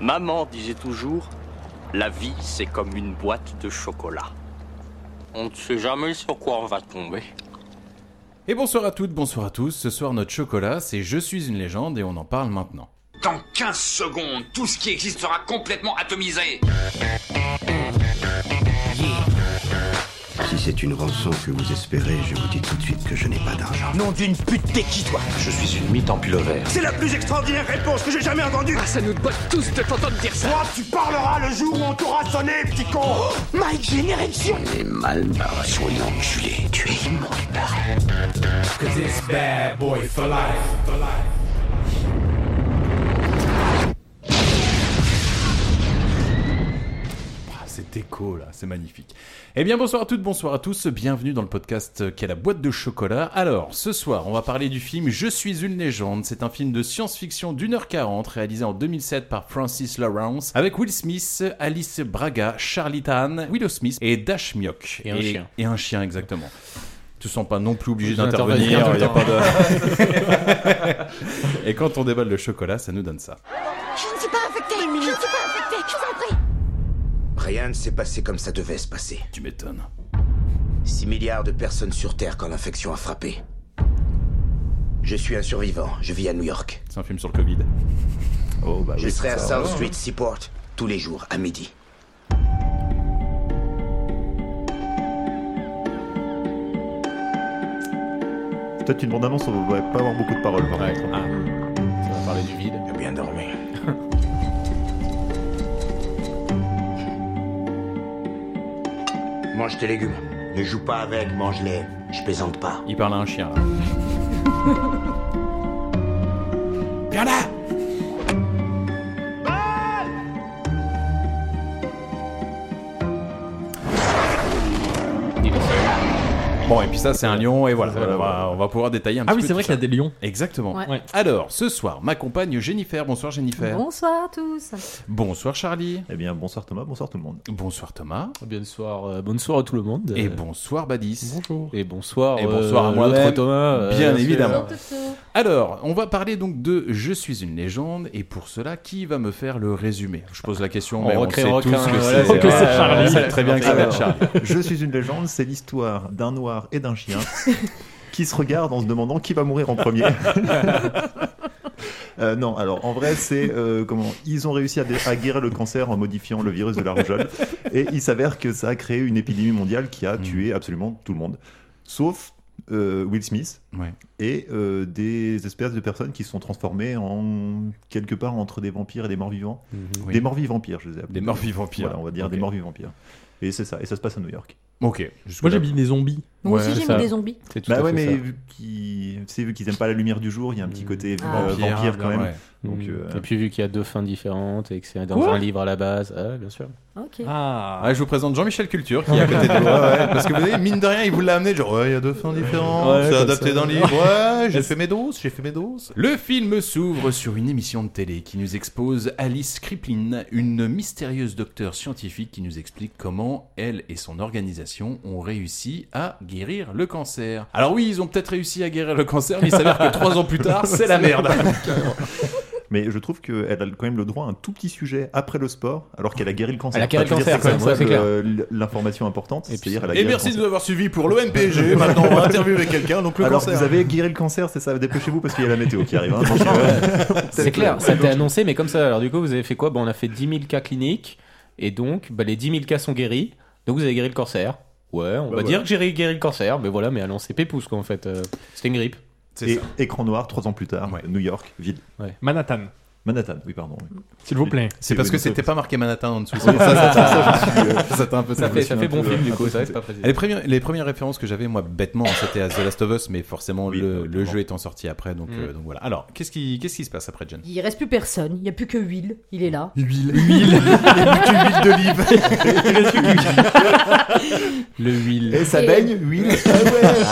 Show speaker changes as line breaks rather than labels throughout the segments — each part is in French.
Maman disait toujours, la vie c'est comme une boîte de chocolat. On ne sait jamais sur quoi on va tomber.
Et bonsoir à toutes, bonsoir à tous. Ce soir, notre chocolat, c'est Je suis une légende et on en parle maintenant.
Dans 15 secondes, tout ce qui existe sera complètement atomisé.
Si c'est une rançon que vous espérez, je vous dis tout de suite que je n'ai pas d'argent.
Nom d'une pute, t'es qui toi
Je suis une mythe en pullover.
C'est la plus extraordinaire réponse que j'ai jamais entendue
Ah, ça nous botte tous de t'entendre dire ça
Toi, tu parleras le jour où on t'aura sonné, petit con oh,
My Generation
Elle est mal barrée. Soyez enculé, tu es immonde barré. Cause it's bad boy for life, for life.
Ah, Cet écho là, c'est magnifique. Eh bien bonsoir à toutes, bonsoir à tous, bienvenue dans le podcast qui est la boîte de chocolat. Alors ce soir on va parler du film Je suis une légende, c'est un film de science-fiction d'1h40 réalisé en 2007 par Francis Lawrence avec Will Smith, Alice Braga, Charlie Tan, Willow Smith et Dash Mioch.
Et un chien.
Et un chien exactement. Tu sens pas non plus obligé
Obligé d'intervenir
d'intervenir.
tout le
y a
temps.
pas de- et quand on déballe le chocolat, ça nous donne ça.
Je ne suis pas infectée Je ne suis pas infectée Je vous en prie
Rien ne s'est passé comme ça devait se passer.
Tu m'étonnes.
6 milliards de personnes sur Terre quand l'infection a frappé. Je suis un survivant, je vis à New York.
C'est un film sur le Covid. Oh bah
Je serai à South Street Seaport tous les jours à midi.
C'est Peut-être une bande-annonce, on va pas avoir beaucoup de paroles par contre.
Ça va parler du vide.
J'ai bien dormi. mange tes légumes. Ne joue pas avec, mange-les. Je plaisante pas.
Il parle à un chien là. Viens là Bon, et puis ça, c'est un lion, et voilà, on, va, on va pouvoir détailler un petit
Ah oui,
peu
c'est
tout
vrai qu'il y a
ça.
des lions.
Exactement.
Ouais.
Ouais.
Alors, ce soir, ma compagne Jennifer. Bonsoir Jennifer.
Bonsoir à tous.
Bonsoir Charlie.
Eh bien, bonsoir Thomas, bonsoir tout le monde.
Bonsoir Thomas.
Bonsoir, euh, bonsoir à tout le monde.
Et
Euh,
bonsoir Badis.
bonjour. Et bonsoir. euh,
Et bonsoir à moi-même,
l'autre Thomas. euh,
bien
parce que-
évidemment.
Toto.
Alors, on va parler donc de Je suis une légende, et pour cela, qui va me faire le résumé Je pose la question,
On
mais on
recrée,
sait
on
tous
recrée,
que
voilà,
c'est
que c'est
ouais,
Charlie.
on sait très bien que ça va être Charlie.
Je suis une légende, c'est l'histoire d'un noir et d'un chien qui se regardent en se demandant qui va mourir en premier. Euh, non, alors en vrai, c'est euh, comment ils ont réussi à, dé- à guérir le cancer en modifiant le virus de la rougeole, et il s'avère que ça a créé une épidémie mondiale qui
Mm.
a tué absolument tout le monde, sauf euh, Will Smith,
Ouais.
et euh, des espèces de personnes qui se sont transformées en quelque part entre des vampires et des morts vivants.
Mhm. Oui.
Des morts vivants vampires, je les ai appelés.
Des morts vivants pires.
Voilà, on va dire des
Ok.
morts vivants vampires. Et c'est ça, et ça se passe à New York.
Ok. jusque-là.
Moi j'ai mis des zombies.
Moi
Ouais,
aussi j'ai
ça.
mis des zombies.
C'est tout
Bah
à
ouais,
fait
mais
ça. Hmm.
vu qu'ils c'est vu qu'ils aiment pas la lumière du jour, il y a un petit côté
Ah.
euh, vampire, quand même.
ouais.
Donc,
Mm.
euh,
Et puis vu qu'il y a deux fins différentes et que c'est dans
Quoi
un livre à la base, ah, bien sûr.
Ok.
Ah.
Ah, je vous présente Jean-Michel Culture qui est à côté de moi. ouais, parce que vous voyez, mine de rien, il vous l'a amené. Genre, ouais, il y a deux fins différentes,
Ouais,
c'est
comme
adapté
ça.
d'un livre. Ouais, j'ai fait mes doses, j'ai fait mes doses. Le film s'ouvre sur une émission de télé qui nous expose Alice Kriplin, une mystérieuse docteure scientifique qui nous explique comment elle et son organisation ont réussi à guérir le cancer. Alors, oui, ils ont peut-être réussi à guérir le cancer, mais il s'avère que trois ans plus tard, c'est la merde.
Mais je trouve qu'elle a quand même le droit à un tout petit sujet après le sport, alors qu'elle a guéri le cancer.
Elle a guéri
Enfin,
le
je veux dire,
cancer,
c'est quand même
ça, c'est
ça, le- l'information importante.
Et puis-
c'est-à-dire, elle a
Et
guéri le
merci de
cancer.
nous avoir suivis pour l'OMPG. Maintenant, on va interviewer quelqu'un, donc le
Alors,
cancer.
vous avez guéri le cancer, c'est ça Dépêchez-vous parce qu'il y a la météo qui arrive. hein. Donc, euh,
C'est clair, ça t'est annoncé, mais comme ça. Alors du coup, vous avez fait quoi Bah, On a fait 10 000 cas cliniques, et donc bah, les 10 000 cas sont guéris, donc vous avez guéri le cancer. Ouais,
Bah
on va
voilà.
dire que j'ai ré- guéri le cancer, mais voilà, mais alors c'est pépouze quoi en fait. euh, C'était une grippe.
C'est
Et
ça.
écran noir, trois ans plus tard,
Ouais.
New York, ville.
Manhattan.
Manhattan, oui, pardon. oui.
S'il
vous plaît.
C'est parce que c'était pas marqué Manhattan en dessous.
Oui, ça, ça, ça, ça, je suis, euh,
Ça t'a un peu
Ça fait,
tapé.
ça fait bon film du coup, ça c'est pas facile.
Les premières, les premières références que j'avais, moi, bêtement, c'était à The Last of Us, mais forcément,
Oui,
le, le
totalement.
jeu étant sorti après, donc,
Mm.
euh, donc voilà. Alors, qu'est-ce qui, qu'est-ce qui se passe après, Jen
Il reste plus personne, il n'y a plus que Will, il est là.
Huile. Huile. Huile d'olive.
Le huile.
Et ça
Et-
baigne, oui.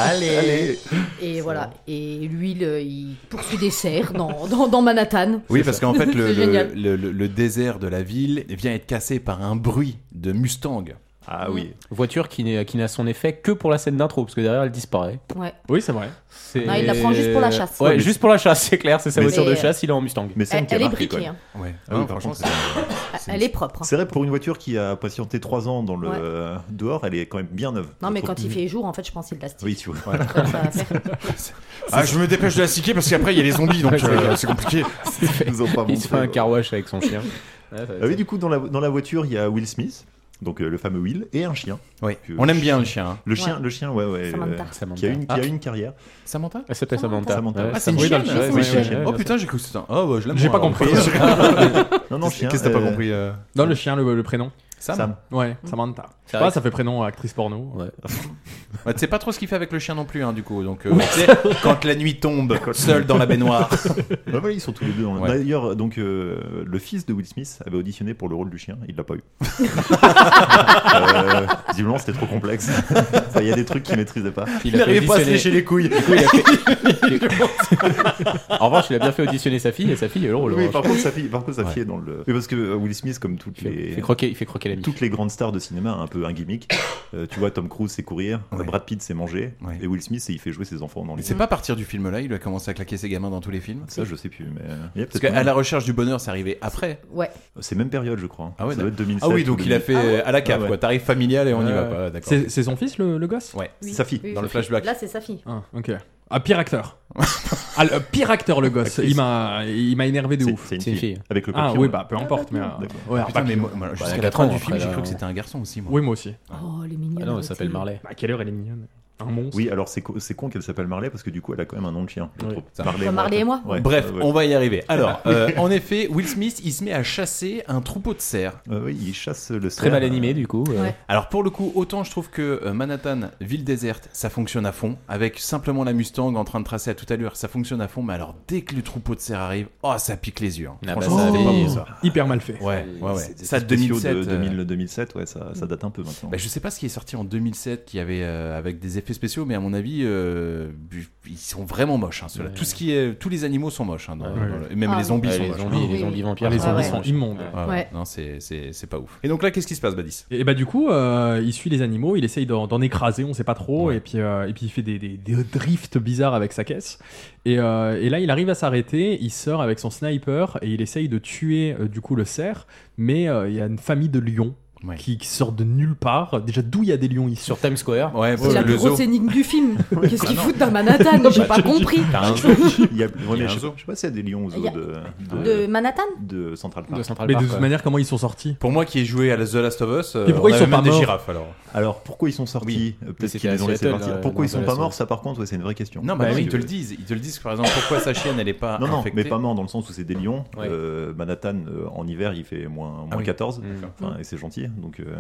Allez.
Et voilà. Et l'huile, euh, il poursuit des serres dans, dans, dans Manhattan.
Oui, parce qu'en fait, le,
C'est génial.
le, le- le désert de la ville vient être cassé par un bruit de Mustang.
Ah oui.
Voiture qui n'est- qui n'a son effet que pour la scène d'intro, parce que derrière elle disparaît.
Ouais.
Oui, c'est vrai. C'est-
Non, il la prend juste pour la chasse.
Ouais,
Ouais, mais
juste pour la chasse, c'est clair, c'est sa
Mais-
voiture de
euh,
Mais-
chasse, il est en Mustang.
Mais
Elle, elle est briquée. hein.
Ouais.
Ah oui, par contre,
Elle est propre. hein.
C'est vrai, pour une voiture qui a patienté 3 ans dans le
Ouais.
euh, dehors, elle est quand même bien neuve.
Non, mais quand il fait jour, en fait, je pense qu'il la
Oui, tu vois.
Ah, je me dépêche de la siquer parce qu'après il y a les zombies donc euh, c'est compliqué.
Ils ont pas
Il se fait
montré,
un
quoi.
car wash avec son chien.
Ah oui, du coup, dans la, dans la voiture, il y a Will Smith, donc euh, le fameux Will, et un chien.
Oui.
Que-
On aime bien le chien, hein.
Le chien,
Ouais.
le chien, ouais, ouais. euh,
Samantha.
euh,
Qui a une, qui a
Ah.
une carrière.
Samantha
Elle s'appelle Ah, Samantha.
Samantha.
Ouais,
Ah, c'est une
oui, dans le
chienne.
chat,
c'est
ouais,
une chienne.
ouais, ouais,
Oh
bien
putain, j'ai cru que c'était un. Oh, ouais, je l'aime.
J'ai
moi,
pas
alors.
compris.
non, non, chien.
Qu'est-ce que t'as pas
euh,
compris Non, le chien, le, le prénom.
Sam.
Ouais,
Mm.
Samantha.
C'est
Ouais,
vrai
ça fait prénom à actrice porno.
Ouais.
Ouais, tu sais pas trop ce qu'il fait avec le chien non plus, hein, du coup. Donc, euh,
Oui.
tu sais, quand la nuit tombe, seul dans la baignoire.
Ouais, voilà, ils sont tous les deux. dans le-
Ouais.
D'ailleurs, donc euh, le fils de Will Smith avait auditionné pour le rôle du chien, il l'a pas eu. euh, visiblement, c'était trop complexe. Enfin, Il y a des trucs qu'il maîtrisait pas.
Oh,
Il a fait
arrivait pas à se
auditionner.
lécher les couilles.
Du coup, il a fait- en revanche, il a bien fait auditionner sa fille et sa fille euh, est drôle.
Oui,
en
par
revanche.
contre, sa fille, par contre, sa fille
Ouais.
est dans le. Mais parce que euh, Will Smith, comme toutes les.
il fait croquer- il fait croquer la mie.
Toutes les grandes stars de cinéma, un peu un gimmick. Euh, tu vois, Tom Cruise, c'est courir. Brad Pitt, c'est manger. Et Will Smith, c'est il fait jouer ses enfants dans les.
C'est pas à partir du film là, il a commencé à claquer ses gamins dans tous les films.
Ça, je sais plus, mais. Il y a
Parce
peut-être
qu'à
moyen.
la recherche du bonheur, c'est arrivé après.
Ouais.
C'est même période, je crois.
Ah ouais,
ça doit être 2007.
Ah oui, donc
ou
il a
2008.
fait à la cave,
Ah ouais.
quoi. Tarif familial et on y
Ouais.
va pas. D'accord.
C'est c'est son fils, le, le gosse
Ouais.
Oui.
Sa fille.
Oui,
Dans
sa
le
fille.
flashback.
Là, c'est sa fille.
Ah, ok. Ah, pire acteur. ah, le pire acteur, le gosse. Il m'a il m'a énervé de ouf.
C'est une fille.
Avec le
Ah
papillon,
oui,
là.
bah peu importe. Mais, euh,
D'accord.
ouais,
Ah, putain,
un
mais
papillon.
moi- moi,
Bah,
jusqu'à la
quatre
fin
ans
du film,
après,
j'ai cru
euh,
que c'était un garçon aussi, moi.
Oui, moi aussi.
Oh, elle est mignonne.
Ah non, elle s'appelle
arrêtez.
Marley.
À quelle heure elle est mignonne Un monstre.
Oui, alors c'est co- c'est con qu'elle s'appelle Marley parce que du coup elle a quand même un nom de chien. je trouve. Marley
Comme Marley et moi.
Ouais,
Bref,
ouais, ouais.
on va y arriver. Alors, euh, en effet, Will Smith, il se met à chasser un troupeau de cerfs.
Euh, oui, il chasse le
Très
cerf.
mal animé, du coup. euh.
Ouais.
Alors pour le coup, autant je trouve que euh, Manhattan, ville déserte, ça fonctionne à fond, avec simplement la Mustang en train de tracer à toute allure, ça fonctionne à fond, mais alors dès que le troupeau de cerfs arrive, oh ça pique les yeux. hein.
Ah bah,
Franchement,
ça
c'était
avait-
pas bon, ça.
Hyper mal fait.
Ouais, ouais, ouais.
C'est des
Ça de
spéciaux
2007.
de
euh,
2000, 2007, ouais, ça, ça date un peu maintenant.
bah, je sais pas ce qui est sorti en 2007 qui avait euh, avec des effets spéciaux, mais à mon avis, euh, ils sont vraiment moches. hein, ceux-là.
Ouais.
Tout ce qui est, tous les animaux sont moches, hein, dans-
Ouais.
dans le- et même
Ah,
les zombies
Ouais,
sont
les
moches. hein.
zombies,
Ah,
les
oui,
zombies
oui.
vampires,
Ah, les
sont
zombies
moches.
sont immondes.
Ouais,
Ouais.
Non, c'est- c'est c'est pas ouf. Et donc là, qu'est-ce qui se passe, Badis
Et bah du coup, euh, il suit les animaux, il essaye d'en d'en écraser, on sait pas trop, et puis euh, et puis il fait des, des- des drifts bizarres avec sa caisse. Et, euh, et là, il arrive à s'arrêter, il sort avec son sniper et il essaye de tuer euh, du coup le cerf, mais euh, il y a une famille de lions
Ouais.
qui, qui sort de nulle part. Déjà, d'où il y a des lions ici
Sur Times Square.
Ouais,
C'est la plus grosse énigme du film. Qu'est-ce qu'ils foutent dans Manhattan J'ai pas compris.
T'as un
Il y a, ouais, mais
y a un
je, sais
zoo.
pas- je sais pas s'il y a des lions aux
Il
zoo
y a-
de,
De Manhattan
de Central Park.
De Central
Mais
Park,
de toute
ouais.
manière, comment ils sont sortis
Pour moi qui ai joué à The Last of Us, euh,
Et pourquoi
on
ils
avait
sont
même
pas
des
morts
girafes alors
Alors pourquoi ils sont sortis Euh, Peut-être
c'était
qu'ils
à
les ont laissés
Seattle,
partir.
euh,
pourquoi
dans
ils sont
la
pas
salle.
morts Ça, par contre, ouais, c'est une vraie question.
Non, bah
Parce
non, ils
que-
te le disent. Ils te le disent, par exemple, pourquoi sa chienne, elle est pas
Non, non,
infectée.
mais pas mort dans le sens où c'est des lions.
Ouais.
Euh, Manhattan, euh, en hiver, il fait moins, moins
Ah oui.
14.
D'accord.
Enfin, et c'est gentil. Donc, euh,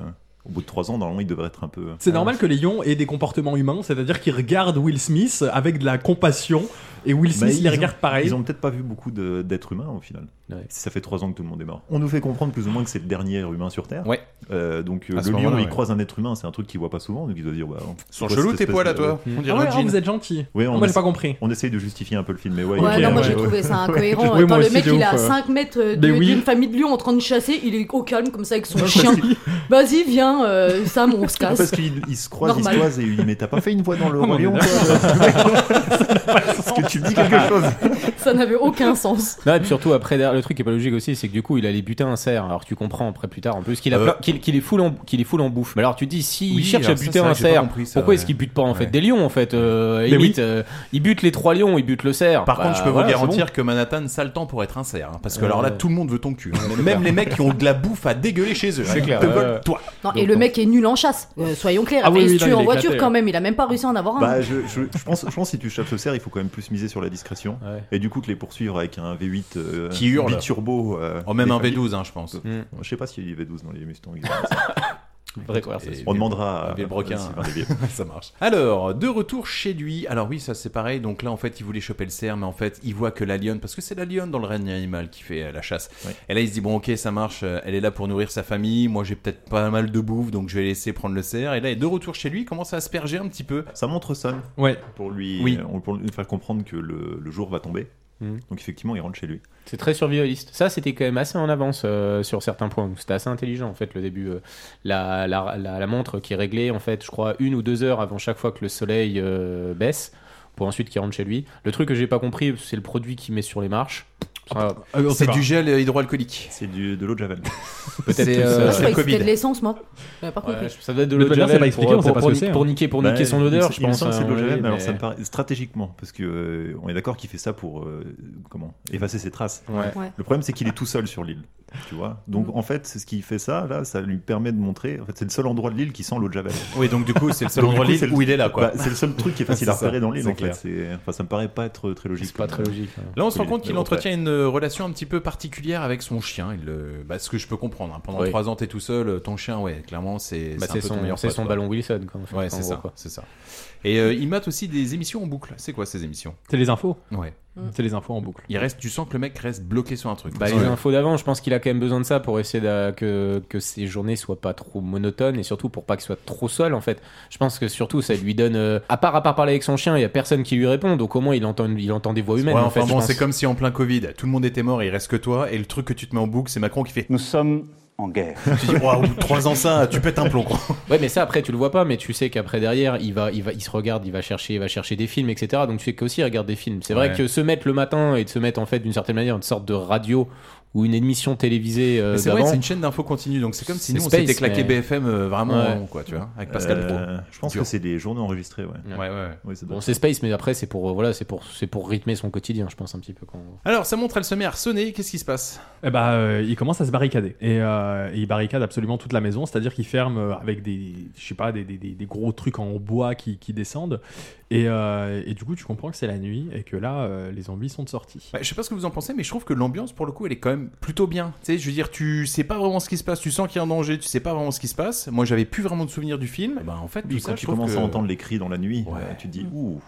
au bout de 3 ans, normalement, il devrait être un peu.
Ah.
Hein.
C'est normal que les lions aient des comportements humains, c'est-à-dire qu'ils regardent Will Smith avec de la compassion, et Will
Bah,
Smith
ils
les
ont-
regarde pareil.
Ils ont peut-être pas vu beaucoup de- d'êtres humains au final.
Ouais.
Ça fait trois ans que tout le monde est mort. On nous fait comprendre plus ou moins que c'est le dernier humain sur Terre.
Ouais.
Euh, donc euh,
À ce
le lion,
moment-là,
il
ouais.
croise un être humain, c'est un truc qu'il voit pas souvent, donc il doit dire. Bah,
Sont
quoi,
chelous
cette
tes
espèce
poils à
de-
toi. On
Ah
dirait
ouais,
notre
ah,
jean.
vous êtes gentil.
Ouais, on
moi, j'ai
essaie-
pas compris.
On essaye de justifier un peu le film, mais ouais.
Ouais,
il-
non, moi j'ai
ouais,
trouvé
ouais.
ça incohérent.
Oui, moi
Attends, le
aussi,
mec
de
il est
ouf,
à
ouais.
5 mètres euh,
Mais
de-
oui.
d'une famille de lions en train de chasser, il est au calme comme ça avec son chien. Vas-y, viens, euh, Sam, on se
Parce
casse.
qu'ils ils se croisent, ils se
Normal.
croisent et il dit Mais t'as pas fait une voix dans le
mais on
roi lion,
est
toi Est-ce que tu me dis quelque chose
Ça n'avait aucun sens.
Non, et puis surtout, après, derrière, le truc qui est pas logique aussi, c'est que du coup, il allait buter un cerf. Alors tu comprends après plus tard en plus qu'il a
Euh.
plein- qu'il qu'il est full en, qu'il est full en bouffe. Mais alors tu te dis, si
Oui,
il cherche à
alors ça,
buter
c'est vrai
un
que j'ai pas
cerf,
compris ça,
pourquoi
ouais.
est-ce qu'il bute pas en fait
Ouais.
des lions en fait euh,
Mais
limite, euh, Il bute les trois lions, il bute le cerf.
Par
Bah,
contre, je peux
voilà,
vous
c'est
garantir que Manhattan, ça a le temps pour être un cerf. hein, parce que
Ouais.
alors là, tout le monde veut ton cul. hein. Même les mecs qui ont de la bouffe à dégueuler chez eux.
C'est
hein,
clair,
Ils te
ouais,
veulent
ouais.
toi.
Non, et le mec est nul en chasse. Euh, soyons clairs,
Ah
après,
oui,
il
oui,
se
non,
tue
il
en
est
voiture
éclaté,
quand
ouais.
même, il a même pas réussi à en avoir un.
Bah, je, je, je pense, je pense que si tu chasses le cerf, il faut quand même plus miser sur la discrétion.
bon. Ouais.
Et du coup, de les poursuivre avec un V8 euh,
Qui hurle.
biturbo. euh,
Oh, même
des
un
familles.
V12, hein, je pense.
Je sais pas s'il y a des V12 dans les Mustangs.
Vraie conversation.
On demandera à.
Des broquins.
à Sylvain Lévy.
ça marche. Alors, de retour chez lui. Alors oui, ça c'est pareil. Donc là, en fait, il voulait choper le cerf, mais en fait, il voit que la lionne, parce que c'est la lionne dans le règne animal qui fait euh, la chasse.
Oui.
Et là, il se dit bon, ok, ça marche. euh, Elle est là pour nourrir sa famille. Moi, j'ai peut-être pas mal de bouffe, donc je vais laisser prendre le cerf. Et là, et de retour chez lui, il commence à asperger un petit peu.
Ça montre Son
Ouais.
pour lui,
Oui. Mmh.
euh, pour lui faire comprendre que le, le jour va tomber. Donc effectivement, il rentre chez lui.
C'est très survivaliste. Ça, c'était quand même assez en avance euh, sur certains points. Donc, C'était assez intelligent, en fait, le début. euh, la, la- la- la montre qui est réglée, en fait, je crois, une ou deux heures avant chaque fois que le soleil euh, baisse, pour ensuite qu'il rentre chez lui. Le truc que j'ai pas compris, c'est le produit qu'il met sur les marches. Ça-
C'est du gel euh, hydroalcoolique.
C'est du- de l'eau de Javel.
Peut-être
C'est,
que
euh,
ça-
Moi, je
Je croyais que c'était de l'essence, moi. J'avais pas
Ouais,
compris.
ça doit être de
Le
l'eau de
Javel,
Javel.
c'est pas expliqué,
pour-
on sait
pour-
pas ce
pour
que
niquer-
c'est, hein.
Pour niquer, pour
Bah,
niquer son
il-
odeur,
il-
je
il me
pense.
semble que c'est de l'eau
hein,
de Javel,
oui,
mais alors
mais-
ça me paraît stratégiquement, parce que euh, on est d'accord qu'il fait ça pour euh, comment effacer ses traces.
Ouais. Ouais.
Le problème, c'est qu'il est tout seul sur l'île, tu vois. Donc en fait, c'est ce qui fait ça là, ça lui permet de montrer. En fait, c'est le seul endroit de l'île qui sent l'eau de Javel.
Oui, donc du coup, c'est le seul
Donc, du
endroit de
coup,
l'île
c'est le-
où il est là, quoi.
Bah, c'est le seul truc qui est facile à
C'est ça,
repérer dans l'île.
c'est
En fait,
clair.
C'est- enfin, ça me paraît pas être très logique.
pas très logique, hein.
Là, on se rend
Oui,
compte qu'il
mais bon,
entretient une euh, relation un petit peu particulière avec son chien. Il, le- bah, ce que je peux comprendre. hein. Pendant
Oui.
trois ans, t'es tout seul. euh, Ton chien, ouais, clairement, c'est
Bah,
c'est un
c'est
peu
son-
ton meilleur
c'est
pote,
son
quoi.
ballon Wilson, quoi, en fait,
ouais,
en
c'est
gros,
ça,
quoi.
c'est ça. Et euh, il mate aussi des émissions en boucle. C'est quoi ces émissions
C'est les infos.
Ouais.
Mm. C'est les infos en boucle.
Il reste, tu sens que le mec reste bloqué sur un truc.
Bah, Les infos d'avant, je pense qu'il a quand même besoin de ça pour essayer d'a- que, que ses journées soient pas trop monotones et surtout pour pas qu'il soit trop seul en fait. Je pense que surtout ça lui donne. euh, à part à part parler avec son chien, il y a personne qui lui répond donc au moins il entend, il entend des voix humaines.
Ouais,
en
enfin
fait, je
bon,
pense.
c'est comme si en plein Covid, tout le monde était mort et il reste que toi. Et le truc que tu te mets en boucle, c'est Macron qui
Euh,
fait Nous sommes en guerre. tu dis, Ouah, au bout de trois ans, ça, tu pètes un plomb. quoi.
Ouais, mais ça après tu le vois pas, mais tu sais qu'après derrière il va, il va, il se regarde, il va chercher, il va chercher des films, etc. Donc tu sais qu'aussi il regarde des films. C'est vrai
Ouais.
que se mettre le matin et de se mettre en fait d'une certaine manière une sorte de radio ou une émission télévisée. euh,
Mais c'est vrai,
d'avant,
c'est une chaîne d'infos continue, donc c'est comme si
C'est
nous on
space,
s'était claqué
mais-
BFM euh, vraiment,
Ouais.
quoi, tu vois, avec Pascal Pro.
Euh, Je pense que c'est des journées enregistrées, ouais.
Ouais, ouais, ouais.
Oui, ça doit
Bon,
être
c'est Space, mais après, c'est pour, euh, voilà, c'est pour, c'est pour rythmer son quotidien, je pense, un petit peu. Quand...
Alors, sa montre, elle se met à sonner. Qu'est-ce qui se passe
Eh ben, euh, il commence à se barricader et euh, il barricade absolument toute la maison, c'est-à-dire qu'il ferme euh, avec des, je sais pas, des, des- des- des gros trucs en bois qui, qui descendent et, euh, et du coup tu comprends que c'est la nuit et que là euh, les zombies sont de sortie.
Bah, je sais pas ce que vous en pensez, mais je trouve que l'ambiance, pour le coup, elle est quand même plutôt bien. Tu sais, je veux dire, tu sais pas vraiment ce qui se passe, tu sens qu'il y a un danger, tu sais pas vraiment ce qui se passe. Moi, j'avais plus vraiment de souvenirs du film. Bah, en fait,
Oui,
tout ça,
quand
je
tu
trouve
commences
que-
à entendre les cris dans la nuit, euh, tu te dis ouh.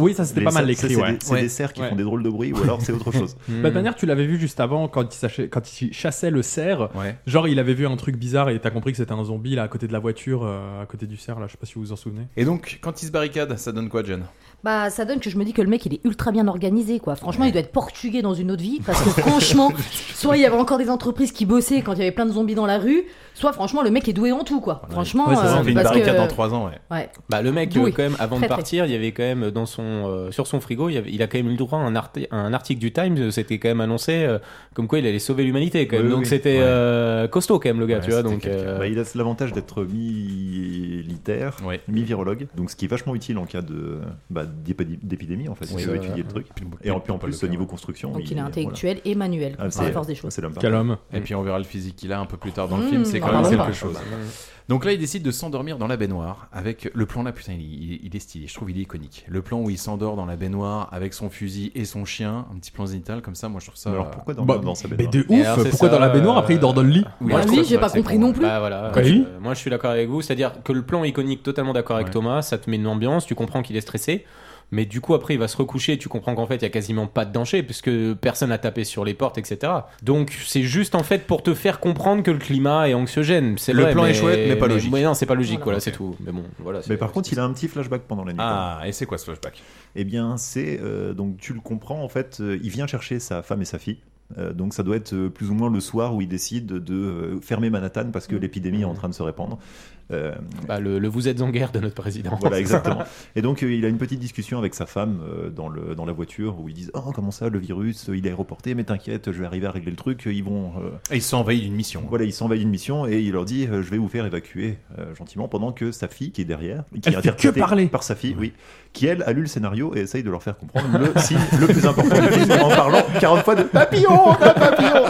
Oui, ça, c'était pas mal, les
cerfs,
cris,
c'est
ouais.
des- C'est
Ouais.
des cerfs qui
Ouais.
font des drôles de bruit ou alors c'est autre chose.
Bah,
Hmm.
De toute manière, tu l'avais vu juste avant quand il, sachait- quand il chassait le cerf.
Ouais.
Genre, il avait vu un truc bizarre et t'as compris que c'était un zombie là à côté de la voiture, euh, à côté du cerf là. Je sais pas si vous vous en souvenez.
Et donc, quand il se barricade, ça donne quoi, John
Bah, ça donne que je me dis que le mec, il est ultra bien organisé, quoi. Franchement, il doit être portugais dans une autre vie, parce que franchement, soit il y avait encore des entreprises qui bossaient quand il y avait plein de zombies dans la rue, soit franchement, le mec est doué en tout, quoi. Franchement,
Ouais, c'est ça,
euh,
on fait une
parce que-
barricade
Dans trois ans, ouais.
Ouais.
Bah, le mec,
Oui.
euh, quand même, avant
Très,
de
très.
partir, il y avait quand même dans son, euh, sur son frigo, il, y avait- il a quand même eu le droit à un, arti- à un article du Times, euh, c'était quand même annoncé euh, comme quoi il allait sauver l'humanité, quand même.
Oui,
donc
oui.
c'était
Ouais.
euh, costaud, quand même, le gars,
Ouais,
tu vois.
c'était
Donc,
quelqu'un.
euh,
Bah, il a l'avantage d'être militaire, mi-virologue, donc ce qui est vachement utile en cas de bah, d'épi- d'épidémie en fait.
Oui,
il peut
voilà.
étudier le truc.
Puis-
Et en,
puis-
en plus
puis-
au niveau construction,
Donc, il est
voilà.
intellectuel et manuel,
Ah,
par la force des choses.
c'est l'homme
Quel
parfait.
homme.
Mm.
Et puis on verra le physique qu'il a un peu plus tard dans le
Mmh,
film, c'est
on
quand même
en
quelque
parle.
chose.
Ah bah, ouais.
Donc là, il décide de s'endormir dans la baignoire avec le plan là, putain, il, il- il est stylé, je trouve il est iconique. Le plan où il s'endort dans la baignoire avec son fusil et son chien, un petit plan zénital comme ça, moi je trouve ça.
Mais alors, pourquoi dans-
Bah,
dans sa
mais
baignoire
de
Et alors, c'est ça, euh,
Oui,
moi,
Ah,
alors,
je
ça, c'est
trouve ça,
vrai,
c'est
c'est con.
con. Bah, voilà,
Quoi,
je-
oui
moi, je suis d'accord avec vous. C'est-à-dire que le plan iconique, totalement d'accord avec Thomas, ça te met une ambiance, tu comprends qu'il est stressé. Mais du coup, après, il va se recoucher, tu comprends qu'en fait, il y a quasiment pas de danger, puisque personne n'a tapé sur les portes, etc. Donc, c'est juste en fait pour te faire comprendre que le climat est anxiogène. C'est
Le
vrai,
plan est chouette, mais pas logique.
Mais non, c'est pas logique,
Voilà.
voilà, c'est tout. Mais bon, voilà. c'est-
Mais par contre, il a un petit flashback pendant la nuit.
Ah, et c'est quoi ce flashback
Eh bien, c'est euh, donc tu le comprends en fait. euh, il vient chercher sa femme et sa fille. Euh, donc ça doit être euh, plus ou moins le soir où il décide de euh, fermer Manhattan parce que l'épidémie est en train de se répandre. Euh,
Bah, le, le vous êtes en guerre de notre président.
Voilà, exactement. Et donc, euh, il a une petite discussion avec sa femme euh, dans, le, dans la voiture où ils disent Oh, comment ça, le virus, euh, il est reporté, mais t'inquiète, je vais arriver à régler le truc. Ils vont. euh,
Et il s'envahit d'une mission.
Voilà, il s'envahit d'une mission et il leur dit euh, Je vais vous faire évacuer euh, gentiment, pendant que sa fille, qui est derrière, qui
Elle
est
fait que
interprétée
parler.
par sa fille, oui, qui elle a lu le scénario et essaye de leur faire comprendre le signe le plus important du film en parlant 40 fois de
Ah.
papillon, papillon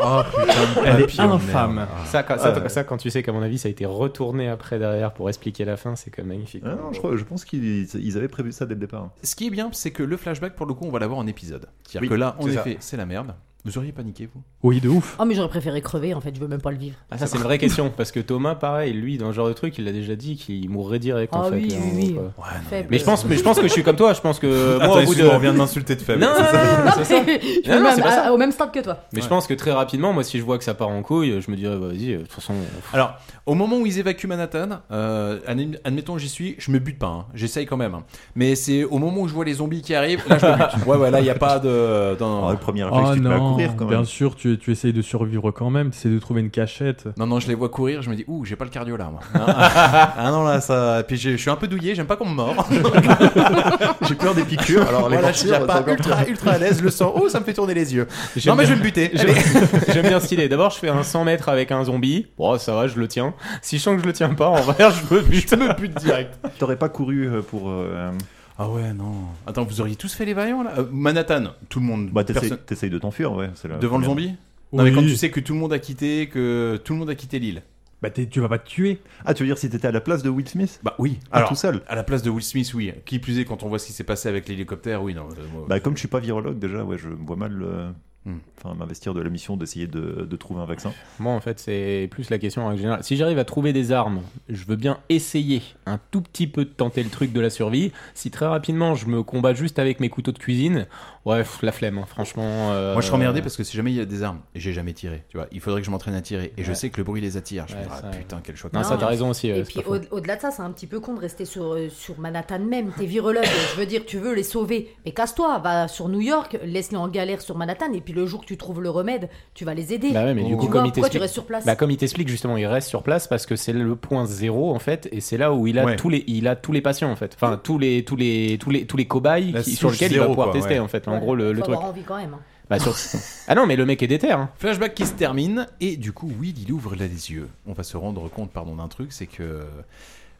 Oh putain,
Elle est
papillon,
infâme.
merde.
Ça, quand- ça,
Ah ouais.
ça, quand tu sais qu'à mon avis, ça a été retourné après derrière pour expliquer la fin, c'est quand même magnifique.
Ah non, je, crois- je pense qu'ils ils avaient prévu ça dès le départ. hein.
Ce qui est bien, c'est que le flashback, pour le coup, on va l'avoir en épisode. C'est-à-dire
Oui,
que là, en
c'est ça.
effet, c'est la merde. Vous auriez paniqué, vous
Oui, de ouf.
Oh, mais j'aurais préféré crever en fait, je veux même pas le vivre.
Ah, ça, c'est une vraie question, parce que Thomas, pareil, lui, dans ce genre de truc, il l'a déjà dit qu'il mourrait direct. en
Ah
fait,
oui,
hein,
oui, oui.
quoi.
Ouais, non, Faible.
mais, je pense, mais je pense que je suis comme toi, je pense que.
Oh, Attends,
Moi, au bout de.
excuse-moi, on vient de m'insulter de faible,
Non,
c'est
non,
ça
non, non, c'est ça.
Je
Non,
veux
non,
même
c'est pas
à-
ça.
au même stade que toi.
Mais je pense que très rapidement, moi, si je vois que ça part en couille, je me dirais, bah, vas-y, euh, de toute façon. pff.
Alors, au moment où ils évacuent Manhattan, euh, admi- admettons j'y suis, je me bute pas, hein. j'essaye quand même. hein. Mais c'est au moment où je vois les zombies qui arrivent, là je me bute. Ouais, ouais, là il n'y a pas de. Dans... le premier
Ah non, bien sûr, tu, tu essayes de survivre quand même, tu essaies de trouver une cachette.
Non, non, je les vois courir, je me dis, ouh, j'ai pas le cardio là, moi. ah ah non, là, ça. Puis j'ai- je suis un peu douillé, j'aime pas qu'on me mord. j'ai peur des piqûres,
alors les
voilà, je suis
morsures,
déjà pas
c'est encore
ultra,
pire.
ultra à l'aise, le sang, oh, ça me fait tourner les yeux.
J'aime
Non, mais je vais me
bien-
buter.
J'aime-
allez.
J'aime bien stylé. D'abord, je fais un 100 mètres avec un zombie. Bon, ça va, je le tiens. Si je sens que je le tiens pas, en vrai, je me bute. me bute direct.
T'aurais pas couru euh, pour. euh,
Ah ouais, non. Attends, vous auriez tous fait les vaillants là Euh, Manhattan, tout le monde.
Bah, t'essayes
personne-
t'essayes de t'enfuir, ouais. c'est la
Devant le
première.
zombie Non, mais quand tu sais que tout le monde a quitté, que tout le monde a quitté l'île.
Bah, tu vas pas te tuer.
Ah, tu veux dire si t'étais à la place de Will Smith
Bah oui.
Ah, tout seul
À la place de Will Smith, oui. Qui plus est, quand on voit ce qui s'est passé avec l'hélicoptère, oui, non. euh, moi-
Bah, comme je suis pas virologue déjà, ouais, je me vois mal euh,
Hmm.
enfin, m'investir de la mission d'essayer de, de trouver un vaccin.
Moi, en fait, c'est plus la question en règle générale. Si j'arrive à trouver des armes, je veux bien essayer un tout petit peu de tenter le truc de la survie. Si très rapidement je me combats juste avec mes couteaux de cuisine, ouais, pff, la flemme, hein, franchement. euh,
Moi, je serais emmerdé parce que si jamais il y a des armes, et j'ai jamais tiré, tu vois, il faudrait que je m'entraîne à tirer. Et je
Ouais.
sais que le bruit les attire. Je me
Ouais,
dis, ah,
ça-
putain, quel choix.
Non, ça, t'as raison aussi. euh,
Et
c'est
puis
pas faux.
au- au-delà de ça, c'est un petit peu con de rester sur, euh, sur Manhattan même. T'es virologue, je veux dire, tu veux les sauver. Mais casse-toi, va sur New York, laisse-les en galère sur Manhattan, et puis le jour que tu trouves le remède, tu vas les aider.
Bah ouais, mais
Tu
du coup,
vois,
comme il
pourquoi
t'explique,
tu restes sur place
Bah, comme il t'explique justement, il reste sur place parce que c'est le point zéro en fait, et c'est là où il a
Ouais.
tous les, il a tous les patients en fait, enfin tous les, tous les, tous les, tous les cobayes
La
qui- sur
souche
lesquels il va
zéro,
pouvoir
quoi,
tester
ouais.
en fait. En
Ouais,
gros, le,
faut
le truc.
avoir envie quand même. hein.
Bah, sur- ah non, mais le mec est déter. hein.
Flashback qui se termine, et du coup, Will, il ouvre là les yeux. On va se rendre compte, pardon, d'un truc, c'est que. euh,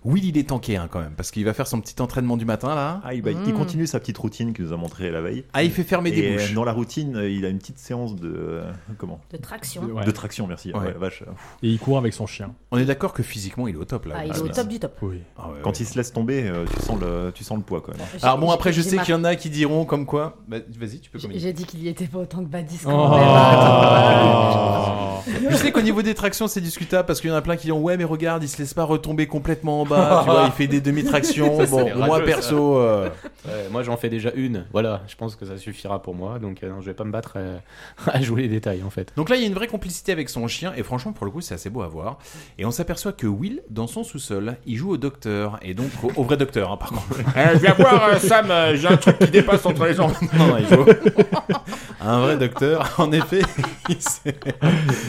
Will, il est tanké hein, quand même, parce qu'il va faire son petit entraînement du matin là.
Ah, il, bah, il- il continue sa petite routine qu'il nous a montrée la veille.
Ah, il fait fermer des
Et,
bouches.
euh, Dans la routine, euh, il a une petite séance de. euh, comment
De traction.
Ouais.
De traction, merci.
Ouais.
Ouais, la vache.
Et il court avec son chien.
On est d'accord que physiquement, il est au top là.
Ah, il est
Will
au
Smith.
top du top.
Oui.
Ah ouais,
Quand il se laisse tomber, euh, tu, sens le, tu sens le poids quand même.
Alors bon, après, je
j'ai
sais
mar-
qu'il y en a qui diront comme quoi. Bah, Vas-y, tu peux communiquer.
J'ai dit qu'il y était pas autant que Badis quand
Oh.
même.
Ah,
Attends.
Je sais qu'au niveau des tractions, c'est discutable parce qu'il y en a plein qui disent Ouais, mais regarde, il se laisse pas retomber complètement en bas. tu vois, il fait des demi-tractions.
Ça, c'est
Bon,
les
moi
rageux,
perso.
ça.
euh,
Ouais, moi j'en fais déjà une, voilà, je pense que ça suffira pour moi, donc euh, non, je vais pas me battre euh, à jouer les détails en fait.
Donc là, il y a une vraie complicité avec son chien, et franchement, pour le coup, c'est assez beau à voir. Et on s'aperçoit que Will, dans son sous-sol, il joue au docteur, et donc au, au vrai docteur, hein, par contre.
Eh, viens voir, euh, Sam, euh, j'ai un truc qui dépasse entre les jambes.
Non, non, il joue. Un vrai docteur, en effet. il s'est-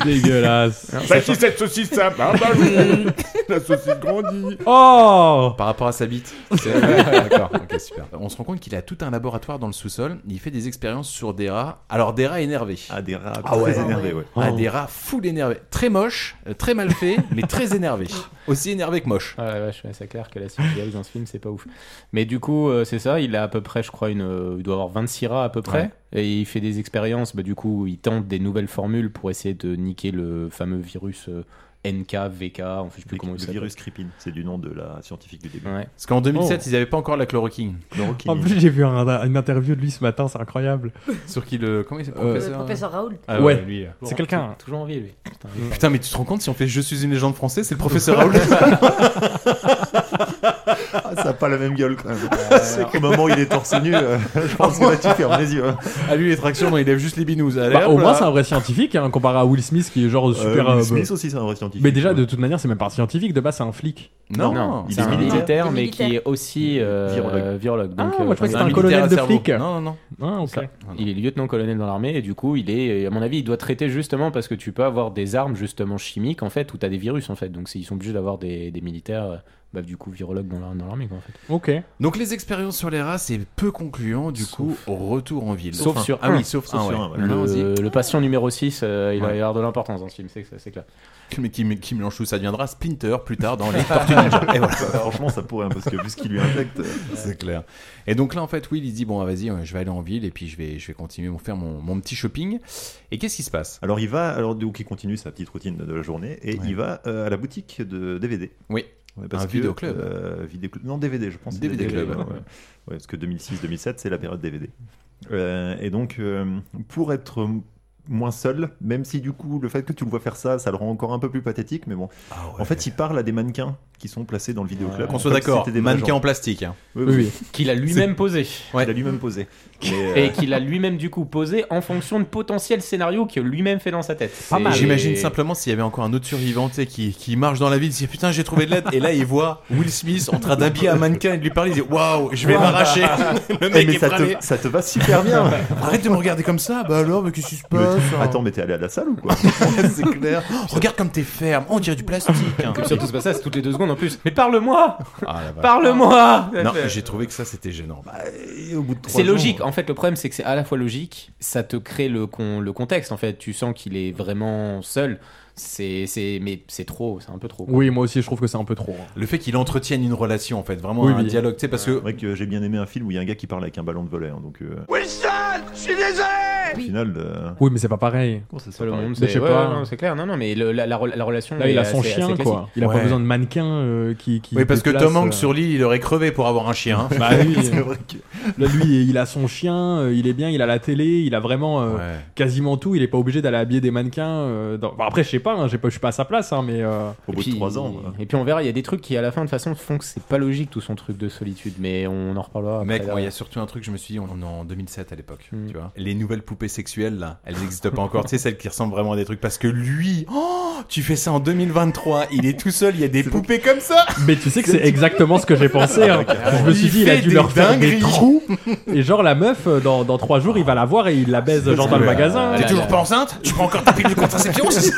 Dégueulasse.
Ah,
Ça
bah,
qui cette saucisse, Sam Ah bah oui La saucisse grandit
Oh
Par rapport à sa bite. C'est- ouais, D'accord, ok, super. On se rend compte qu'il a tout un laboratoire dans le sous-sol. Il fait des expériences sur des rats. Alors, des rats énervés.
Ah, des rats
Ah ouais.
très énervés, ouais.
Ah, des rats full énervés. Très moche, euh, très mal fait, mais très énervé. Aussi énervé que moche.
Ah ouais, vache, ouais, c'est clair que la CGI dans ce film, c'est pas ouf. Mais du coup, euh, c'est ça, il a à peu près, je crois, une, euh, il doit avoir 26 rats à peu près. Et il fait des expériences, bah, du coup, il tente des nouvelles formules pour essayer de niquer le fameux virus euh, NK, VK, en fait, je sais plus
Le,
comment il
le
s'appelle.
virus creeping, c'est du nom de la scientifique du début.
Ouais.
Parce qu'en 2007,
Oh.
ils n'avaient pas encore la chloroquine.
Ah,
En plus, j'ai vu un- une interview de lui ce matin, c'est incroyable.
Sur qui le. Comment il s'appelle
Euh,
Le professeur Raoul.
Ah
ouais,
lui, euh.
c'est quelqu'un. hein.
Toujours envie, lui. Putain,
Putain, mais tu te rends compte si on fait Je suis une légende française, c'est le professeur Raoul
Ah, ça a pas la même gueule quand même. Au moment où il est torse nu, euh, je pense que là tu fermes les yeux.
Ah, lui, les tractions, non, il lève juste les binous. Allez,
Bah,
hop
au
là.
moins, c'est un vrai scientifique, hein, comparé à Will Smith qui est genre super.
Will
euh,
Smith
bah-
aussi, c'est un vrai scientifique.
Mais déjà, de toute manière, c'est même pas un scientifique, de base, c'est un flic.
Non,
il est Hein. militaire, mais qui est aussi euh,
Virologue.
virologue. Donc,
Ah, moi, je crois que
c'est
c'était un
militaire.
colonel de
cerveau.
flic.
Non, non, non.
Ah, ok.
Ça. Il est lieutenant-colonel dans l'armée et du coup, il est, à mon avis, il doit traiter justement parce que tu peux avoir des armes justement chimiques en fait où t'as des virus en fait. Donc c'est- ils sont obligés d'avoir des, des militaires, euh, bah, du coup, virologues dans la- dans l'armée quoi en fait.
Ok.
Donc les expériences sur les rats, c'est peu concluant, du coup, au retour en ville.
Sauf
Enfin,
sur
Ah
un.
oui, sauf,
Sauf
un,
sur
ouais.
un, ouais.
Là, on se dit,
Le, le patient numéro 6, il va
Ouais.
y avoir de l'importance dans ce film, c'est c'est clair.
mais qui, mais qui mélange tout, ça deviendra Splinter plus tard dans les Tortues Ninja. Et voilà.
Franchement, ça pourrait, hein, parce que vu ce qui lui infecte. euh,
C'est clair. Et donc là, en fait, Will, il se dit bon, ah, vas-y, euh, je vais aller en ville et puis je vais, je vais continuer à faire mon, mon petit shopping. Et qu'est-ce qui se passe
Alors il va, alors donc il continue sa petite routine de la journée et
Ouais.
il va euh, à la boutique de DVD.
Oui.
Ouais, parce
Un
que,
vidéoclub.
euh, vidéoclub- Non, DVD, je pense. c'est
DVD club.
ouais, ouais. Ouais, parce que 2006-2007, c'est la période DVD. Euh, et donc, euh, pour être moins seul, même si du coup le fait que tu le vois faire ça, ça le rend encore un peu plus pathétique, mais bon. En fait, il parle à des mannequins qui sont placés dans le vidéoclub.
Ah Qu'on soit
Comme si
d'accord,
c'était des
mannequins
agents.
en plastique, hein.
Oui,
Oui,
oui.
oui.
Qu'il a lui-même
C'est-
posé.
Qu'il a lui-même posé. Mais, euh,
Et qu'il a lui-même du coup posé en fonction de potentiels scénarios que lui-même fait dans sa tête.
Pas mal. J'imagine simplement
simplement
s'il y avait encore un autre survivant tu sais, qui, qui marche dans la ville, il dit putain j'ai trouvé de l'aide et là il voit Will Smith en train d'habiller un mannequin et de lui parler, il dit waouh je vais
Waouh.
m'arracher. Le
Eh,
mec
mais
est
ça te-
cramé.
ça te va super bien.
Arrête de me regarder comme ça, bah alors mais qu'est-ce qui se passe
mais- Attends, mais t'es allé à la salle ou quoi
c'est clair. Regarde comme t'es ferme, on dirait du plastique. hein.
Surtout c'est pas ça, c'est toutes les deux secondes en plus. Mais parle-moi
Ah, la vache.
Parle-moi
Non, j'ai trouvé que ça c'était gênant. Bah, et au bout de trois
C'est
jours-
logique. En fait, le problème, c'est que c'est à la fois logique, ça te crée le, con, le contexte. En fait, tu sens qu'il est vraiment seul. C'est, c'est, mais c'est trop, c'est un peu trop. quoi.
Oui, moi aussi, je trouve que c'est un peu trop. hein.
Le fait qu'il entretienne une relation en fait, vraiment
Oui,
un
oui.
dialogue, tu sais parce
C'est
que
vrai que j'ai bien aimé un film où il y a un gars qui parle avec un ballon de volet. hein, donc, euh,
Wilson, je suis désolé
au final. euh,
Oui, mais c'est pas pareil.
Comment ça se
Seul au
pareil
monde,
Mais
c'est,
je sais
ouais,
pas.
ouais, non, c'est clair. Non, non, mais le- la, la, la relation.
Là, il
est
a son
assez-
chien,
assez
quoi.
classique.
Il a
Ouais.
pas besoin de mannequin euh, qui, qui.
oui parce que
déplace,
Tom Hanks
euh,
sur l'île il aurait crevé pour avoir un chien. hein.
Bah oui.
C'est vrai que-
Là, lui, il a son chien, euh, il est bien, il a la télé, il a vraiment euh,
Ouais.
quasiment tout. Il est pas obligé d'aller habiller des mannequins. euh, dans- bon, après, je sais pas, hein, j'ai pas, je suis pas à sa place, hein, mais. euh,
Au bout de trois ans. voilà.
Et puis on verra, il y a des trucs qui à la fin de toute façon font que c'est pas logique tout son truc de solitude, mais on en reparlera. après,
Mec, moi, il y
derrière.
a surtout un truc, je me suis dit, on est en 2007 à l'époque, tu vois. Les nouvelles poupées sexuelles, là, elles n'existent pas encore, tu sais, celles qui ressemblent vraiment à des trucs. Parce que lui, oh, tu fais ça en 2023, il est tout seul, il y a des poupées comme ça
Mais tu sais que c'est exactement ce que j'ai pensé. hein. Je me suis
Il
dit, il a
fait
dû
des
leur faire des
dingueries.
trous. Et genre, la meuf, euh, dans, dans trois jours, il va la voir et il la baise, genre dans le magasin.
T'es toujours pas enceinte Tu prends encore ta pile de contraception c'est-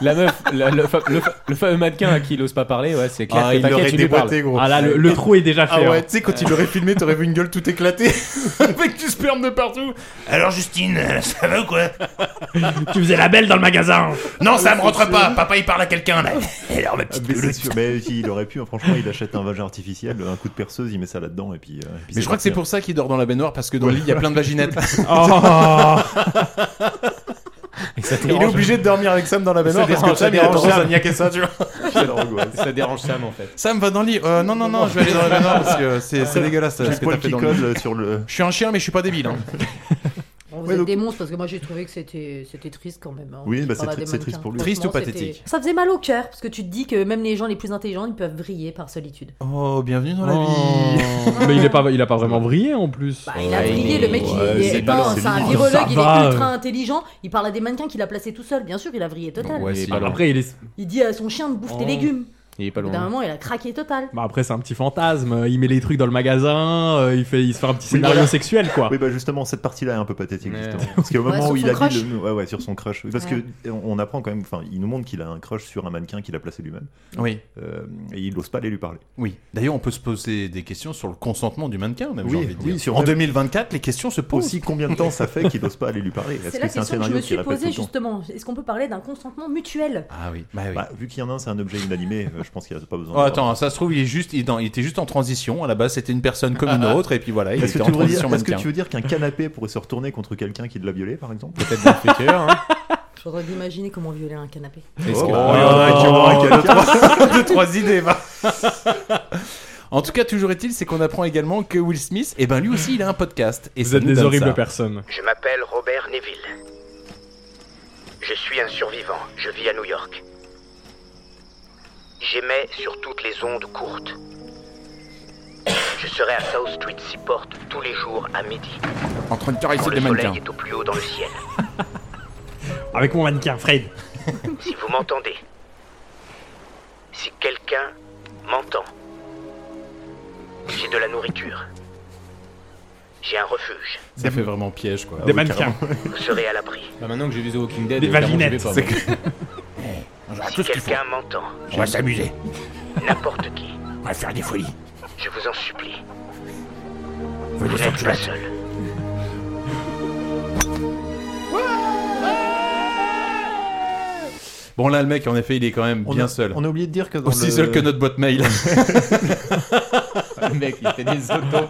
La meuf, la- le, fa- le fa- le fameux mannequin à qui il ose pas parler, ouais, c'est clair.
Ah,
que
il
t'inquiète,
l'aurait
tu lui parles.
déboîté, gros.
Ah là, le, le trou est déjà fait.
Ah ouais,
hein.
tu sais, quand il l'aurait filmé, t'aurais vu une gueule tout éclatée.
Avec du sperme de partout Alors Justine, euh, ça va ou quoi
Tu faisais la belle dans le magasin.
Non, ça me rentre pas Papa il parle à quelqu'un là Alors
Ah,
ma petite
Mais, c'est
louloute.
sûr, mais il aurait pu, hein, franchement, il achète un vagin artificiel, un coup de perceuse, il met ça là-dedans et puis. euh, et puis
Mais je crois que c'est
parti,
pour ça qu'il dort dans la baignoire, parce que dans le lit, il y a plein de vaginettes.
Oh.
Et ça
Il est
dérange.
obligé de dormir avec Sam dans la baignoire,
Ça
parce que
dérange,
Sam,
ça
il a
dérange
tendance à
Sam.
niaquer ça, tu vois.
Quelle angoisse.
Ça dérange Sam en fait.
Sam va dans le lit. Euh, non, non, non, je vais aller dans la baignoire parce que c'est c'est dégueulasse
J'ai
ce
le
que t'as
poil
fait
qui
dans le lit.
colle sur le.
Je suis un chien, mais je suis pas débile. hein.
Bon, vous
Ouais,
êtes
donc-
des monstres parce que moi j'ai trouvé que c'était c'était triste quand même. hein,
Oui,
qu'il
bah,
parle
c'est
à
tri-
des
c'est triste
mannequins.
pour lui.
Triste ou
Franchement, c'était-
pathétique
Ça faisait mal au cœur parce que tu te dis que même les gens les plus intelligents ils peuvent vriller par solitude.
Oh, bienvenue dans la
Oh.
vie.
Mais il, est pas, il a pas vraiment vrillé en plus.
Bah, il a vrillé, le mec il est,
c'est
non,
pas-
c'est un
c'est-
ça
virologue, il est
va,
ultra
euh.
intelligent, il parle à des mannequins qu'il a placés tout seul, bien sûr il a vrillé total.
Ouais,
Il est
si.
pas loin.
Après, il est.
Il dit à son chien de bouffer tes
Oh.
légumes.
Il est pas
Au bout d'un
loin.
moment il a craqué total.
Bah après c'est un petit fantasme, il met les trucs dans le magasin, euh, il, fait, il se fait un petit
Oui,
scénario
voilà.
sexuel quoi.
Oui, bah justement, cette partie-là est un peu pathétique,
Ouais.
justement. Parce qu'au
Ah. Ouais,
moment
sur
où il
son
a dit.
crush.
Le... Ouais, ouais, sur son crush. Oui, Parce
Ouais.
que euh, on on apprend quand même, enfin, il nous montre qu'il a un crush sur un mannequin qu'il a placé lui-même.
Oui,
Euh, et il n'ose pas aller lui parler.
oui. D'ailleurs, on peut se poser des questions sur le consentement du mannequin, même.
Oui,
j'ai envie de
oui,
dire.
sur-
en 2024, les questions se posent.
Aussi, combien de temps ça fait qu'il n'ose pas aller lui parler Est-ce
C'est la
c'est un
question que je
scénario
me
qui
suis
répète tout
posée
le temps
justement. Est-ce qu'on peut parler d'un consentement mutuel
Ah oui, bah oui.
Bah, vu qu'il y en a un, c'est un objet inanimé, euh, je pense qu'il n'y a pas besoin.
Oh,
de-
attends, ça se trouve, il, est juste, il, est dans- il était juste en transition. À la base, c'était une personne comme une autre, et puis voilà, il
Ah, Est-ce
était
que,
en
tu veux dire-
transition
est-ce que
mannequin.
tu veux dire qu'un canapé pourrait se retourner contre quelqu'un qui l'a violé, par exemple
Peut-être dans le futur. hein.
Je voudrais imaginer comment violer un canapé.
Est-ce que-
Oh, il y en a qui ont un canapé.
Deux, trois idées, va. En tout cas, toujours est-il, c'est qu'on apprend également que Will Smith, eh ben lui aussi, il a un podcast. Et
Vous
ça
êtes
nous
des
donne
horribles
ça.
personnes.
Je m'appelle Robert Neville. Je suis un survivant. Je vis à New York. J'émets sur toutes les ondes courtes. Je serai à South Street Seaport tous les jours à midi.
En train de
Quand
caresser
le
des mannequins.
soleil est au plus haut dans le ciel.
Avec mon mannequin Fred.
Si vous m'entendez. Si quelqu'un m'entend. J'ai de la nourriture. J'ai un refuge.
Ça fait vraiment piège, quoi.
des mannequins.
Vous serez à l'abri.
Bah, maintenant que j'ai vu The Walking Dead,
Des
évidemment, j'y vais
vaginettes.
pas,
C'est
moi.
Si quelqu'un m'entend,
On va s'amuser.
n'importe qui,
On va faire des folies.
je vous en supplie, vous
Venez sur
n'êtes
le
pas
chat.
seul.
Bon, là, le mec, en effet, il est quand même
On
bien
a-
seul.
On a oublié de dire que dans
Aussi
le...
seul que notre boîte mail.
Le mec, il fait des autos.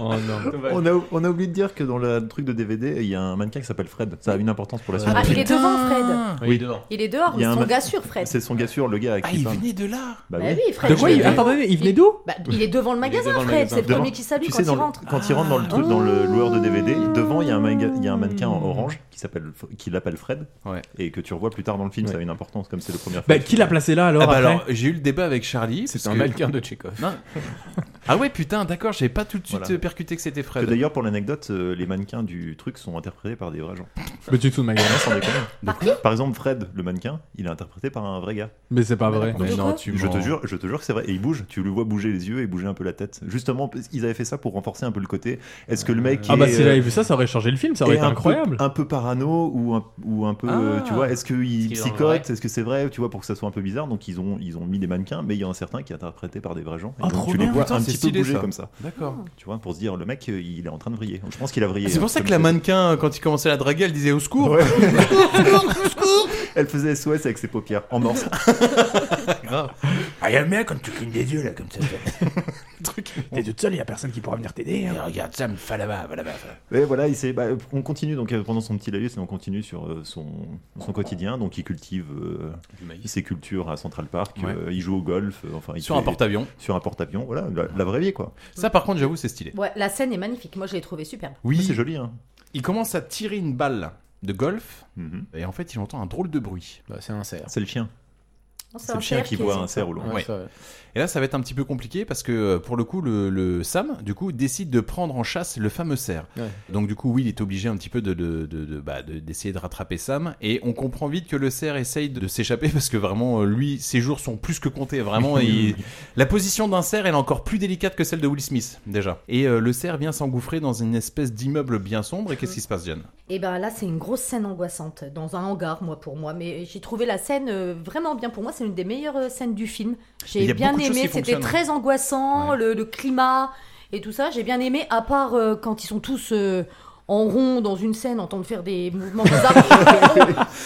Oh non.
On a, on a oublié de dire que dans le truc de DVD, il y a un mannequin qui s'appelle Fred. Ça a une importance pour la suite.
Ah, il est devant Fred.
Oui.
Il est dehors,
Il y a un
son
ma-
gars sûr Fred.
C'est son gars sûr, le
Ah,
gars. à qui parle.
de là
Bah
Bah
oui.
oui, Fred. je l'ai vu.
il venait d'où
Bah, Il est devant le magasin, Fred. C'est le
Devant-
premier qui salue
tu
quand
sais,
il
dans le-
rentre.
Quand il rentre Oh. dans le truc, dans le loueur de DVD, devant il y a un, manga- il y a un mannequin en orange qui s'appelle, qui l'appelle Fred, et que tu revois plus tard dans le film, ça a une importance comme c'est le premier.
Bah,
film.
qui l'a placé là alors
Ah bah
après
alors,
J'ai eu le débat avec Charlie.
C'est
parce
un
que-
mannequin de Tchekhov.
Non. Ah ouais, putain, d'accord, j'avais pas tout de suite
Voilà.
euh, percuté que c'était
Que
Fred.
d'ailleurs pour l'anecdote, euh, les mannequins du truc sont interprétés par des vrais gens.
Mais Bah, tu te fous de ma gueule.
Non, sans déconner. Par exemple, Fred, le mannequin, il est interprété par un vrai gars.
Mais c'est pas vrai.
Mais non, tu
je te
mens.
jure, je te jure que c'est vrai. Et il bouge. Tu le vois bouger les yeux et bouger un peu la tête. Justement, parce qu'ils avaient fait ça pour renforcer un peu le côté. Est-ce que le mec
Ah bah
est,
s'il avait
euh,
vu ça, ça aurait changé le film, ça aurait
est
été
un peu-
incroyable.
un peu parano ou un, ou un peu, euh,
Ah.
tu vois, est-ce qu'il
qu'il est dans le
psychote, est-ce que c'est vrai, tu vois, pour que ça soit un peu bizarre. Donc ils ont, ils ont mis des mannequins, mais il y en a certains qui est interprété par des vrais gens. Et
Ah,
donc,
trop
tu
bien,
les vois
putain,
un
c'est
petit peu
stylé,
bouger
ça.
comme ça.
D'accord.
Tu vois, pour se dire le mec, euh, il est en train de vriller. Je pense qu'il a vrillé.
Ah, C'est
hein,
pour ça
comme
que la
ça.
mannequin, quand il commençait à la draguer, elle disait au secours.
Ouais.
Au secours
Elle faisait SOS avec ses paupières en morse.
Grave.
Ah, y'a bien quand tu clignes des yeux, là, comme ça.
Truc.
T'es toute seule, y'a personne qui pourra venir t'aider. hein. Regarde ça, me fa là-bas, va là-bas. va.
Et voilà, il s'est- bah, on continue donc euh, pendant son petit laïus, on continue sur euh, son, son quotidien. Donc il cultive euh, ses cultures à Central Park,
Ouais.
euh, il joue au golf, euh, enfin il
Sur un
fait-
porte-avions.
Sur un porte-avions, voilà, la, la vraie vie quoi.
Ça, par contre, j'avoue, c'est stylé.
Ouais, la scène est magnifique. Moi, je l'ai trouvée superbe.
Oui, c'est joli. Hein.
Il commence à tirer une balle de golf, et en fait, il entend un drôle de bruit.
c'est un cerf.
Bah, C'est le chien.
Oh,
C'est le chien
cerf
qui voit
est-
un cerf roulant.
Ouais. Et là, ça va être un petit peu compliqué parce que euh, pour le coup, le, le Sam, du coup, décide de prendre en chasse le fameux cerf.
Ouais.
Donc, du coup, Will est obligé un petit peu de, de- de- de- bah, de- d'essayer de rattraper Sam. Et on comprend vite que le cerf essaye de s'échapper parce que vraiment, euh, lui, ses jours sont plus que comptés. Vraiment, il- la position d'un cerf, elle est encore plus délicate que celle de Will Smith, déjà. Et euh, le cerf vient s'engouffrer dans une espèce d'immeuble bien sombre. Et qu'est-ce qui se passe, John
Et ben là, c'est une grosse scène angoissante dans un hangar, moi pour moi. Mais j'ai trouvé la scène euh, vraiment bien. Pour moi, c'est une des meilleures euh, scènes du film.
Il y
J'ai
a
bien
beaucoup de choses
aimé.
qui
C'était
fonctionnent. hein.
très angoissant, le, le climat et tout ça. J'ai bien aimé, à part euh, quand ils sont tous. euh, en rond dans une scène, en train de faire des mouvements bizarres.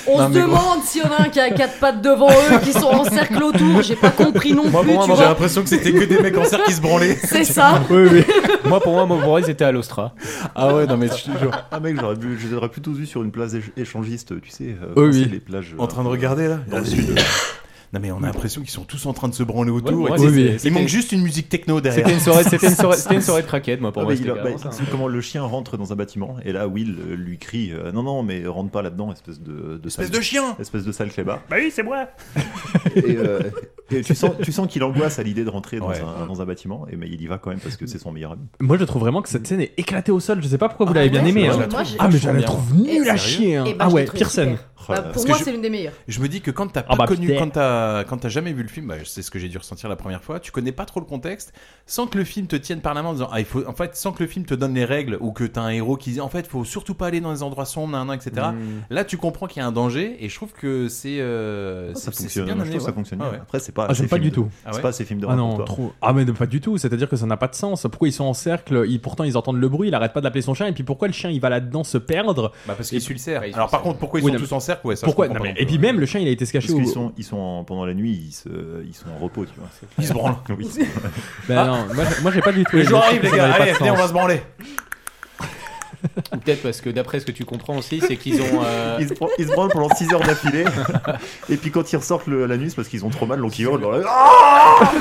on on
Non,
se
mais gros.
demande s'il y en a un qui a quatre pattes devant eux, qui sont en cercle autour. J'ai pas compris non plus. tu
j'ai
vois.
l'impression que c'était que des mecs en cerf qui se branlaient.
C'est ça.
Oui, oui. moi, pour moi, mon pour moi, ils étaient à l'Ostra.
Ah ouais, non, mais je te jure.
Ah mec, j'aurais pu- je les aurais plutôt vus sur une plage éch- échangiste, tu sais, euh,
Oui,
c'est
oui.
les plages. euh,
En train de regarder, là
Dans le sud.
Non mais on a l'impression qu'ils sont tous en train de se branler autour.
Ouais,
et
ouais,
tu sais,
oui,
c'est-
oui.
Il
C'était-
manque juste une musique techno derrière.
C'était une soirée, c'était une soirée, c'était une soirée de craquettes, moi, pour
Ah,
moi.
mais il
c'était
a- bah,
carrément ça, hein.
c'est comment le chien rentre dans un bâtiment et là Will euh, lui crie euh, non non mais rentre pas là-dedans espèce de, de
Espèce de chien
espèce de sale clébard
Bah oui, c'est moi
et, euh, et tu sens, tu sens qu'il angoisse à l'idée de rentrer dans,
Ouais.
un, dans un bâtiment, et mais il y va quand même parce que c'est son meilleur ami.
Moi je trouve vraiment que cette scène est éclatée au sol, je sais pas pourquoi vous
Ah,
l'avez bien
ouais,
aimée.
moi,
hein.
je la Moi, trouve
Ah mais je
vachement
la
bien.
trouve nulle à
Et-
chier. hein.
et ben,
Ah
je
ouais,
l'ai trouvé
pire scène.
super.
Oh
Bah,
Parce
pour
que
moi,
je-
c'est l'une des meilleures.
Je me dis que quand t'as
Ah
pas
bah,
connu,
putain.
quand t'as, quand t'as jamais vu le film, bah, c'est ce que j'ai dû ressentir la première fois. Tu connais pas trop le contexte, sans que le film te tienne par la main en disant, ah, il faut, en fait, sans que le film te donne les règles ou que t'as un héros qui dit, en fait, faut surtout pas aller dans les endroits sombres, nan, nan, etc.
Hmm.
Là, tu comprends qu'il y a un danger et je trouve que c'est,
Oh,
euh, c'est-
Ça
c'est- c'est
fonctionne,
bien
moi, je
amené,
trouve que ça
ouais.
fonctionne.
Ah
bien.
ouais.
Après, c'est pas.
Ah,
assez
j'aime pas
film
du
de-
tout.
Ah
C'est
ouais
pas ces films de
Ah non,
raconte-toi.
trop. Ah mais de- pas du tout, c'est-à-dire que ça n'a pas de sens. Pourquoi ils sont en cercle, ils, pourtant ils entendent le bruit, il arrête pas d'appeler son chien, et puis pourquoi le chien il va là-dedans se perdre
Bah, parce qu'il suit le cerf.
Ouais, il
Alors,
suit
par
le
contre, pourquoi ils
Oui,
sont
non,
tous en cercle, ouais, ça, je
Pourquoi
comprends
non,
pas
mais-
non
Et
plus,
puis
ouais.
même le chien il a été se
Parce
cacher au...
qu'ils sont, ils sont en- pendant la nuit, ils se, ils sont en repos, tu vois. c'est clair.
Ils se branlent.
Oui.
Bah non, moi, j'ai- moi j'ai pas du tout.
Le
aimé,
jour
je trouve
arrive,
que
les
ça
gars,
n'avait pas
allez,
de
venez, on
sens.
va se branler.
Ou peut-être parce que d'après ce que tu comprends aussi, c'est qu'ils ont. euh,
Ils se, bran- ils se branlent pendant 6 heures d'affilée. et puis quand ils ressortent le- l'anus parce qu'ils ont trop mal, donc ils hurlent. genre, Ah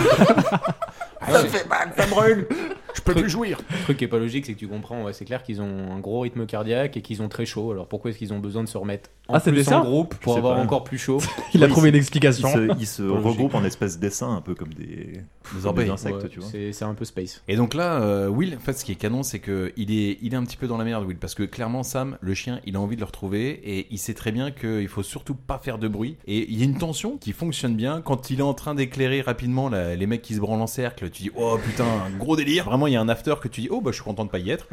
Ah,
Ça
ouais.
fait mal, ça brûle. Je peux plus jouir.
Le truc qui est pas logique, c'est que tu comprends, ouais, c'est clair qu'ils ont un gros rythme cardiaque et qu'ils ont très chaud. Alors pourquoi est-ce qu'ils ont besoin de se remettre en
Ah, c'était
plus
ça
en groupe pour
sais
avoir
pas.
encore plus chaud
Il a
Oui,
trouvé une
Ils
explication.
se, ils se
Pas logique.
regroupent en espèces d'essaims, un peu comme des, comme
orbeilles.
des insectes,
Ouais,
tu vois.
C'est c'est un peu space.
Et donc là, euh, Will, en fait, ce qui est canon, c'est que il est, il est un petit peu dans la merde, Will, parce que clairement, Sam, le chien, il a envie de le retrouver et il sait très bien qu'il faut surtout pas faire de bruit. Et il y a une tension qui fonctionne bien quand il est en train d'éclairer rapidement la- les mecs qui se branlent en cercle. Tu dis, oh putain, un gros délire. Vraiment, il y a un after que tu dis, oh bah je suis content de pas y être.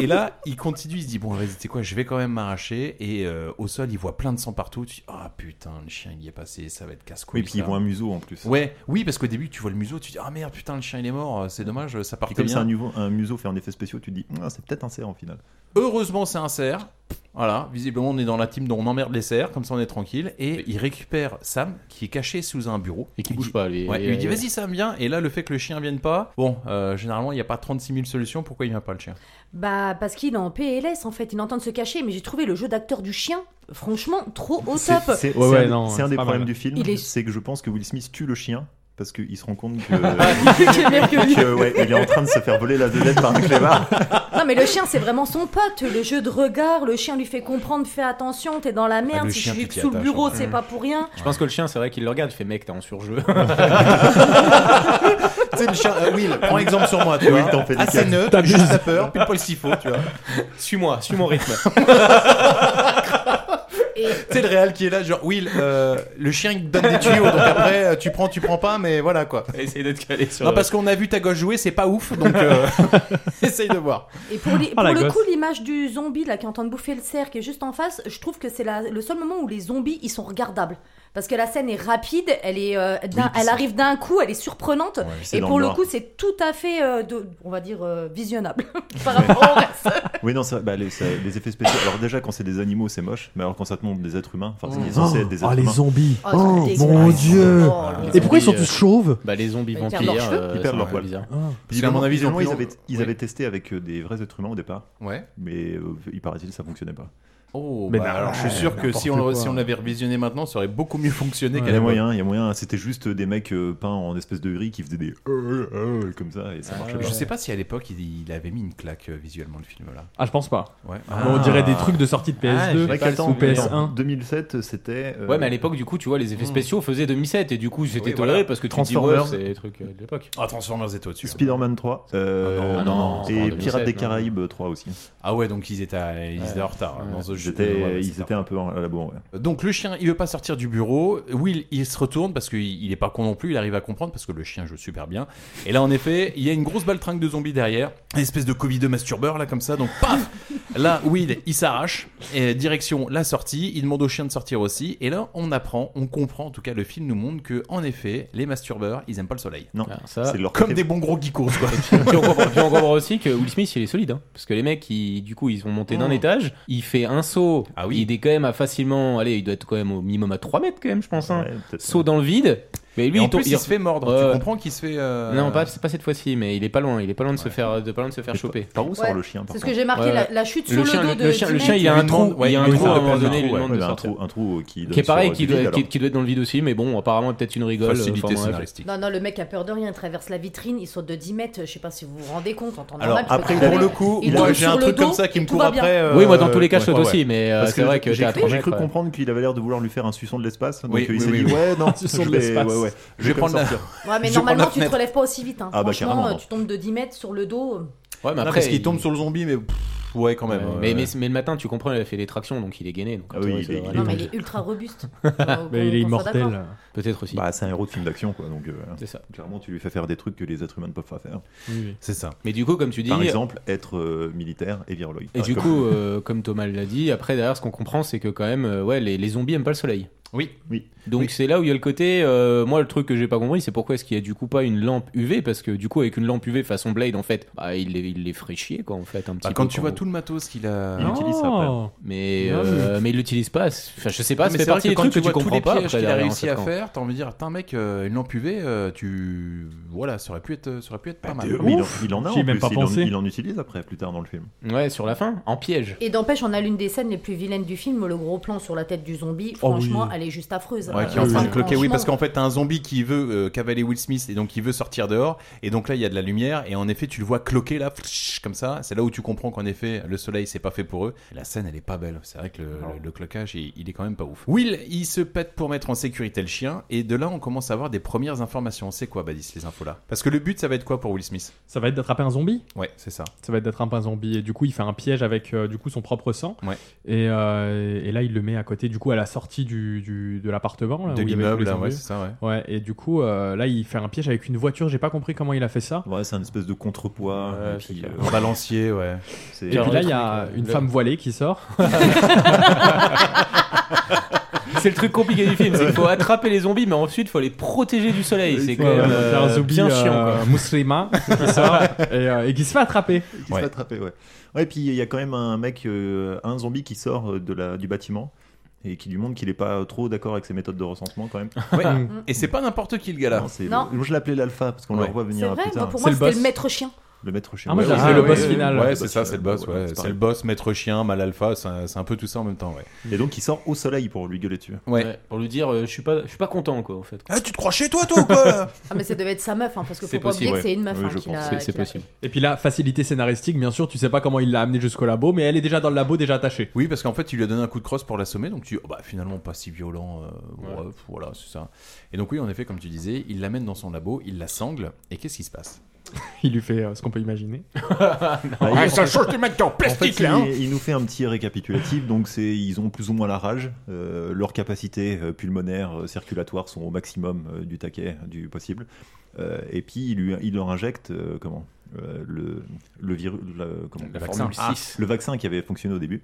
et là, il continue, il se dit, bon, vas-y, tu sais quoi, je vais quand même m'arracher. Et euh, au sol, il voit plein de sang partout. Tu dis, ah putain, le chien, il y est passé, ça va être casse-couille.
Oui, puis ils
ça.
vont un museau en plus.
Ouais, oui, parce qu'au début, tu vois le museau, tu dis Ah merde, putain, le chien il est mort, c'est dommage, euh, ça
Et
partait
comme c'est
bien.
un, niveau- un museau fait en effets spéciaux, tu te dis, Ah, c'est peut-être un cerf en final.
Heureusement, c'est un cerf. Voilà, visiblement on est dans la team dont on emmerde les serres, comme ça on est tranquille. Et il récupère Sam qui est caché sous un bureau. Et qui bouge
pas, lui.
Ouais, il lui dit
Euh,
vas-y Sam, viens. Et là le fait que le chien vienne pas, bon, euh, généralement il n'y a pas 36 000 solutions, pourquoi il vient pas le chien
Bah, parce qu'il est en PLS en fait, il est en train de se cacher, mais j'ai trouvé le jeu d'acteur du chien, franchement, trop au
C'est
top.
c'est- c'est un, c'est un des problèmes du film,
Il est-
c'est que je pense que Will Smith tue le chien parce qu'il se rend compte que,
Il est meilleur que lui.
que, ouais, il est en train de se faire voler la vedette par un clébard.
Non, mais le chien, c'est vraiment son pote. Le jeu de regard, le chien lui fait comprendre, fais attention, t'es dans la
Ah,
merde.
le
si
chien,
je suis
tu t'y
sous le
attaches,
bureau,
hein.
c'est pas pour rien.
Je pense que le chien, c'est vrai qu'il le regarde, il fait mec, t'es en surjeu.
Tu sais, le chien, euh, Will, prends exemple sur moi, tu
Oui,
vois.
t'en fais des
Assez
cas.
neutre,
T'abuses.
juste la peur, pile poil s'il faut, tu vois.
Suis-moi, suis mon rythme.
Tu sais, le réal qui est là, genre, Will, euh, le chien il te donne des tuyaux, donc après, euh, tu prends, tu prends pas, mais voilà quoi.
Essaye d'être calé sur.
Non, parce qu'on a vu ta gauche jouer, c'est pas ouf, donc euh, essaye de voir.
Et pour, les-
Ah,
pour le coup, l'image du zombie là qui est en train de bouffer le cerf qui est juste en face, je trouve que c'est la- le seul moment où les zombies ils sont regardables. Parce que la scène est rapide, elle, est, euh, d'un-
puis
elle
c'est-
arrive d'un coup, elle est surprenante.
c'est
et
dans
pour
le
le
noir.
coup, c'est tout à fait, euh, de, on va dire, euh, visionnable.
Oui, non, ça, bah, les, ça- les effets spéciaux. Alors, déjà, quand c'est des animaux, c'est moche, mais alors quand ça te montre des êtres humains, enfin, c'est
Oh.
censé être des
Oh,
êtres
les
humains.
zombies. Oh, Oh, c'est mon dégueulasse. Dieu. Oh,
Ah,
les Et pourquoi ils sont zombies, tous euh, chauves
Bah, les zombies
Ils perdent
vampires.
leurs cheveux.
euh,
Ils perdent
sont
leur
un peu
poil.
Hein
bizarres.
Puis, à mon avis,
ils
ils
ont-
avaient, ils
ouais.
avaient testé avec euh, des vrais êtres humains au départ.
Ouais.
Mais euh, il paraît-il, ça fonctionnait pas.
Oh,
Mais
bah,
non,
alors je suis sûr que
n'importe
si on,
quoi.
si on l'avait revisionné maintenant, ça aurait beaucoup mieux fonctionné
Il
qu'à
y a
l'époque.
moyen, il y a moyen. C'était juste des mecs euh, peints en espèce de gris qui faisaient des euh, euh, comme ça et ça marchait.
Je sais pas si à l'époque il, il avait mis une claque euh, visuellement le film là.
Ah, je pense pas.
Ouais.
Ah. On dirait des trucs de sortie de PS2
Ouais, qu'attends,
ou
mais
PS1.
en 2007, c'était. euh,
Ouais, mais à l'époque, du coup, tu vois, les effets
Mm.
spéciaux faisaient 2007 et du coup, c'était
Oui,
toléré
voilà.
parce que tu te dis, ouais,
Transformers.
c'est les trucs euh, de l'époque.
Ah, Transformers était au-dessus.
Spider-Man 3 euh,
Ah non, ah non, non, c'est en
et
2007,
Pirates des
non.
Caraïbes 3 aussi.
Ah ouais, donc ils étaient, à- ils
Ouais.
étaient en retard hein,
Ouais.
dans ce
Ils
jeu.
étaient-
Ouais,
ils étaient un peu en- à la bourre. ouais.
Donc le chien, il veut pas sortir du bureau. Will, il se retourne parce qu'il il est pas con non plus. Il arrive à comprendre parce que le chien joue super bien. Et là, en effet, il y a une grosse baltringue de zombies derrière, une espèce de Covid 2 masturbeur là comme ça. Donc paf, là Will, il s'arrache et direction la sortie. Il demande au chien de sortir aussi. Et là, on apprend, on comprend. En tout cas, le film nous montre que en effet, les masturbeurs, ils aiment pas le soleil.
Non,
ça, c'est leur
comme
côté-
des bons gros geekos quoi.
puis on comprend, puis on comprend aussi que Will Smith il est solide hein. parce que les mecs ils, du coup ils ont monté d'un
Mm.
étage il fait un saut il est quand même à facilement allez il doit être quand même au minimum à 3 mètres quand même je pense hein. saut dans le vide mais lui
Et en
tombe-
plus, il se fait mordre.
Ouais, ouais.
Tu comprends qu'il se fait. euh,
non pas c'est pas cette fois-ci mais il est pas loin il est pas loin de se faire de pas loin de se faire choper
par où
sort Ouais, le chien, par c'est ce contre que j'ai marqué, la- la chute sur le
chien,
dos de
le chien le
Timon.
chien il a
Il
un
lui
trou
demande- ouais,
il a
il
un
lui
trou à
demande
un moment
de faire
donné
un
il lui
trou,
demande
ouais,
de
un
sortir.
trou- un trou, euh, qui donne
est pareil
sur, euh,
qui
du vide,
doit qui-
alors.
qui doit être dans le vide aussi mais bon apparemment peut-être une rigole euh,
Facilité
enfin, bref.
scénaristique.
Non, non, le mec a peur de rien, il traverse la vitrine, il saute de 10 mètres, je sais pas si vous vous rendez compte en temps
Alors
normal. tu peux
après,
pas
pour
faire.
le coup,
Il
moi
tombe
j'ai
sur
un
le
truc
dos
comme ça
et
qui me
tout
court
va bien.
après. euh,
Oui, moi, dans tous les cas, je saute
ouais,
aussi,
ouais.
mais, euh,
Parce
c'est
que
vrai
j'ai-
que
j'ai
t'as
cru-
trois
J'ai
mètres,
cru
ouais.
comprendre qu'il avait l'air de vouloir lui faire un suçon de l'espace. Donc
Oui,
euh, il
oui,
s'est
oui,
dit,
oui.
ouais, non,
Suçon de
je vais,
l'espace.
ouais, ouais,
Je
je
vais
vais
prendre la-
sortir.
Ouais, mais
Je prends la
normalement, tu te
fenêtre.
relèves pas aussi vite. Hein.
Ah bah,
Franchement,
carrément,
euh,
non.
tu tombes de 10 mètres sur le dos. euh.
Ouais, mais
Non,
après,
parce qu'il
il-
tombe sur le zombie, mais pff, ouais, quand même.
Ouais,
ouais,
mais,
ouais.
mais, mais le matin, tu comprends, il a fait des tractions, donc il est gainé. Donc,
Ah oui,
ouais,
il
ça
est-
va.
il
Non, mais il est ultra robuste. euh,
Mais il est
qu'on soit
immortel.
d'accord.
Peut-être aussi.
Bah, c'est un héros de film d'action, quoi. Donc, euh,
C'est ça.
clairement, tu lui fais faire des trucs que les êtres humains ne peuvent pas faire.
Oui, oui.
C'est ça.
Mais du coup, comme tu dis.
Par exemple, être euh, militaire et virologue.
Et
Enfin,
du
comme-
coup, euh, comme Thomas l'a dit, après derrière, ce qu'on comprend, c'est que quand même, euh, ouais, les, les zombies aiment pas le soleil.
Oui.
Oui.
Donc c'est là où il y a le côté. euh, moi, le truc que j'ai pas compris, c'est pourquoi est-ce qu'il y a du coup pas une lampe UV Parce que du coup, avec une lampe UV façon Blade, en fait, bah, il les, il les ferait chier, quoi, en fait, un petit
Bah,
peu,
quand tu
quand
vois
on-
tout le matos qu'il a.
Il utilise ça après. Mais,
Non,
euh, mais il l'utilise pas. Enfin, je sais pas,
Non,
ça
mais
fait
c'est vrai
partie des
quand
trucs que tu
vois tous
comprends
les
pas.
pièges
après,
qu'il a
derrière, en
réussi
fait,
à
quand-
faire, t'as envie de dire, Tain, mec, euh, une lampe UV, euh, tu. Voilà, ça aurait pu être, ça aurait pu être
Bah,
pas mal.
Euh, mais il, en, il en a en plus, il en- il en utilise après, plus tard dans le film.
Ouais, sur la fin, en piège.
Et d'empêche, on a l'une des scènes les plus vilaines du film, le gros plan sur la tête du zombie.
Oh oui.
Franchement, elle est juste affreuse.
Ouais, qui est en train
Euh,
de
franchement.
cloquer. Oui, parce qu'en fait, t'as un zombie qui veut euh, cavaler Will Smith et donc il veut sortir dehors. Et donc là, il y a de la lumière. Et en effet, tu le vois cloquer là, pfff, comme ça. C'est là où tu comprends qu'en effet, le soleil, c'est pas fait pour eux. La scène, elle est pas belle. C'est vrai que le, le- le cloquage, il, il est quand même pas ouf. Will, il se pète pour mettre en sécurité le chien. Et de là, on commence à avoir des premières informations. C'est quoi, Badis, les infos là Parce que le but, ça va être quoi pour Will Smith
Ça va être d'attraper un zombie
Ouais, c'est ça.
Ça va être d'attraper un zombie. Et du coup, il fait un piège avec euh, du coup son propre sang.
Ouais.
Et, euh, et là, il le met à côté, du coup, à la sortie du, du- de l'appartement. là,
De
où il y avait tous
l'immeuble,
les
là, ouais,
zombies.
c'est ça, ouais.
Et du coup, euh, là, il fait un piège avec une voiture. J'ai pas compris comment il a fait ça.
Ah bah Ouais, c'est un espèce de contrepoids. et puis, euh,
Un balancier, ouais.
C'est-
Et puis là, il y a une femme voilée qui sort.
c'est le truc compliqué du film, c'est qu'il faut attraper les zombies, mais ensuite il faut les protéger du soleil. C'est quand même euh,
un zombie
bien chiant. quoi.
euh, musulman qui sort et, euh, et qui se fait attraper.
qui se fait attraper, ouais. Ouais, puis il y a quand même un mec, euh, un zombie qui sort euh, de la, du bâtiment et qui lui montre qu'il est pas euh, trop d'accord avec ses méthodes de recensement quand même.
Ouais.
Mm.
Et c'est pas n'importe qui le gars là.
Non.
Moi je l'appelais l'alpha parce qu'on
Ouais.
le revoit
C'est
venir
vrai,
plus
moi,
tard.
pour moi c'était le maître chien.
Le maître chien.
Ah, moi,
Ouais,
j'ai-
ouais,
c'est le
ouais,
boss
ouais,
final.
ouais,
Ouais, c'est ça, c'est le boss.
ouais,
Ouais,
c'est
c'est
pareil.
le boss, maître chien, mal alpha, c'est un, c'est un peu tout ça en même temps. Ouais.
Et donc il sort au soleil pour lui gueuler dessus.
Ouais.
Pour lui dire, euh, je suis pas, je suis pas content quoi en fait.
Ah, tu te crois chez toi,
toi, ou quoi Ah, mais ça devait être sa meuf, hein, parce que faut pas oublier que c'est une meuf hein, qui l'a. qui l'a-
Et puis là, facilité scénaristique, bien sûr, tu sais pas comment il l'a amené jusqu'au labo, mais elle est déjà dans le labo, déjà attachée.
Oui, parce qu'en fait, il lui a donné un coup de crosse pour l'assommer, donc tu dis, oh, bah, finalement pas si violent, euh, ouais, pff, voilà, c'est ça. Et donc oui, en effet, comme tu disais, il l'amène dans son labo, il la sangle, et qu'est-ce qui se passe
Il lui fait euh, ce qu'on peut imaginer.
Ah,
ça
il-
change de mec en
En
plastique,
fait,
là, hein.
il, il nous fait un petit récapitulatif. Donc, c'est ils ont plus ou moins la rage. euh, leurs capacités euh, pulmonaires, euh, circulatoires sont au maximum euh, du taquet euh, du possible. Euh, et puis, il, lui- il leur injecte euh, comment Euh, le le virus, le, comment
Le vaccin.
Ah,
6.
le vaccin qui avait fonctionné au début.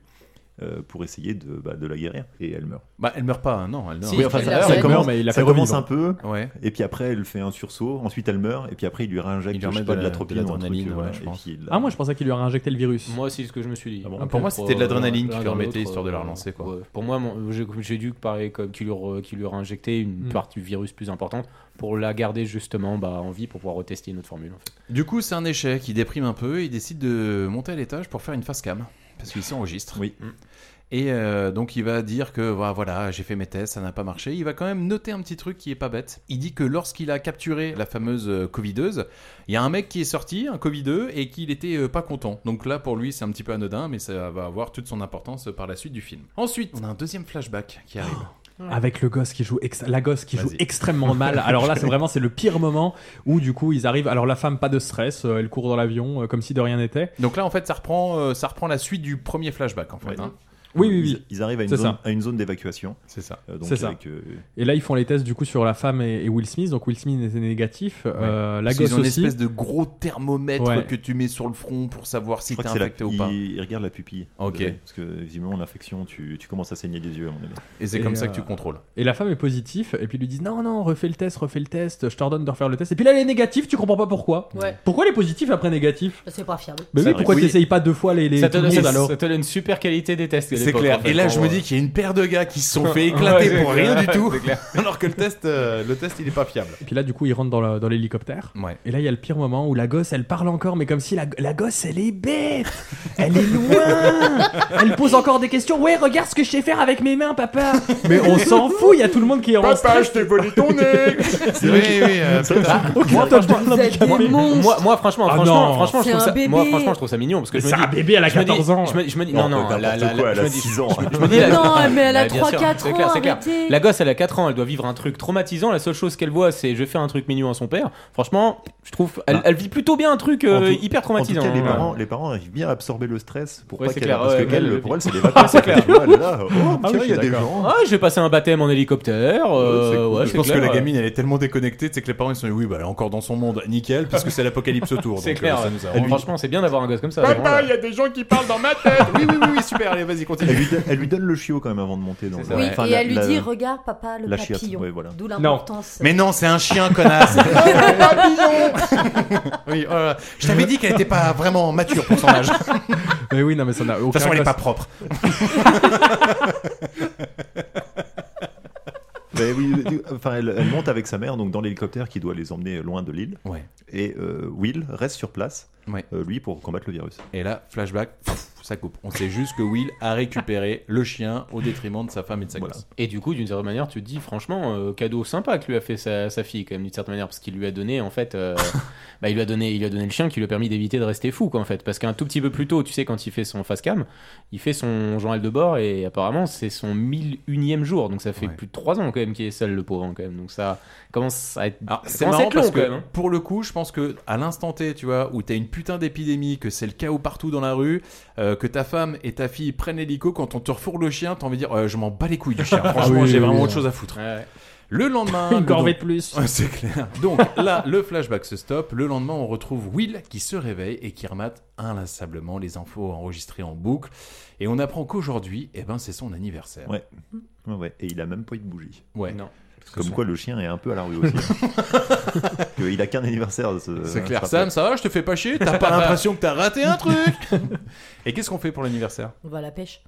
euh, pour essayer de, bah, de la guérir et elle meurt.
Bah, elle meurt pas, hein, non, elle meurt.
Oui, enfin, ça, ça
Elle meurt,
commence,
mais il la
ça
fait
commence
revivre.
un peu,
Ouais.
et puis après elle fait un sursaut, ensuite elle meurt, et puis après il lui réinjecte
Il lui
je sais
remet
pas,
de
de la
la- de
tropine ou un truc,
l'adrénaline,
voilà,
ouais, je
et
pense.
puis il la-
Ah, moi je pensais qu'il lui aurait injecté le virus.
Moi, c'est ce que je me suis dit. euh,
Ah, pour moi, c'était de l'adrénaline qui lui remettait, histoire de la relancer,
Quoi. euh, Pour moi, mon- j'ai- j'ai dû pareil comme qu'il lui, re- qu'il lui aurait injecté
Mm.
une partie du virus plus importante pour la garder justement bah, en vie pour pouvoir retester une autre formule. En fait.
Du coup, c'est un échec. Il déprime un peu. Il décide de monter à l'étage pour faire une face cam. Parce qu'il s'enregistre.
Oui.
Et euh, donc, il va dire que voilà, voilà, j'ai fait mes tests, ça n'a pas marché. Il va quand même noter un petit truc qui est pas bête. Il dit que lorsqu'il a capturé la fameuse euh, Covideuse, il y a un mec qui est sorti, un Covideux, et qu'il était euh, pas content. Donc là, pour lui, c'est un petit peu anodin, mais ça va avoir toute son importance par la suite du film. Ensuite, Oh. on a un deuxième flashback qui arrive.
Avec le gosse qui joue, ex- la gosse qui joue extrêmement mal. Alors là, c'est vraiment c'est le pire moment où du coup ils arrivent. Alors la femme, pas de stress, euh, elle court dans l'avion euh, comme si de rien n'était.
Donc là, en fait, ça reprend, euh, ça reprend la suite du premier flashback, en fait. hein.
Oui, oui,
Ils-
oui.
Ils, arrivent à une
C'est
zone,
ça.
à une zone d'évacuation. euh,
C'est ça.
C'est ça. Et là, ils font les tests du coup sur la femme et, et Will Smith. Donc Will Smith était négatif. euh, la
Parce
gosse
qu'ils ont
aussi.
une espèce de gros thermomètre
Ouais.
que tu mets sur le front pour savoir si
Je crois
t'es
que c'est la-
infecté ou pas.
Il, il regarde la pupille.
Ok.
Euh, Parce que visiblement l'infection, tu, tu commences à saigner des yeux à mon avis.
Et c'est comme ça que
euh,
tu contrôles.
Et la femme est positive, et puis ils lui disent non, non, refais le test, refais le test, je t'ordonne de refaire le test. Et puis là, elle est négative, tu comprends pas pourquoi.
Ouais. Bah,
Pourquoi elle est positive après négatif
C'est pas fiable.
Mais
Ça
oui,
arrive.
pourquoi
Oui.
t'essayes pas deux fois les, les
ça, te
tout le
donne,
monde,
ça-
alors
ça te donne une super qualité des tests. de
C'est
l'époque,
clair.
en fait,
et là,
pour euh,
je me
moi.
dis qu'il y a une paire de gars qui se sont fait éclater
Ouais,
pour
c'est
rien
clair.
du tout.
C'est clair.
Alors que le test, euh, le test, il est pas fiable.
Et puis là, du coup, ils rentrent dans le- dans l'hélicoptère. Et là, il y a le pire moment où la gosse, elle parle encore, mais comme si la, la gosse, elle est bête Elle est loin Elle pose encore des questions. Ouais, regarde ce que je sais faire avec mes mains, papa Mais on s'en fout, il y a tout le monde qui est en
Papa,
stress.
je t'ai volé ton nez
Oui, oui, euh, putain.
Moi,
Attends, je
franchement-
parle d'un petit
moi-
bébé.
moi- moi, franchement,
Ah
franchement,
non.
franchement, je
C'est
trouve
un
ça, moi,
bébé.
franchement, je trouve ça mignon parce que
Mais
je me
c'est un
dis-
bébé, elle a
je me dis-
14 ans.
Je me, je me dis,
Non,
non, non,
n'importe
la- la-
quoi,
la-
elle a
je me dis-
6 ans.
je me- je me dis, la-
Non, mais elle a
bien
3,
sûr,
4
c'est clair,
ans,
c'est clair.
arrêtez.
La gosse, elle a 4 ans, elle doit vivre un truc traumatisant. La seule chose qu'elle voit, c'est je fais un truc mignon à son père. Franchement, je trouve, elle, elle vit plutôt bien un truc euh,
En tout-
hyper traumatisant.
En tout cas, les,
hein.
parents, les parents arrivent bien à absorber le stress pour
Ouais,
pas
c'est
qu'elle.
clair,
parce
ouais,
que elle,
ouais,
pour
ouais.
elle, c'est les vacances.
C'est clair.
Tu vois, elle est là, oh,
Ah oui,
tiens,
je
il y a
suis
des
d'accord.
gens.
Ah, j'ai passé un baptême en hélicoptère. euh, ouais,
je
c'est
pense
clair,
que la
ouais.
gamine elle est tellement déconnectée tu sais que les parents ils sont dit, oui bah elle est encore dans son monde nickel puisque c'est l'apocalypse autour
C'est
donc,
clair.
euh, ça nous
ouais.
arrange.
Franchement, c'est bien d'avoir un gosse comme ça.
Papa,
vraiment,
il y a des gens qui parlent dans ma tête
Oui, oui, oui, oui, super, allez, vas-y, continue.
Elle lui, donne, elle lui donne le chiot quand même avant de monter dans le.
Oui,
enfin,
et
la-
elle lui
la-
dit Regarde, papa, le
la chiotte,
papillon.
ouais, voilà.
D'où
Non.
l'importance.
mais non c'est un chien connasse oui, euh, je t'avais dit qu'elle était pas vraiment mature pour son âge
Mais oui, non, mais ça n'a aucun
toute façon, elle est
gosse.
pas propre.
Ben oui, du- enfin, elle, elle monte avec sa mère donc dans l'hélicoptère qui doit les emmener loin de l'île.
Ouais.
Et euh, Will reste sur place,
Ouais.
euh, lui pour combattre le virus.
Et là, flashback, pff, ça coupe. On sait juste que Will a récupéré le chien au détriment de sa femme et de sa gosse.
Et du coup, d'une certaine manière, tu te dis, franchement, euh, cadeau sympa que lui a fait sa, sa fille, quand même, d'une certaine manière, parce qu'il lui a donné, en fait, euh, bah, il lui a donné, il lui a donné le chien qui lui a permis d'éviter de rester fou, quoi, en fait. Parce qu'un tout petit peu plus tôt, tu sais, quand il fait son face cam, il fait son journal de bord, et apparemment, c'est son 1001ème jour, donc ça fait plus de 3 ans, quand même, qu'il est seul, le pauvre, hein, quand même. Donc ça commence à être,
Alors,
ça
c'est
commence à
marrant
être long,
parce que,
quand même. hein.
pour le coup, je pense que à l'instant T, tu vois, où t'as une putain d'épidémie, que c'est le chaos partout dans la rue, euh, que ta femme et ta fille prennent l'hélico, quand on te refourre le chien, t'as envie de dire euh, Je m'en bats les couilles du chien, franchement,
Ah oui,
j'ai
oui,
vraiment
oui,
autre
oui.
chose à foutre.
Ouais.
Le lendemain.
Une
le-
corvée
donc-
de plus.
Ouais, c'est clair. Donc là, le flashback se stoppe. Le lendemain, on retrouve Will qui se réveille et qui remate inlassablement les infos enregistrées en boucle. Et on apprend qu'aujourd'hui, eh ben, c'est son anniversaire.
Ouais. Ouais, ouais. Et il a même pas eu de bougie.
Ouais.
Non.
Comme quoi, le chien est un peu à la rue aussi. Que il a qu'un anniversaire. ce-
C'est clair.
ce
Sam,
rappel.
ça va Je te fais pas chier T'as pas Euh, l'impression que t'as raté un truc Et qu'est-ce qu'on fait pour l'anniversaire
On va à la pêche.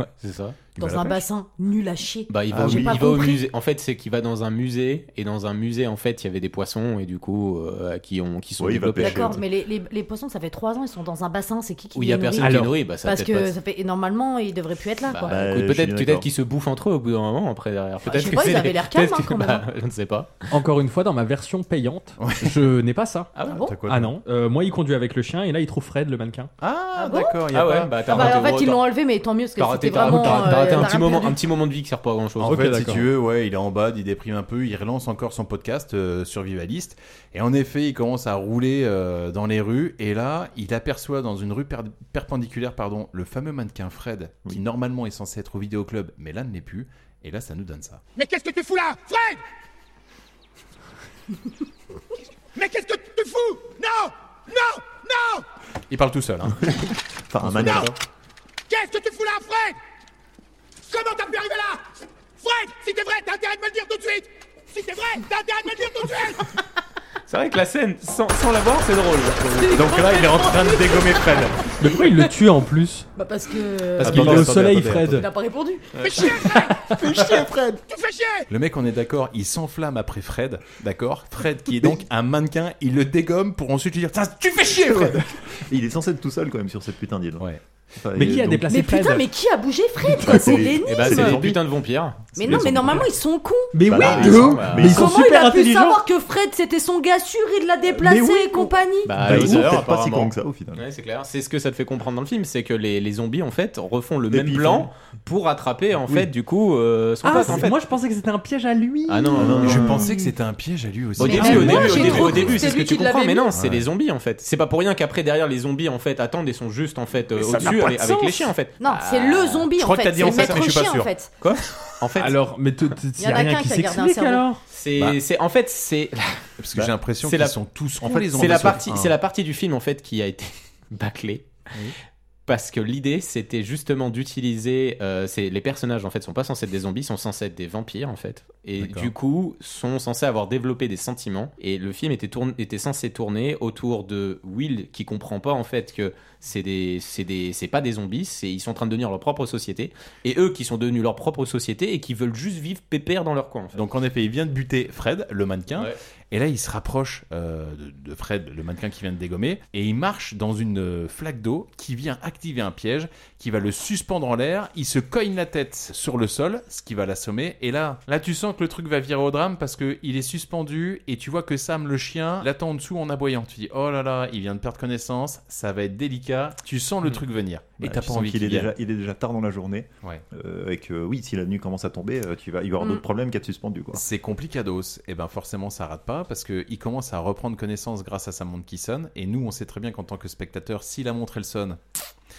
Ouais, c'est ça.
Dans un bassin, nul à chier.
Bah, il va, au,
J'ai
il
pas
va au
compris.
musée. En fait, c'est qu'il va dans un musée et dans un musée, en fait, il y avait des poissons et du coup, euh, qui ont, qui sont
Ouais, il va
développés.
D'accord, mais les, les- les poissons, ça fait 3 ans, ils sont dans un bassin, c'est qui qui
Où il
les
y a
nourrit
personne qui les nourrit, bah, ça a
Parce
peut-être
que
pas-
ça fait énormément, ils devraient plus être là,
Bah,
quoi.
écoute,
Euh, je suis
peut-être,
bien
peut-être
d'accord.
qu'ils se bouffent entre eux au bout d'un moment après derrière.
je
Peut-être
sais
que
pas,
c'est
ils
des-
avaient l'air calmes,
peut-être
hein,
que-
quand même,
bah,
hein.
Je ne sais pas.
Encore une fois, dans ma version payante, je n'ai pas ça.
Ah,
bon
Ah non, Euh, moi il conduit avec le chien et là il trouve Fred le mannequin.
Ah,
bon
d'accord, il y a Ah ouais, pas- bah, t'as
Ah bah,
raté
en fait,
gros,
ils
t'as-
l'ont enlevé, mais tant mieux, parce que
T'as
c'était
raté, t'as-
vraiment.
t'as- t'as
euh,
raté un
t'as
petit
rien
moment,
perdu.
un petit moment de vie qui sert pas à grand chose.
En fait, si tu veux, ouais, il est en bad, il déprime un peu, il relance encore son podcast euh, survivaliste. Et en effet, il commence à rouler euh, dans les rues. Et là, il aperçoit dans une rue per- perpendiculaire, pardon, le fameux mannequin Fred, qui normalement est censé être au vidéoclub, mais là ne l'est plus. Et là, ça nous donne ça.
Mais qu'est-ce que tu fous là Fred Mais qu'est-ce que tu fous Non Non Non
Il parle tout seul. Hein.
enfin, un
Non Qu'est-ce que tu fous là, Fred Comment t'as pu arriver là Fred, si t'es vrai, t'as intérêt de me le dire tout de suite Si t'es vrai, t'as intérêt de me le dire tout de suite
C'est vrai que la scène, sans, sans la voir, c'est drôle.
Donc là, il est en train de dégommer Fred.
Mais pourquoi il le tue en plus
Bah, parce que.
Parce qu'il est au soleil,
Il
Fred.
n'a pas répondu.
Fais chier, Fred Fais chier, Fred Tu fais chier
Le mec, on est d'accord, il s'enflamme après Fred, d'accord Fred, qui est donc un mannequin, il le dégomme pour ensuite lui dire Tiens, Tu fais chier, Fred
Et il est censé être tout seul quand même sur cette putain d'île.
Ouais.
Mais qui a déplacé
Mais putain, mais qui a bougé Fred quoi C'est
Et bah, c'est des
l'énigme
putains de vampires.
Mais non, mais normalement, ils sont cons
Mais
Bah
oui, de
non, ils sont-
ouf.
bah,
Mais ils sont
Comment il
super
a pu
intelligents.
savoir que Fred c'était son gars sûr, il l'a déplacé
Mais oui.
et compagnie
Bah,
Bah,
les
ils sont
heures,
peut-être pas si
apparemment.
cons que ça, au final.
Ouais, c'est clair. C'est ce que ça te fait comprendre dans le film, c'est que les, les zombies en fait refont le
Et
même
puis, ils
plan pour attraper en fait du coup euh, son
Ah,
pote en
c'est-
fait.
moi je pensais que c'était un piège à lui.
Ah non, non, non,
Je
non.
pensais que c'était un piège à lui aussi.
Au
Mais
début,
même
au
moi,
début,
j'ai
au début,
trop
au
cru que
début,
c'était
c'est ce que
lui
tu
qui l'avait
comprends, mais
mis.
non, c'est
Ouais.
les zombies en fait. C'est pas pour rien qu'après derrière les zombies en fait attendent et sont juste en fait euh,
Mais ça n'a
au-dessus
pas
avec,
de
avec
sens. Ah.
les chiens en fait.
Non, c'est le zombie
Bah, je
en
crois que
fait,
t'as dit
c'est
en
le
fait, mais
maître
je suis pas
chien en
sûr.
fait.
Quoi En fait,
Alors, mais t- t-
Il
y
y en
a
a
rien
qu'un
qui
qui a gardé un
s'explique
cerveau.
alors.
c'est
Bah.
c'est- en fait c'est
Parce que j'ai l'impression
Bah, c'est
qu'ils
la-
sont tous
en
cons,
fait,
les
c'est la
zombies,
partie
sauf un.
c'est la partie du film en fait qui a été bâclée parce que l'idée c'était justement d'utiliser euh, c'est les personnages en fait sont pas censés être des zombies sont censés être des vampires en fait et
D'accord.
du coup sont censés avoir développé des sentiments et le film était tourné était censé tourner autour de Will qui comprend pas en fait que c'est des c'est des c'est pas des zombies c'est ils sont en train de devenir leur propre société et eux qui sont devenus leur propre société et qui veulent juste vivre pépère dans leur coin en fait.
Donc en effet, il vient de buter Fred, le mannequin,
Ouais.
et là il se rapproche euh, de, de Fred, le mannequin qui vient de dégommer, et il marche dans une euh, flaque d'eau qui vient activer un piège, qui va le suspendre en l'air, il se cogne la tête sur le sol, ce qui va l'assommer, et là, là tu sens que le truc va virer au drame parce qu'il est suspendu, et tu vois que Sam le chien l'attend en dessous en aboyant, tu dis oh là là, il vient de perdre connaissance, ça va être délicat, tu sens
Hmm.
le truc venir, et
Bah,
t'as
tu
pas
sens
envie
qu'il
qu'il
est
vienne.
déjà, il est déjà tard dans la journée.
Ouais.
Euh, et que oui, si la nuit commence à tomber, euh, tu vas, il va y avoir
Mm.
d'autres problèmes qu'à te suspendu. Quoi.
C'est complicados. Et ben forcément, ça rate pas parce que il commence à reprendre connaissance grâce à sa montre qui sonne. Et nous, on sait très bien qu'en tant que spectateur, si la montre elle sonne,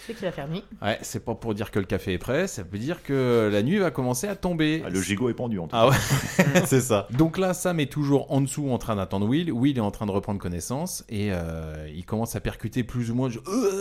C'est qu'il a fermé.
ouais, c'est pas pour dire que le café est prêt, ça veut dire que la nuit va commencer à tomber.
Ah, le gigot est pendu en tout
Ah
cas.
ouais, c'est ça. Donc là, Sam est toujours en dessous en train d'attendre Will. Will est en train de reprendre connaissance et euh, il commence à percuter plus ou moins. genre, Euh,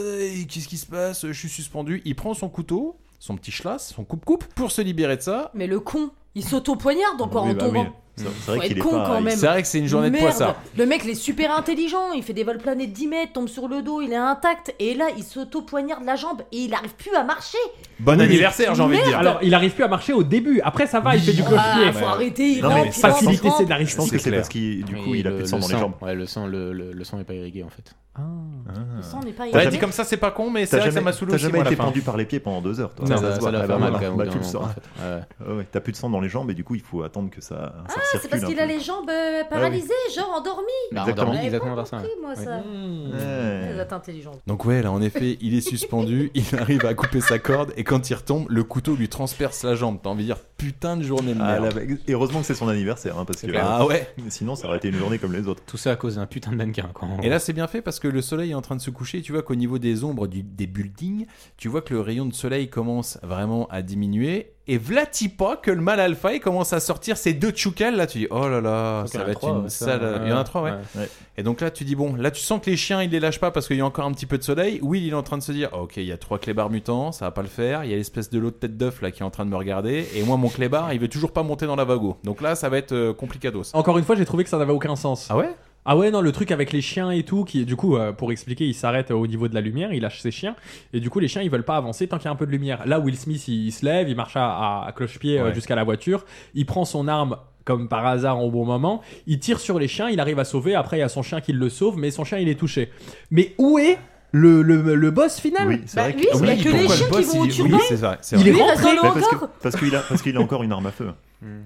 Qu'est-ce qui se passe Je suis suspendu. Il prend son couteau, son petit schlass, son coupe-coupe pour se libérer de ça.
Mais le con, il s'auto-poignarde encore
Oui,
en
bah
tombant.
oui. C'est c'est
Faut
vrai qu'il
être
est
con
pas.
quand même.
C'est vrai que c'est une journée de
Merde.
poissard.
Le mec, il est super intelligent, il fait des vols planés de 10 mètres, tombe sur le dos, il est intact. Et là, il s'auto-poignarde la jambe et il arrive plus à marcher.
Bon
Oui, mais-
anniversaire, j'ai envie de dire.
Alors, il arrive plus à marcher au début. Après, ça va, il fait du
Ah,
clochier.
faut arrêter, il
Non, mais
rentre, il rentre, il
Facilité
rentre.
Je
scénaristique.
pense que c'est
clair.
parce qu'il du coup
Et
il a
le-
plus de sang
le
dans les
sang.
jambes.
Ouais, le sang, le, le, le sang n'est pas irrigué en fait.
Le sang n'est pas
T'as
irrigué.
dit comme ça, c'est pas con, mais c'est
T'as
vrai que ça
jamais,
m'a saoulé
t'as
aussi,
jamais
moi, à
été
la fin.
pendu par les pieds pendant deux heures, toi.
Non, ça-
se
ça
voit.
doit
Ah,
faire mal,
bah,
quand même,
bah,
au bout
tu le
d'un
sens.
moment, en fait. Ouais.
Ouais, ouais, T'as plus de sang dans les jambes et du coup il faut attendre que ça, ça
Ah,
recircule
c'est parce
un
qu'il
peu.
a les jambes euh, paralysées, genre endormies.
Bah,
Exactement.
endormi,
J'avais
exactement
pas
vers ça.
compris,
ouais.
moi, ça.
Hmm.
Ouais.
Vous êtes intelligent.
Donc ouais, là en effet, il est suspendu, il arrive à couper sa corde et quand il retombe, le couteau lui transperce la jambe. T'as envie de dire putain de journée de
Ah,
merde.
la- et heureusement que c'est son anniversaire, hein, parce que
clair.
Ah ouais.
sinon ça aurait été une journée comme les autres.
Tout ça à cause d'un putain de mannequin. Quoi.
Et là c'est bien fait parce que le soleil est en train de se coucher. Tu vois qu'au niveau des ombres du- des buildings, tu vois que le rayon de soleil commence vraiment à diminuer Et vlati pas que le mal alpha il commence à sortir ces deux tchoukels là, tu dis oh là là,
il y
ça
en a
va être
trois,
une
ouais, ça, euh,
sale.
ouais.
il y en a trois, ouais.
Ouais.
Et donc là tu dis bon, là tu sens que les chiens ils les lâchent pas parce qu'il y a encore un petit peu de soleil. Oui, il est en train de se dire ok, il y a trois clébards mutants, ça va pas le faire. Il y a l'espèce de l'autre tête d'œuf là qui est en train de me regarder. Et moi mon clébard il veut toujours pas monter dans la vago. Donc là ça va être euh, complicados.
Encore une fois, j'ai trouvé que ça n'avait aucun sens.
Ah ouais
Ah ouais, non, le truc avec les chiens et tout, qui du coup, euh, pour expliquer, il s'arrête euh, au niveau de la lumière, il lâche ses chiens, et du coup, les chiens, ils veulent pas avancer tant qu'il y a un peu de lumière. Là, Will Smith, il, il se lève, il marche à, à- à cloche-pied euh,
Ouais.
jusqu'à la voiture, il prend son arme comme par hasard au bon moment, il tire sur les chiens, il arrive à sauver, après, il y a son chien qui le sauve, mais son chien, il est touché. Mais où est le, le, le boss final
Oui, c'est vrai
Bah, lui,
Ah,
que-
il y a que les
pourquoi
chiens
le
qui
boss,
vont au
il-
turban.
oui, c'est vrai, c'est
Il
vrai.
est rentré là
Bah, parce que-
encore
Parce qu'il a, parce qu'il a encore une arme à feu.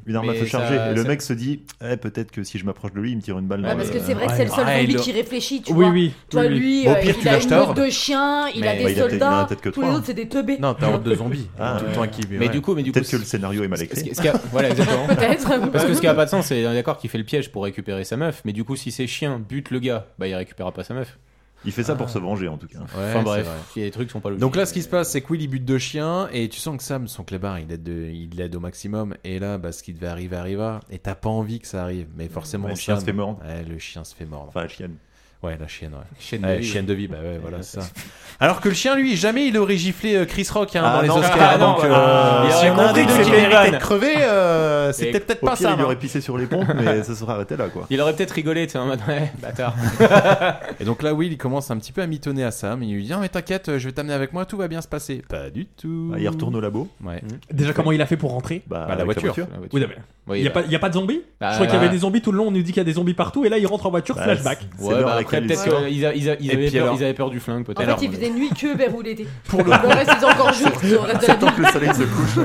Une arme à
Mais
feu
ça-
chargée. et le
ça-
mec se dit eh, peut-être que si je m'approche de lui, il me tire une balle. dans
Ouais, Bah, parce
le-
que c'est vrai que c'est le seul
Ouais,
zombie
il-
qui réfléchit, tu
Oui,
vois.
oui.
Toi,
Oui, oui.
lui,
Bon, au
euh,
pire, tu
il a
lâches
une
ta
meute
horde.
de chiens, il a
Mais- Bah, il a
des
peut-être- il en a
soldats,
peut-être que hein.
tous les
trois.
autres, c'est des teubés.
Ah,
Tout le
ouais.
temps qui- Mais ouais. du coup- mais du
peut-être
coup,
que le scénario est mal
Ce qui-
écrit.
ce qui a- voilà, exactement.
Peut-être.
Parce que ce qui a pas de sens, c'est on est d'accord qu'il fait le piège pour récupérer sa meuf, mais du coup, si ses chiens butent le gars, bah il récupérera pas sa meuf.
Il fait ça pour se venger en tout cas.
enfin
c'est
bref,
vrai.
les trucs sont pas logiques.
Donc là, ce qui se passe, c'est que Will il bute deux chiens et tu sens que Sam, son clébard, il l'aide, de- il l'aide au maximum. Et là, bah, ce qui devait arriver arriva. Et t'as pas envie que ça arrive, mais forcément.
Ouais, le chien
Sam-
se fait mordre.
Ouais, le chien se fait mordre.
Enfin, la chienne.
Ouais, la chienne, ouais.
Chienne
Ouais,
de vie,
chienne
ouais.
de vie, bah ouais, voilà,
Ouais,
c'est
ouais.
ça. Alors que le chien, lui, jamais il aurait giflé euh, Chris Rock hein,
Ah,
dans les
non,
Oscars.
ah, non,
donc, euh,
ah,
si
il y
on
en a
compris
un
que
des
tu
deux qui
méritais de
méritait.
crever, euh,
Et
c'était peut-être
Au
pas
pire,
ça.
il aurait
hein.
pissé sur les pompes, mais ça serait arrêté là quoi.
Il aurait peut-être rigolé, tu sais, en mode ouais, bâtard.
Et donc là, Will, il commence un petit peu à mitonner à Sam. Il lui dit Non, mais t'inquiète, euh, je vais t'amener avec moi, tout va bien se passer. Pas du tout. Mm.
Bah, il retourne au labo.
Ouais.
Déjà, comment il a fait pour rentrer
Bah,
Bah, la
avec
voiture.
La voiture.
Oui, non, mais
Oui,
il n'y a,
bah.
pas- il y a pas de zombies
Bah,
Je crois qu'il y
bah.
avait des zombies tout le long, on nous dit qu'il y a des zombies partout, et là il rentre en voiture,
Bah,
flashback.
c'est- Ouais, bah, après, peut-être
l'histoire.
qu'ils a- ils a- ils
Et
avaient
puis
peur-
alors
ils avaient peur du flingue, peut-être.
En fait, il faisait nuit que vers où il était.
Pour le-
reste, ils ont encore jour. le reste de la vie.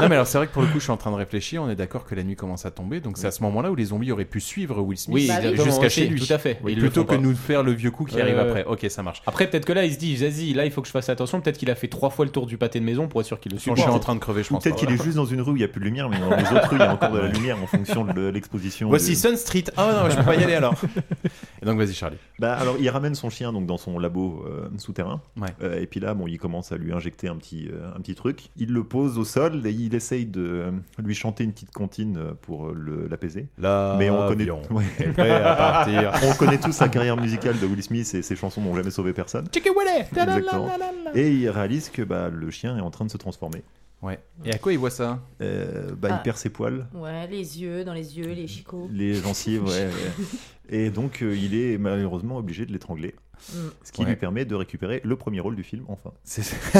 non mais alors c'est vrai que pour le coup je suis en train de réfléchir, on est d'accord que la nuit commence à tomber, donc c'est à ce moment-là où les zombies auraient pu suivre Will Smith
Oui,
jusqu'à
exactement, oui,
chez lui.
Tout à fait.
Oui,
Ils le
plutôt
font
que
pas.
nous faire le vieux coup qui
Ouais,
arrive
ouais,
après.
ouais.
Ok ça marche.
Après, peut-être que là, il se dit, vas-y, là, il faut que je fasse attention. Peut-être qu'il a fait trois fois le tour du pâté de maison pour être sûr qu'il le suit.
Son chien est en train de crever je
Ou
pense.
peut-être
pas.
qu'il est juste dans une rue où il n'y a plus de lumière, mais dans les autres rues, il y a encore de la lumière en fonction de l'exposition.
Voici
du-
Sun Street. Ah non je peux pas y aller alors. Et donc vas-y Charlie.
Bah, alors, il ramène son chien donc dans son labo euh, souterrain.
Ouais.
Euh, et puis là, bon, il commence à lui injecter un petit, euh, un petit truc. Il le pose au sol et il essaye de euh, lui chanter une petite comptine euh, pour euh, le- l'apaiser.
L'avion
Mais on connaît,
Ah, est prêt à partir.
on connaît tous sa carrière musicale de Will Smith et ses chansons n'ont jamais sauvé personne. Exactement. Et il réalise que bah, le chien est en train de se transformer.
Ouais. Et à quoi il voit ça
bah,
Ah.
Il perd ses poils.
Ouais, les yeux, dans les yeux, les chicots.
Les gencives, ouais. ouais. Et donc, euh, il est malheureusement obligé de l'étrangler.
Mm.
Ce qui
Ouais.
lui permet de récupérer le premier rôle du film, enfin.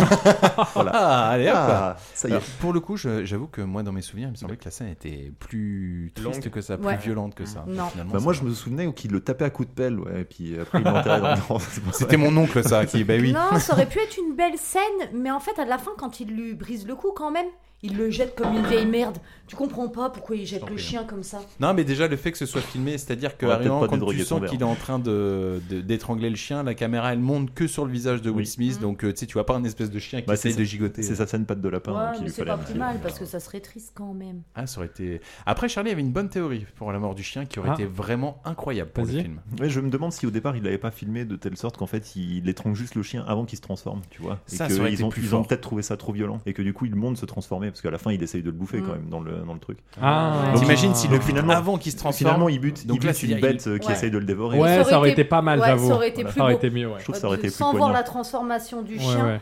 Voilà.
Ah, allez, hop.
Ah, ça y est.
Alors, pour le coup, je- j'avoue que moi, dans mes souvenirs, il me semblait que la scène était plus triste
Longue.
que ça, plus
Ouais. Mm.
violente que ça.
Non.
Finalement,
Bah,
ça
moi,
va.
je me souvenais qu'il le tapait à coups de pelle, ouais, et puis après, il l'enterrait dans le ventre, c'est pour ça.
C'était mon oncle, ça, qui,
Eh
bah oui.
Non, ça aurait pu être une belle scène, mais en fait, à la fin, quand il lui brise le cou, quand même, il le jette comme une vieille merde. Tu comprends pas pourquoi il jette le
hein.
chien comme ça.
Non, mais déjà le fait que ce soit filmé, c'est-à-dire que
On va
Arian,
peut-être pas
quand
dédroguer
tu
son
sens
verre.
qu'il est en train de de- d'étrangler le chien, la caméra elle monte que sur le visage de Will
Oui.
Smith, donc euh, tu sais, tu vois pas un espèce de chien qui
Bah,
essaye
c'est-
de gigoter.
C'est sa scène patte de lapin hein,
Ouais,
qu'il
mais
lui
c'est
fallait
pas
un
plus
petit-
mal parce que ça serait triste quand même.
Ah, ça aurait été. Après, Charlie avait une bonne théorie pour la mort du chien qui aurait
Ah.
été vraiment incroyable pour le
Vas-y.
film.
Ouais, je me demande si au départ il l'avait pas filmé de telle sorte qu'en fait il étrangle juste le chien avant qu'il se transforme, tu vois. Et
Ça,
que
ça aurait
ils
été
ont,
plus
ils ont
fort.
peut-être trouvé ça trop violent et que du coup il monte se transformer parce qu'à la fin il essaye de le bouffer
Mm.
quand même dans le, dans le truc.
Ah.
Donc,
T'imagines
il-
si
donc,
le- avant qu'il se transforme-
Finalement il bute,
Donc
il
là,
bute
c'est-à-dire,
une
il-
bête euh, qui
Ouais.
essaye de le dévorer.
Ouais, ça aurait été pas mal,
ouais,
j'avoue.
Ça aurait été
Voilà.
plus
Ça aurait
beau.
été mieux, ouais.
Je trouve que ça aurait
Euh,
été plus
Sans voir
poignant.
la transformation du
Ouais,
chien.
ouais.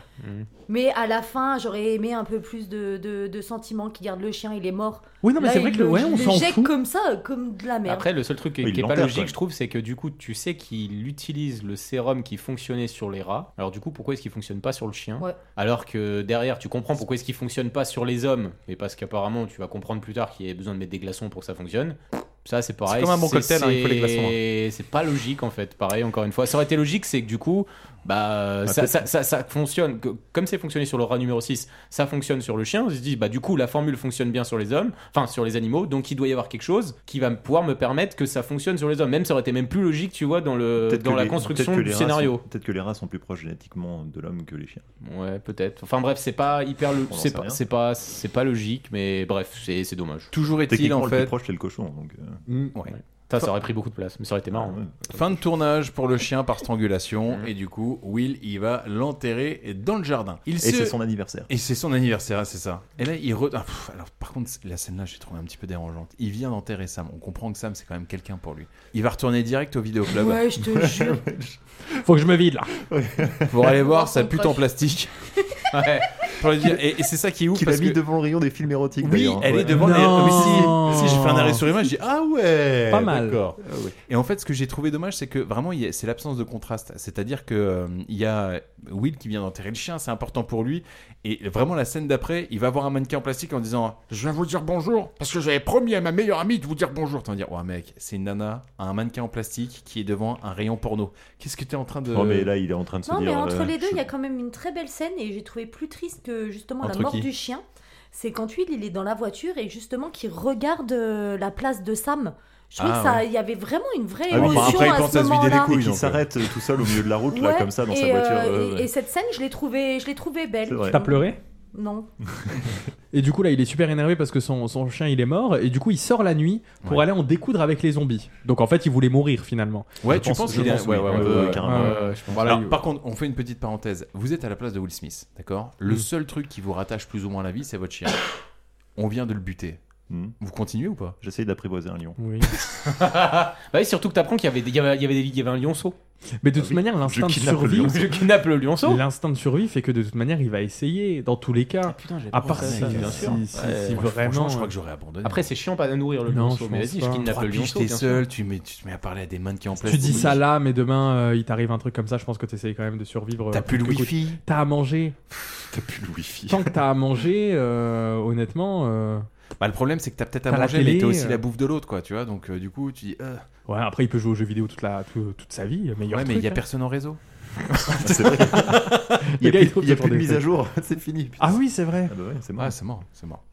Mais à la fin, j'aurais aimé un peu plus de, de, de sentiments qui garde le chien, il est mort.
Oui, non, mais
Là,
c'est vrai
il
que le- ouais,
il
on s'en
jette
fout.
comme ça, comme de la merde.
Après, le seul truc qui
Oui, il
qui est pas
l'enterre,
logique,
quoi.
je trouve, c'est que du coup, tu sais qu'il utilise le sérum qui fonctionnait sur les rats. Alors, du coup, pourquoi est-ce qu'il fonctionne pas sur le chien
Ouais.
Alors que derrière, tu comprends pourquoi est-ce qu'il fonctionne pas sur les hommes. Mais parce qu'apparemment, tu vas comprendre plus tard qu'il y a besoin de mettre des glaçons pour que ça fonctionne. Ça, c'est pareil.
comme un bon cocktail, hein, il faut les glaçons,
c'est- C'est pas logique, en fait. Pareil, encore une fois. Ça aurait été logique, c'est que du coup, bah, ça,
peut-être-
ça, ça, ça fonctionne. Que- Comme c'est fonctionné sur le rat numéro 6, ça fonctionne sur le chien. On se dit, bah, du coup, la formule fonctionne bien sur les hommes, enfin, sur les animaux, donc il doit y avoir quelque chose qui va pouvoir me permettre que ça fonctionne sur les hommes. Même ça aurait été même plus logique, tu vois, dans, le,
Peut-être
dans
que
la
les-
construction
peut-être que
du
les rats
scénario.
sont- Peut-être que les rats sont plus proches génétiquement de l'homme que les chiens.
Ouais, peut-être. Enfin, bref, c'est pas hyper. lo-
On en
C'est
sait
pas,
rien.
c'est pas, c'est pas logique, mais bref, c'est c'est dommage.
Toujours est-il
Techniquement
en
le plus
fait.
proche c'est le cochon donc. euh,
Mm.
Ouais.
Ça, ça aurait pris beaucoup de place, mais ça aurait été
Ah
marrant.
Fin de tournage pour le chien par strangulation et du coup Will il va l'enterrer dans le jardin. Il
Et
se-
c'est son anniversaire.
Et c'est son anniversaire, hein, c'est ça. Et là il re... Ah, pff, alors par contre la scène là j'ai trouvé un petit peu dérangeante. Il vient d'enterrer Sam. On comprend que Sam c'est quand même quelqu'un pour lui. Il va retourner direct au vidéoclub.
Ouais, je te jure.
Faut que je me vide là. Pour aller voir sa pute en plastique. Ouais. Pour lui dire- Et, et c'est ça qui est ouf
Qu'il a
parce
mis
que
devant le rayon des films érotiques.
oui,
d'ailleurs. hein.
elle
Ouais.
est devant. euh, mais si, si je fais un arrêt sur image, je dis ah ouais,
Pas mal.
d'accord. Et en fait, ce que j'ai trouvé dommage, c'est que vraiment, il y a- c'est l'absence de contraste. C'est-à-dire que euh, il y a Will qui vient d'enterrer le chien, c'est important pour lui. Et vraiment, la scène d'après, il va voir un mannequin en plastique en disant Je viens vous dire bonjour parce que j'avais promis à ma meilleure amie de vous dire bonjour. T'en dire Ouais, mec, c'est une nana, un mannequin en plastique qui est devant un rayon porno. Qu'est-ce que t'es en train de.
Oh, mais là, il est en train de
Non, mais
euh,
entre les deux, il y a quand même une très belle scène et j'ai trouvé plus triste que justement
Entre
la mort
qui
du chien. C'est quand Will il est dans la voiture et justement qu'il regarde euh, la place de Sam. Je trouvais
Ah,
que ça,
ouais.
il y avait vraiment une vraie
Ah oui,
émotion à ce moment-là.
Et qui s'arrête tout seul au milieu de la route, là,
Ouais,
comme ça, dans
et,
sa voiture.
euh,
ouais,
et-
ouais.
et cette scène, je l'ai trouvée, je l'ai trouvée belle.
C'est vrai.
T'as pleuré
Non.
Et du coup, là, il est super énervé parce que son, son chien, il est mort. Et du coup, il sort la nuit pour aller en découdre avec les zombies. Donc, en fait, il voulait mourir finalement.
Ouais, tu penses qu'il est. Ouais, ouais, ouais, ouais, ouais.
Ouais, ouais, je pense. Voilà,
Alors,
il-
par contre, on fait une petite parenthèse. Vous êtes à la place de Will Smith, d'accord Le
Mm.
seul truc qui vous rattache plus ou moins à la vie, c'est votre chien. on vient de le buter.
Mm.
Vous continuez ou pas
J'essaye d'apprivoiser un lion.
Oui.
bah oui, surtout que t'apprends qu'il y avait, des- il y avait, il y avait des- il y avait un lionceau.
Mais de toute manière, l'instinct de survie.
Je kidnappe le lionceau.
L'instinct de survie fait que de toute manière, il va essayer dans tous les cas.
j'avais
à
pas
part
pensé
si,
à ça, bien
si-
sûr.
si-
Ouais,
si
moi,
vraiment.
franchement, je crois
que j'aurais abandonné.
Après, c'est chiant pas de nourrir le
Non,
lionceau.
je
Mais
pense
vas-y, je
pas.
kidnappe
Trois
Oh,
le
piges,
lionceau.
t'es
bien sûr.
Seul, tu mets, tu te mets à parler à des mannequins en
Tu
plastique.
dis ça là, mais demain, euh, il t'arrive un truc comme ça. Je pense que t'essayes quand même de survivre. euh,
T'as plus le
coûte que coûte.
wifi.
T'as à manger.
T'as plus le wifi.
Tant que t'as à manger, euh, honnêtement. euh,
Bah, le problème, c'est que t'as peut-être à
t'as la
manger,
télé,
mais t'as aussi
euh,
la bouffe de l'autre, quoi, tu vois. Donc, euh, du coup, tu dis. euh,
Ouais, après, il peut jouer aux jeux vidéo toute, la, tout- toute sa vie. Meilleur
Ouais, mais
truc,
il y a
hein.
personne en réseau.
C'est vrai. Il
Le
y a
gars,
plus-
trouve
il y
toujours
a plus de
des
mise à
trucs.
jour, c'est fini. putain.
Ah oui, c'est vrai.
Ah bah ouais, c'est mort.
Ah, c'est mort, c'est mort.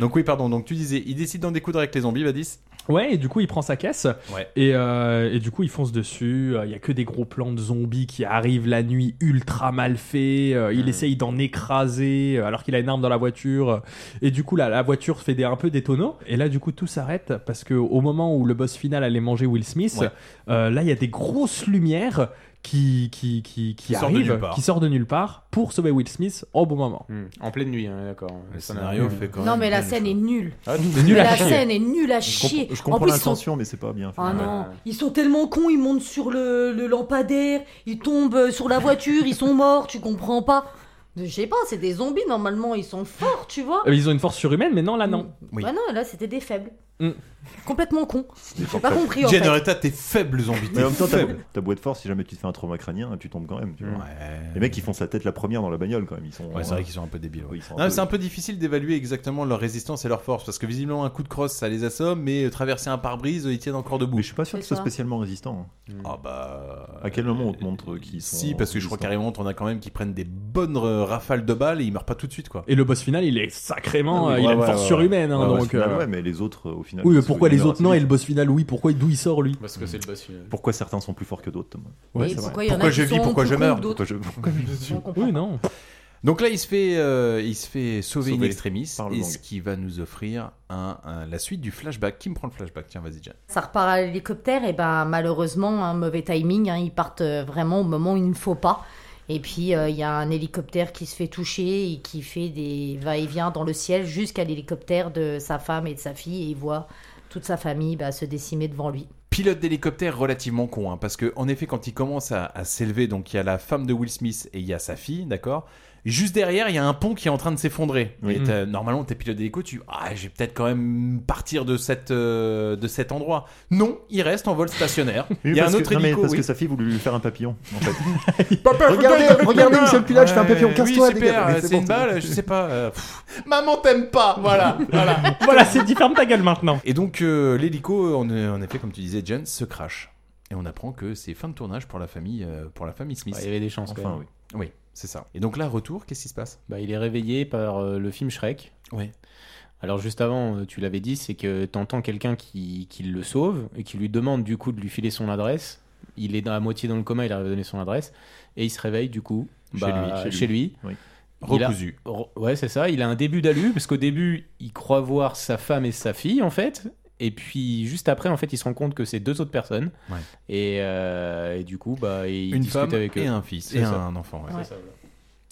Donc, oui, pardon. Donc, tu disais, il décide d'en découdre avec les zombies, Vadis
Ouais, et du coup, il prend sa caisse.
Ouais.
Et, euh, et du coup, il fonce dessus. Euh, Il y a que des gros plans de zombies qui arrivent la nuit ultra mal faits. Euh, Il essaye d'en écraser euh, alors qu'il a une arme dans la voiture. Et du coup, là, la voiture fait des, un peu des tonneaux. Et là, du coup, tout s'arrête parce que au moment où le boss final allait manger Will Smith,
Ouais.
euh, là, il y a des grosses lumières qui, qui, qui, qui,
Qui sortent de
arrivent,
nulle part.
qui sortent de nulle part pour sauver Will Smith au bon moment.
En pleine nuit, hein, d'accord.
Le
Ça n'a-
scénario fait quand
Non,
même
mais la
bien
scène est nulle.
Ah,
Mais la scène est nulle à chier.
Je
En
comprends
plus, ils sont-
l'intention, mais c'est pas bien. fait.
Ah non, ils sont tellement cons, ils montent sur le, le lampadaire, ils tombent euh, sur la voiture, ils sont morts, tu comprends pas. Je sais pas, c'est des zombies normalement, ils sont forts, tu vois.
Euh, Ils ont une force surhumaine, mais non, là, non.
Ah non, là c'était des faibles.
Mm.
Complètement cons. J'ai pas
forfaits.
compris en fait.
Generata, t'es faible, zombie.
Mais en même temps,
t'es
t'as
faible.
t'as beau être fort, si jamais tu te fais un trauma crânien, tu tombes quand même. tu vois. Les mecs, ils foncent la tête la première dans la bagnole quand même. Ils sont,
Ouais, c'est vrai qu'ils sont un peu débiles.
Oui, ils sont
Non,
un
mais
peu-
C'est un peu difficile d'évaluer exactement leur résistance et leur force parce que visiblement un coup de crosse ça les assomme, mais euh, traverser un pare-brise euh, ils tiennent encore debout.
Mais je suis pas sûr
C'est
qu'ils soient
ça.
spécialement résistants. hein.
Ah bah.
À quel moment on te montre qu'ils sont.
Si, parce que je crois carrément on a quand même qu'ils prennent des bonnes euh, rafales de balles et ils meurent pas tout de suite quoi.
Et le boss final, il est sacrément.
Ah oui,
euh, il
ouais,
a une
ouais,
force
ouais.
Bah,
surhumaine. hein,
Ouais, ouais,
donc,
au final,
euh,
ouais, mais
les autres, euh, au final,
Oui, mais
ils
pourquoi
sont
les autres non et
ignorants.
le boss final, oui Pourquoi d'où il sort lui
Parce que c'est le boss final.
Pourquoi certains sont plus forts que d'autres moi
Ouais,
c'est
pourquoi
vrai.
il y en a qui
je vis,
sont
pourquoi
plus
je
cons
meurs
que d'autres
pourquoi je- pourquoi je-
Oui, non.
Donc là, il se fait, euh, il se fait sauver,
Sauver
in extremis,
par le
et
gang.
ce qui va nous offrir un- un- la suite du flashback. Qui me prend le flashback Tiens, vas-y, Jan.
Ça repart à l'hélicoptère, et ben malheureusement, un mauvais timing, hein, ils partent euh, vraiment au moment où il ne faut pas. Et puis euh, il y a un hélicoptère qui se fait toucher et qui fait des va-et-vient dans le ciel jusqu'à l'hélicoptère de sa femme et de sa fille, et il voit toute sa famille bah, se décimer devant lui.
Pilote d'hélicoptère relativement con, hein, parce que en effet, quand il commence à, à s'élever, donc il y a la femme de Will Smith et il y a sa fille, d'accord Juste derrière, il y a un pont qui est en train de s'effondrer.
Hmm.
Et t'as- Normalement, t'es pilote d'hélico, tu ah, je vais peut-être quand même partir de cette euh, de cet endroit. Non, il reste en vol stationnaire. il y a un
parce
autre
que, non, mais
hélico.
parce
oui.
que sa fille voulait lui faire un papillon. En fait.
regardez,
regardez,
monsieur le
pilote, je fais un papillon, casse-toi,
Oui,
dégage.
super, euh,
Mais c'est
c'est
bon,
une
c'est
balle, je sais pas. euh, pff. Maman t'aime pas, voilà. Voilà,
voilà c'est dit, ferme ta gueule maintenant.
Et donc, euh, l'hélico, en, en effet, comme tu disais, John, se crache. Et on apprend que c'est fin de tournage pour la famille, euh, pour la famille Smith.
Ouais, Bah, il y avait des chances,
Enfin,
quand même.
oui. Oui, c'est ça. Et donc là, retour, qu'est-ce qui se passe
Bah, il est réveillé par euh, le film Shrek.
Ouais.
Alors juste avant, euh, tu l'avais dit, c'est que t'entends quelqu'un qui, qui le sauve et qui lui demande du coup de lui filer son adresse. Il est dans- à moitié dans le coma, il arrive à donner son adresse et il se réveille du coup
Chez
bah,
lui, chez
Chez
lui.
lui.
Oui.
Il a-
Recousu.
re- ouais, c'est ça. Il a un début d'alu parce qu'au début, il croit voir sa femme et sa fille en fait. Et puis juste après, en fait, il se rend compte que c'est deux autres personnes.
Ouais.
Et, euh, et du coup, bah, il
Une
discute
femme
avec eux.
et un fils,
C'est
et
ça.
un enfant, ouais.
Ouais.
C'est ça, voilà.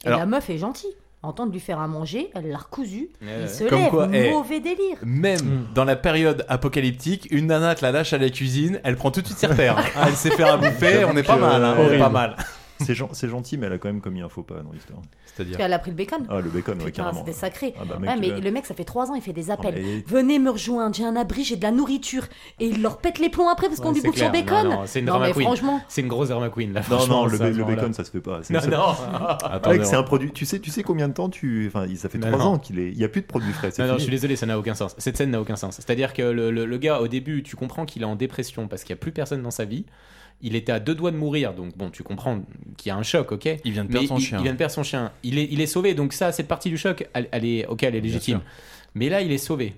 Et
Alors-
la meuf est gentille. En temps de lui faire à manger, elle l'a recousu.
Ouais, ouais.
Euh,
il se
Comme
lève.
quoi, eh,
mauvais délire.
Même dans la période apocalyptique, une nana te la lâche à la cuisine, elle prend tout de suite ses repères. Ah, elle sait faire à bouffer, on est
Euh,
euh,
pas mal, hein, on est pas mal.
C'est gen- c'est gentil, mais elle a quand même commis un faux pas dans l'histoire.
C'est-à-dire
Parce qu'elle a pris le bacon.
Ah, le bacon, ouais,
Putain,
carrément.
c'était sacré.
Ah, bah,
Ouais,
mec,
mais
euh,
le mec, ça fait trois ans, il fait des appels.
Ah, mais-
Venez me rejoindre, j'ai un abri, j'ai de la nourriture. Et il leur pète les plombs après parce qu'on
Ouais,
lui
c'est
bouffe son
clair.
bacon.
Non, non, c'est une
Non,
drama
mais
queen.
franchement.
C'est une grosse drama queen là.
Non,
franchement,
non, le,
ça,
ba-
ce
le
moment-là.
bacon, ça se fait pas. c'est-
Non,
ça-
non.
Ah,
Mec, c'est un produit. Tu sais, tu sais combien de temps tu. Enfin, ça fait
Non,
3
non.
ans qu'il est. Il n'y a plus de produit frais. c'est
Non, non, je
fini.
suis désolé, ça n'a aucun sens. Cette scène n'a aucun sens. C'est-à-dire que le, le- le gars, au début, tu comprends qu'il est en dépression parce qu'il n'y a plus personne dans sa vie. Il était à deux doigts de mourir, donc bon, tu comprends qu'il y a un choc, ok
Il vient de
Mais
perdre son
il,
chien.
Il vient de perdre son chien. Il est, il est sauvé, donc ça, cette partie du choc, elle, elle est, ok, elle est légitime.
sûr.
Mais là, il est sauvé.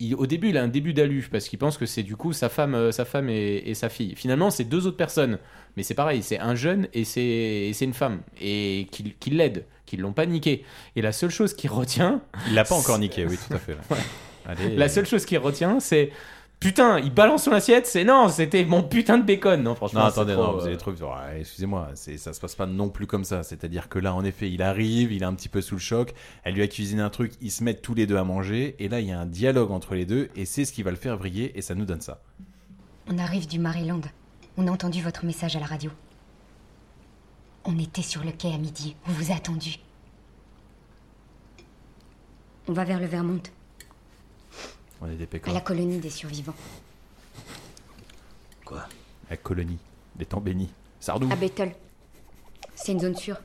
Il- au début, il a un début d'allu parce qu'il pense que c'est du coup sa femme, euh, sa femme et, et sa fille. Finalement, c'est deux autres personnes. Mais c'est pareil, c'est un jeune et c'est et c'est une femme et qui, qui l'aide, qui l'ont pas niqué. Et la seule chose qu'il retient,
Il l'a pas encore niqué, oui, tout à fait. ouais. Allez,
la seule chose qu'il retient, c'est putain, il balance son assiette, c'est non, c'était mon putain de bacon. Non, franchement,
Non,
c'est
attendez,
trop,
non,
euh,
vous avez trouvé. ouais, ah, Excusez-moi, c'est- ça se passe pas non plus comme ça. C'est-à-dire que là, en effet, il arrive, il est un petit peu sous le choc, elle lui a cuisiné un truc, ils se mettent tous les deux à manger, et là, il y a un dialogue entre les deux, et c'est ce qui va le faire briller, et ça nous donne ça.
On arrive du Maryland. On a entendu votre message à la radio. On était sur le quai à midi. On vous a attendu. On va vers le Vermont,
On est des
à
pécans.
Ah,
Ah.
la colonie des survivants.
La colonie, les temps bénis. Sardou.
Ah,
À
ben-
Bethel. C'est une zone sûre.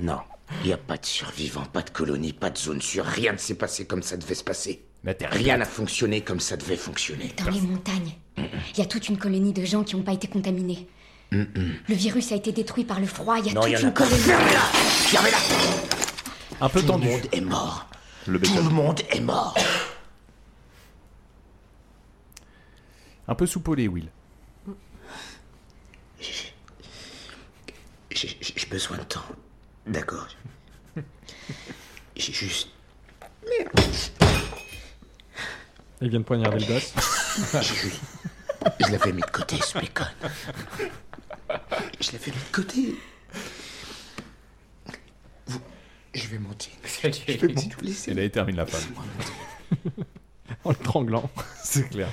Non, il n'y a pas de survivants, pas de colonie, pas de zone sûre. Rien ne s'est passé comme ça devait se passer. Rien n'a fonctionné comme ça devait fonctionner.
Dans les montagnes, il y a toute une colonie de gens qui n'ont pas été contaminés.
Mm-mm.
Le virus a été détruit par le froid. Il y a
Non,
toute
il y en a
une
pas.
colonie.
Un peu
Tout
tendu.
le monde est mort.
Le
Tout le monde est mort.
Un peu soupolé, Will.
J'ai j'ai- j'ai besoin de temps. D'accord. J'ai juste.
Il vient de poignarder le gosse.
Je l'avais mis de côté, ce bacon. Je l'avais mis de côté. Vous- Je vais monter. Je vais monter.
Et là, il termine la femme.
en le tranglant.
c'est clair.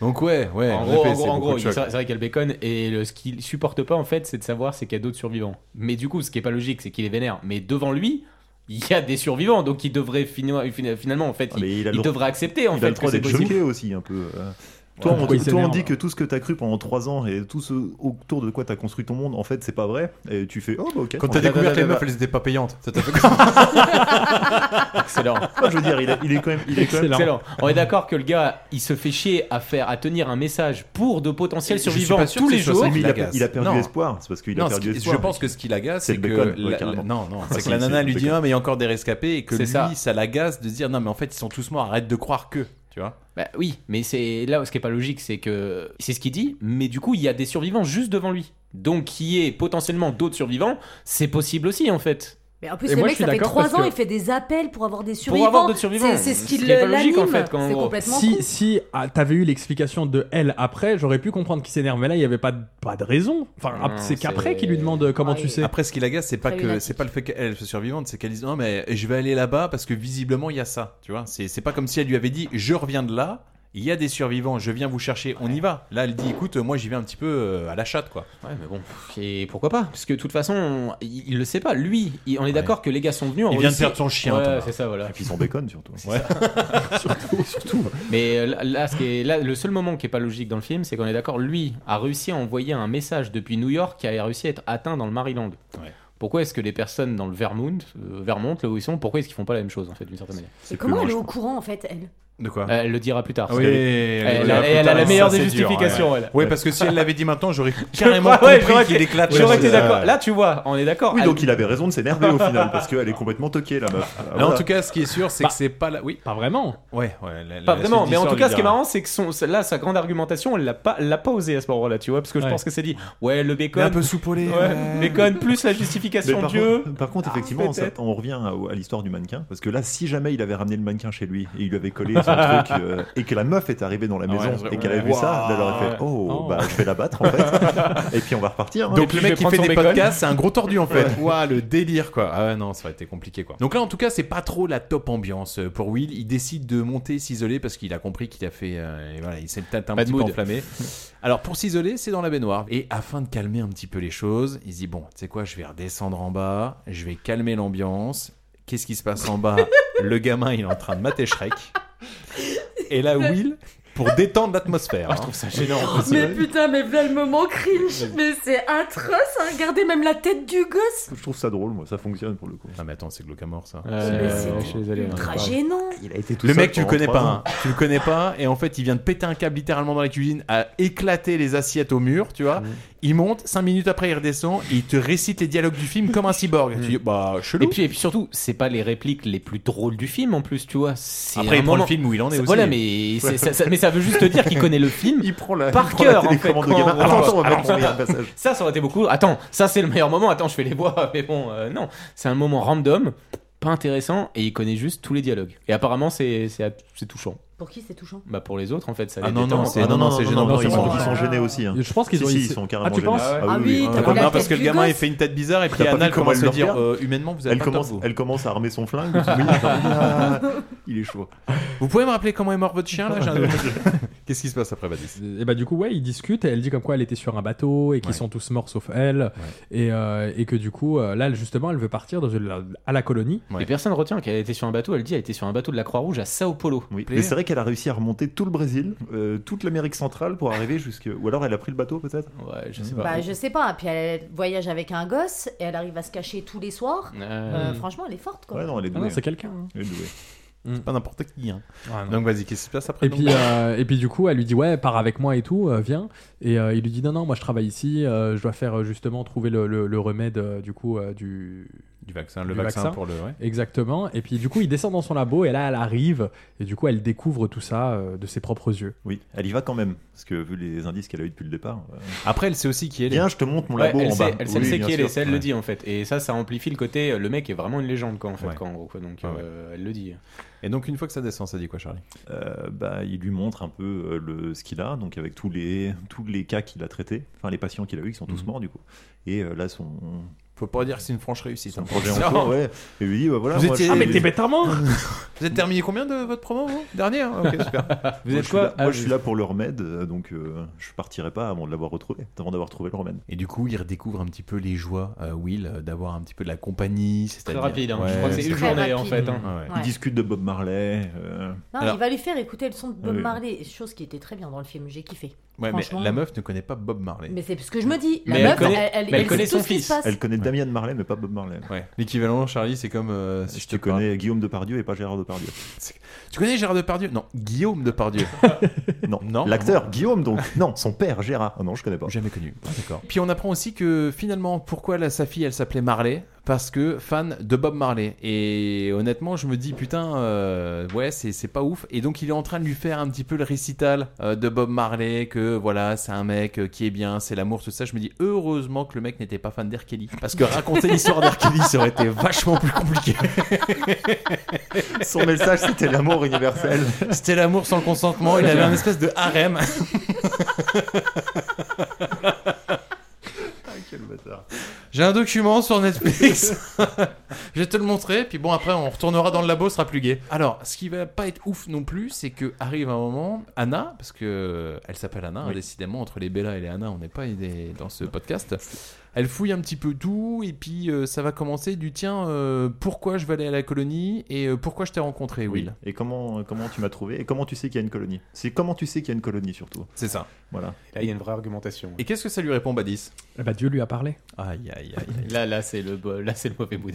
Donc, ouais, ouais.
en gros, en gros, en gros, il- c'est vrai c'est vrai qu'il y a le bacon et le, ce qu'il supporte pas en fait, c'est de savoir c'est qu'il y a d'autres survivants. Mais du coup, ce qui est pas logique, c'est qu'il est vénère. Mais devant lui, il y a des survivants, donc il devrait finir- fin- finalement en fait, il,
Ah, Mais a
il
le-
devrait accepter en
il
fait
a le droit
que c'est
d'être
possible.
choqué aussi un peu. euh. Toi, on,
Pourquoi il
toi, on
s'énerve
dit que tout ce que t'as cru pendant 3 ans et tout ce autour de quoi t'as construit ton monde, en fait, c'est pas vrai. Et tu fais, oh bah ok.
Quand t'as découvert que les meufs, elles étaient pas payantes, ça t'a fait
Excellent.
Je veux dire, il, a- il est quand même. Il est quand même-
Excellent. On est d'accord que le gars, il se fait chier à faire, à tenir un message pour de potentiels
Je suis
survivants
pas sûr
tous
que
les
ce soit ça
jours.
qui
Mais il a-
l'agace.
il a perdu
Non.
espoir, c'est parce qu'il a
Non, ce
perdu
qui-
espoir.
Je pense que ce qui l'agace,
C'est
c'est
le
que
bacon,
la-
ouais,
la-
carrément.
non, non,
Ah,
c'est
si,
que la
c'est
nana
le
lui dit
bacon.
un, mais il y a encore des rescapés et que
C'est
lui,
ça.
ça, l'agace de se dire non, mais en fait, ils sont tous morts, arrête de croire que, tu vois.
Bah oui, mais c'est là où ce qui est pas logique, c'est que c'est ce qu'il dit, mais du coup il y a des survivants juste devant lui. Donc qui est potentiellement d'autres survivants, c'est possible aussi en fait.
Mais en plus,
Et
le
moi,
mec,
je suis
ça fait
d'accord
trois
parce
ans,
que-
il fait des appels pour avoir des survivants.
Pour avoir d'autres survivants.
C'est- C'est ce qui
qui est pas
le-
logique,
l'anime.
en fait, quand- en
C'est
gros.
complètement
Si,
con.
si ah, t'avais eu l'explication de elle après, j'aurais pu comprendre qu'il s'énerve. Mais là, il n'y avait pas de, pas de raison. Enfin,
Non,
c'est
c'est-
qu'après qu'il lui demande euh, comment tu sais.
Après, ce qui l'agace, c'est pas
Très
que
lunatique.
c'est pas le fait qu'elle soit survivante, c'est qu'elle dise non, mais je vais aller là-bas parce que visiblement il y a ça, tu vois. C'est c'est pas comme si elle lui avait dit je reviens de là, il y a des survivants, je viens vous chercher, on y va. Là, elle dit écoute, moi j'y vais un petit peu euh, à la chatte, quoi.
Ouais, mais bon, et pourquoi pas Parce que de toute façon, on- il, il le sait pas. Lui, il- on est d'accord que les gars sont venus. en
Il vient de
Russie-
perdre son chien,
Ouais,
Thomas.
c'est ça, voilà.
Et puis son bacon surtout.
Ouais.
surtout, Mais euh, là, là, ce qui est- là, le seul moment qui est pas logique dans le film, c'est qu'on est d'accord, lui a réussi à envoyer un message depuis New York qui a réussi à être atteint dans le Maryland.
Ouais.
Pourquoi est-ce que les personnes dans le Vermont, euh, Vermont, là où ils sont, pourquoi est-ce qu'ils font pas la même chose en fait d'une certaine manière Euh,
Et comment elle est au courant, en fait, elle
De quoi
Elle le dira plus tard.
Ah oui,
Elle,
le
elle
dira
a-
plus
elle a
tard.
la
Ça,
meilleure
c'est
des
dur,
justifications.
ouais.
elle.
Oui, parce que si elle l'avait dit maintenant, j'aurais
Je
carrément
crois, ouais,
compris
j'aurais
qu'il
été-
éclate.
J'aurais été
Ouais, c'est
d'accord.
ça.
Là, tu vois, on est d'accord.
Oui,
Elle-
donc il avait raison de s'énerver au final parce qu'elle est complètement toquée la meuf.
Là, en tout cas, ce qui est sûr, c'est que c'est pas la. Oui, pas
vraiment.
Ouais, ouais. la- la-
Pas
la
vraiment,
suite
Bah. mais en
d'histoire
tout
lui
cas, ce qui est
dira.
marrant, c'est que son, là, sa grande argumentation, elle l'a pas, elle l'a pas osé à ce moment-là, tu vois, parce que je
Ouais.
pense que c'est dit, ouais, le bacon.
Mais un peu soupolé,
Ouais,
ouais.
Bacon plus la
euh, Mais
justification
par,
Dieu.
contre, par contre,
Ah,
effectivement, ça-
peut-être.
on revient à, à l'histoire du mannequin. Parce que là, si jamais il avait ramené le mannequin chez lui et il lui avait collé dans un truc euh, et que la meuf est arrivée dans la maison
Ouais,
et qu'elle a vu
ouais.
ça, elle aurait fait oh, bah je vais la battre en fait. et puis on va repartir. hein.
Donc Oh, le mec qui fait des podcasts, c'est un gros tordu en fait. Ouah, le délire quoi. Ah ouais, non, ça aurait été compliqué quoi. Donc là, en tout cas, c'est pas trop la top ambiance euh, pour Will. Il décide de monter s'isoler parce qu'il a compris qu'il a fait. euh, et voilà, il s'est peut-être un
Pas de
petit peu
mood.
enflammé. Alors pour s'isoler, c'est dans la baignoire. Et afin de calmer un petit peu les choses, il se dit bon, tu sais quoi, je vais redescendre en bas, je vais calmer l'ambiance. Qu'est-ce qui se passe en bas Le gamin, il est en train de mater Shrek. Et là, Will. Pour détendre l'atmosphère. Ah, hein. je trouve ça gênant.
Mais putain, mais voilà le moment cringe, mais c'est atroce, hein. regardez même la tête du gosse.
Je trouve ça drôle, moi, ça fonctionne pour le coup.
Ah, mais attends, c'est glaucamore ça.
Mais
Euh,
c'est ouais, je suis désolé, hein.
ultra gênant.
Il a été tout
Le
seul
mec, tu le
pendant
connais
trois
pas.
ans.
hein. Tu le connais pas. Et en fait, il vient de péter un câble littéralement dans la cuisine, à éclater les assiettes au mur, tu vois. Il monte, 5 minutes après, il redescend, et il te récite les dialogues du film comme un cyborg. Tu dis, bah, chelou.
Et puis, et puis surtout, c'est pas les répliques les plus drôles du film en plus, tu vois. C'est
Après,
un
il prend le
moment-
film où il en est aussi.
Voilà, mais, c'est- ça, ça- mais ça veut juste te dire qu'il connaît le film
la-
par
il prend la
cœur. en fait,
télécommande de
quand-
gamin.
voilà.
Attends, attends, on va
Alors,
mettre en
ça-
arrière passage.
Ça, ça aurait été beaucoup. Attends, ça c'est le meilleur moment. Attends, je fais les voix, mais bon, euh, non. C'est un moment random, pas intéressant, et il connaît juste tous les dialogues. Et apparemment, c'est c'est- c'est touchant.
Pour qui c'est touchant
Bah pour les autres en fait ça
Ah
les
non,
détend.
non, c'est- non, non, c'est gênant. Non, ils sont- ils sont gênés aussi, hein.
Je pense qu'ils
Si,
ont
si,
ils-
ils sont
Ah,
carrément
tu penses
gênés. Ah oui, oui, Ah oui, t'as oui. vu la
Non,
tête
parce que
du
le gamin
gosse
il fait une tête
bizarre et
T'as
puis
pas vu
Anna elle
comment
commence à
elle le
dire
regarde
euh, humainement vous avez
elle
pas
commence,
tort, vous.
elle commence à armer son flingue. Oui, ah, il est chaud.
Vous pouvez me rappeler comment est mort votre chien là J'ai un doute. Qu'est-ce qui se passe après Badis
Et bah du coup ouais ils discutent et elle dit comme quoi elle était sur un bateau et qu'ils sont tous morts sauf elle et, euh, et que du coup euh, là justement elle veut partir dans une- à la colonie.
Et personne retient qu'elle était sur un bateau, elle dit elle était sur un bateau de la Croix-Rouge à Sao Paulo.
Oui. Mais c'est vrai qu'elle a réussi à remonter tout le Brésil, euh, toute l'Amérique centrale pour arriver jusque. Ou alors elle a pris le bateau peut-être
Ouais, je sais
Bah, je sais pas. Puis elle voyage avec un gosse et elle arrive à se cacher tous les soirs.
Mm.
Euh, franchement, elle est forte quoi.
Ouais, non, elle est
Ah non,
douée.
c'est quelqu'un, hein.
Elle est douée.
C'est pas n'importe qui. hein.
Ouais, non.
donc vas-y, qu'est-ce qui se passe après
Et
donc
puis, euh, et puis du coup, elle lui dit ouais, pars avec moi et tout, euh, viens. Et euh, il lui dit non, non, moi je travaille ici, euh, je dois faire euh, justement trouver le, le- le remède euh, du coup euh, du
Du vaccin, le vaccin pour le- ouais.
Exactement. Et puis du coup, il descend dans son labo et là, elle arrive et du coup, elle découvre tout ça euh, de ses propres yeux.
Oui, elle y va quand même, parce que vu les indices qu'elle a eu depuis le départ.
Après, elle sait aussi qui
est. Viens, je te montre mon
Ouais,
labo
elle
en
sait,
bas.
Elle,
Oui,
sait- elle sait
bien
qui elle est,
sûr.
ça, elle
Ouais.
le dit en fait. Et ça, ça amplifie le côté euh, le mec est vraiment une légende quoi en fait, quoi, en gros. quoi. Donc euh, elle le dit.
Et donc une fois que ça descend, ça dit quoi, Charlie
Euh, bah, il lui montre un peu euh, le, ce qu'il a, donc avec tous les, tous les cas qu'il a traités, enfin les patients qu'il a eu qui sont tous morts du coup. Et euh, là, son,
Faut pas dire que c'est une franche réussite. hein.
son projet en cours, ouais. Et lui dit, bah, voilà,
Vous
moi,
étiez-
je-
Ah, mais t'es
bête à mort
Vous êtes terminé combien de votre promo, vous Dernière Ok, super.
Moi, je suis là- Moi, je suis là pour le remède, euh, donc euh, je partirai pas avant de l'avoir retrouvé, avant d'avoir trouvé le remède.
Et du coup, il redécouvre un petit peu les joies, euh, Will, euh, d'avoir un petit peu de la compagnie. C'est Mmh.
rapide, hein. Je crois que c'est une Très journée, en rapide. fait, hein.
Ouais.
Ouais.
Ils discutent de Bob Marley. euh,
Non,
Alors-
il va lui faire écouter le son de Bob
Oui.
Marley, chose qui était très bien dans le film. J'ai kiffé.
Ouais, mais
Franchement.
la meuf ne connaît pas Bob Marley.
Mais c'est parce que je me dis, la
Mais
meuf,
elle connaît-
elle, elle-
mais elle
elle
connaît
sait tout
son
ce qui se passe.
Elle connaît Damien Marley, mais pas Bob Marley.
L'équivalent, Charlie, c'est comme euh, si je te
connais Guillaume Depardieu et pas Gérard Depardieu.
Tu connais Gérard Depardieu Non, Guillaume Depardieu.
non,
non
L'acteur Guillaume, donc. Non, son père Gérard. Ah non, je connais pas.
Jamais connu. D'accord. Puis on apprend aussi que finalement, pourquoi la, sa fille, elle s'appelait Marley Parce que fan de Bob Marley. Et honnêtement, je me dis, putain, euh, ouais, c'est c'est pas ouf. Et donc, il est en train de lui faire un petit peu le récital euh, de Bob Marley, que voilà, c'est un mec euh, qui est bien, c'est l'amour, tout ça. Je me dis, heureusement que le mec n'était pas fan d'R. Kelly. Parce que raconter l'histoire d'R. Kelly, ça aurait été vachement plus compliqué.
Son message, c'était l'amour universel.
C'était l'amour sans le consentement. Il avait un espèce de harem.
Quel bâtard.
J'ai un document sur Netflix. je vais te le montrer, puis bon, après, on retournera dans le labo, ce sera plus gay. Alors, ce qui va pas être ouf non plus, c'est que arrive un moment, Anna, parce que elle s'appelle Anna, hein,
Oui.
décidément, entre les Bella et les Anna, on n'est pas aidé dans ce podcast. Elle fouille un petit peu tout, et puis euh, ça va commencer du tiens, euh, pourquoi je vais aller à la colonie, et euh, pourquoi je t'ai rencontré, Will.
Et comment, comment tu m'as trouvé Et comment tu sais qu'il y a une colonie C'est comment tu sais qu'il y a une colonie surtout.
C'est ça.
Voilà.
Là, il y a une vraie argumentation.
Et qu'est-ce que ça lui répond, Badis
Eh bah Dieu lui a parlé.
Aïe, aïe, aïe.
Là, là, c'est le, bo- là, c'est le mauvais bout.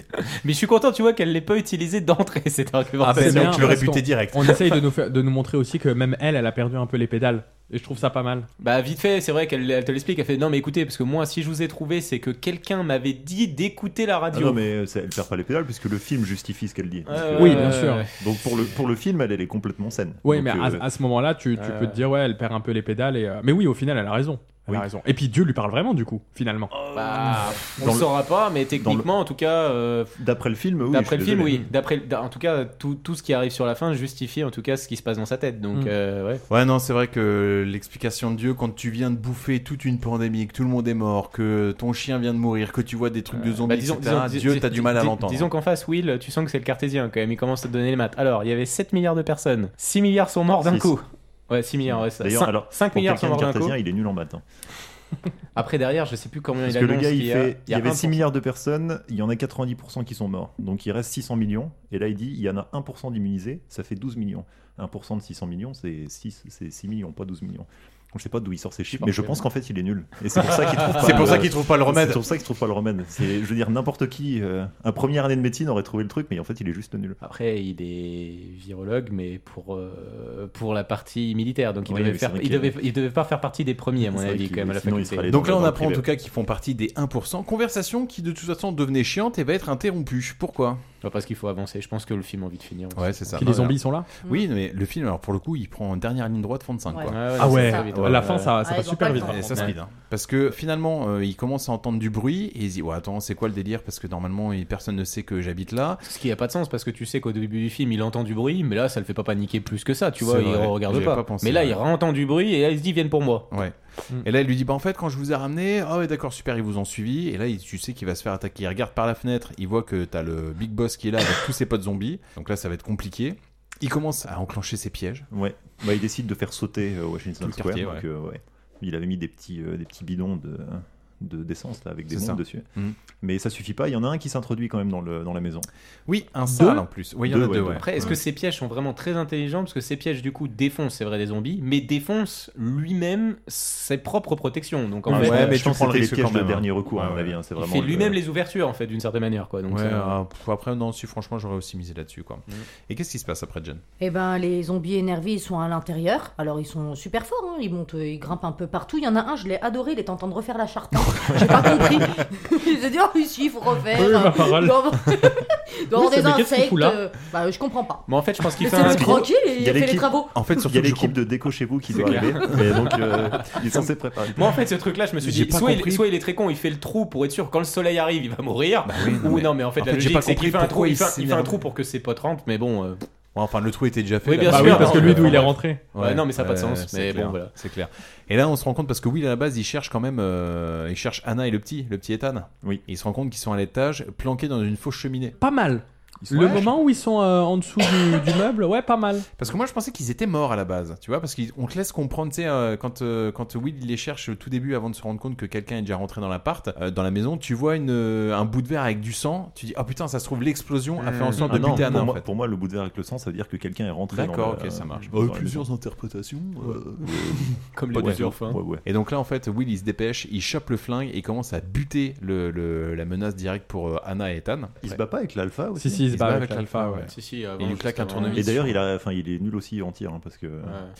Mais je suis content, tu vois, qu'elle l'ait pas utilisé d'entrée cette
Ah, ben
argumentation.
C'est bien, parce qu'on- On essaye de nous, faire- de nous montrer aussi que même elle, elle a perdu un peu les pédales. Et je trouve ça pas mal.
Bah vite fait, c'est vrai qu'elle elle te l'explique, elle fait non mais écoutez, parce que moi si je vous ai trouvé, c'est que quelqu'un m'avait dit d'écouter la
Ah
radio.
non, mais ça- elle perd pas les pédales puisque le film justifie ce qu'elle dit.
Ouais,
Donc, euh,
ouais, Euh, Oui, bien sûr.
Donc pour le, pour le film, elle, elle est complètement saine.
Oui,
Donc,
mais à,
euh,
à ce moment-là, tu, tu
euh,
peux te dire, ouais, elle perd un peu les pédales. Et, euh, Mais oui, Ah au final, elle a raison. Elle a raison. Et puis Dieu lui parle vraiment, du coup, finalement.
Bah, on
Dans
le
le-
saura pas, mais techniquement, en tout cas. euh,
D'après le film, oui.
D'après le
je suis
film,
désolé.
oui. D'après, le- en tout cas, tout, tout ce qui arrive sur la fin justifie en tout cas ce qui se passe dans sa tête. Donc,
Mm.
euh, ouais.
Ouais, non, c'est vrai que l'explication de Dieu, quand tu viens de bouffer toute une pandémie, que tout le monde est mort, que ton chien vient de mourir, que tu vois des trucs de zombies,
Bah, disons,
etc.,
disons-
Dieu,
dis-
t'as du mal à
dis-
l'entendre.
Disons qu'en face, Will, tu sens que c'est le cartésien quand même. Il commence à te donner les maths. Alors, il y avait 7 milliards de personnes. 6 milliards sont morts d'un
Six.
coup. Ouais, 6 milliards, ouais, ça.
D'ailleurs,
5,
alors, pour
milliards sont
quelqu'un
morts
de
d'un coup.
cartésien, il est nul en maths. hein.
Après, derrière, je sais plus combien
Parce
il
que
annonce
le gars, il,
qu'il y a.
fait, il y
a
avait
1%.
6 milliards de personnes, il y en a 90% qui sont morts. Donc il reste 600 millions. Et là, il dit, il y en a 1% d'immunisés, ça fait 12 millions. 1% de 600 millions, c'est 6, c'est 6 millions, pas 12 millions. Donc je sais pas d'où il sort ces chiffres, mais je pense qu'en fait, il est nul. Et c'est pour ça qu'il trouve pas
C'est pour ça qu'il trouve pas le remède.
C'est pour ça qu'il trouve pas le remède. C'est, je veux dire, n'importe qui, euh, un première année de médecine aurait trouvé le truc, mais en fait, il est juste nul.
Après, il est virologue, mais pour, euh, pour la partie militaire. Donc, il
Oui,
devait
mais c'est
faire-
vrai
il
qu'il-
devait, il devait pas faire partie des premiers, à mon
C'est vrai
avis,
qu'il-
quand même, à la
sinon, il
faculté.
serait allé
Donc là, on apprend en tout cas qu'ils font partie des 1%. Conversation qui, de toute façon, devenait chiante et va être interrompue. Pourquoi
Ouais, Parce qu'il faut avancer. Je pense que le film a envie de finir. aussi.
Ouais, c'est ça.
Puis les zombies sont là
Oui, mais le film, alors pour le coup, il prend en dernière ligne droite, fin de 5.
Ouais.
Quoi.
Ouais, ouais, Ah ouais, ça, vite, ouais. la fin, ça- ça Ouais, va ils ont super pas le vite, temps. par
Et ça
contre.
speed.
Ouais.
hein. Parce que finalement, euh, il commence à entendre du bruit et il se dit Ouais, attends, c'est quoi le délire Parce que normalement, il- personne ne sait que j'habite là.
Ce qui n'a pas de sens parce que tu sais qu'au début du film il entend du bruit, mais là ça le fait pas paniquer plus que ça, tu vois,
C'est
il
vrai,
regarde
j'avais
pas.
pas pensé,
mais là
ouais.
il entend du bruit et là il se dit viennent pour moi.
Ouais. Et là, il lui dit Bah, en fait, quand je vous ai ramené, ah ouais, d'accord, super, ils vous ont suivi. Et là, il- tu sais qu'il va se faire attaquer. Il regarde par la fenêtre, il voit que t'as le Big Boss qui est là avec tous ses potes zombies. Donc là, ça va être compliqué. Il commence à enclencher ses pièges.
Ouais. Bah, il décide de faire sauter euh, Washington
Tout le
Square.
quartier,
donc,
ouais.
euh, ouais. Il avait mis des petits, euh, des petits bidons de de- d'essence là avec des
C'est
bombes
ça.
dessus.
Mhm.
Mais ça suffit pas, il y en a un qui s'introduit quand même dans, le, dans la maison.
Oui, un sale en plus. Oui, il y en a deux, ouais.
Après, est-ce que ces pièges sont vraiment très intelligents Parce que ces pièges, du coup, défoncent, c'est vrai, des zombies, mais défoncent lui-même ses propres protections. Donc, en
Ouais,
fait,
mais
euh,
tu
je pense
prends
que
les
c'était
pièges
quand même,
de dernier
hein.
recours, à mon
Ouais,
avis, hein, c'est
Il
vraiment
fait
le-
lui-même les ouvertures, en fait, d'une certaine manière. Quoi. Donc,
Ouais,
ça-
euh, pff, après, non, si franchement, j'aurais aussi misé là-dessus. quoi. Et qu'est-ce qui se passe après, Jen
Eh ben, les zombies énervés, ils sont à l'intérieur. Alors, ils sont super forts. hein. Ils montent, euh, ils grimpent un peu partout. Il y en a un, je l'ai adoré. Il est en train de refaire la charte. hein. J'ai pas compris. il s'est dit, oh, oui, si, il faut refaire.
Oui, ma parole.
Il doit avoir- il doit avoir
c'est-
des
mais qu'est-ce qu'il
insectes.
fout là
euh, Bah, je comprends pas.
Mais en fait, je pense qu'il fait
Laissez-le
un.
tranquille et
Il
il
y a
fait les
l'équipe-
travaux.
En fait,
il y a l'équipe de déco chez vous qui doit
C'est
arriver.
clair.
Et donc, euh, il est censé préparer.
Moi, en fait, ce truc-là, je me suis
J'ai
dit,
pas
soit il,
compris.
soit il est très con, il fait le trou pour être sûr, quand le soleil arrive, il va mourir.
Bah non,
ou
mais-
non, mais en fait,
en
la
fait, j'ai
logique,
pas
c'est
compris
qu'il fait un trou,
pourquoi
il
il
fait, il fait un
s'énerve.
trou pour que ses potes rentrent, mais bon. euh,
Ouais, enfin, le trou était déjà fait.
Oui,
là.
bien
Bah
sûr.
oui, parce que lui, d'où il est
rentré.
Ouais, non, mais ça a pas de sens,
c'est
mais bon,
clair,
voilà.
C'est clair. Et là, on se rend compte parce que Will, à la base, il cherche quand même. euh, il cherche Anna et le petit, le petit Ethan.
Oui.
il se rend compte qu'ils sont à l'étage, planqués dans une fausse cheminée.
Pas mal.
sont
Le
là,
moment où ils sont euh, en dessous du, du meuble, ouais, pas mal.
Parce que moi, je pensais qu'ils étaient morts à la base, tu vois, parce qu'on te laisse comprendre, tu sais, euh, quand, euh, quand Will il les cherche au tout début avant de se rendre compte que quelqu'un est déjà rentré dans l'appart, euh, dans la maison, tu vois une, euh, un bout de verre avec du sang, tu dis, ah putain, ça se trouve, l'explosion a
Mmh.
fait en sorte
Ah
de
non,
buter
pour,
Anna, en
moi,
fait.
pour moi, le bout de verre avec le sang, ça veut dire que quelqu'un est rentré. dans
D'accord,
le-
ok, ça marche.
dans la maison.
Euh, interprétations. euh.
Comme les plusieurs fois.
Et donc là, en fait, Will, il se dépêche, il chope le flingue et commence à buter le, le- la menace directe pour euh, Anna et Ethan.
Il se bat pas avec l'alpha aussi hein.
Si, si, il se bat avec l'alpha, ouais.
Si, si, avant,
il lui
juste
claque un
avant.
tournevis.
Et d'ailleurs, il, a, enfin, il est nul aussi en tir, hein, parce que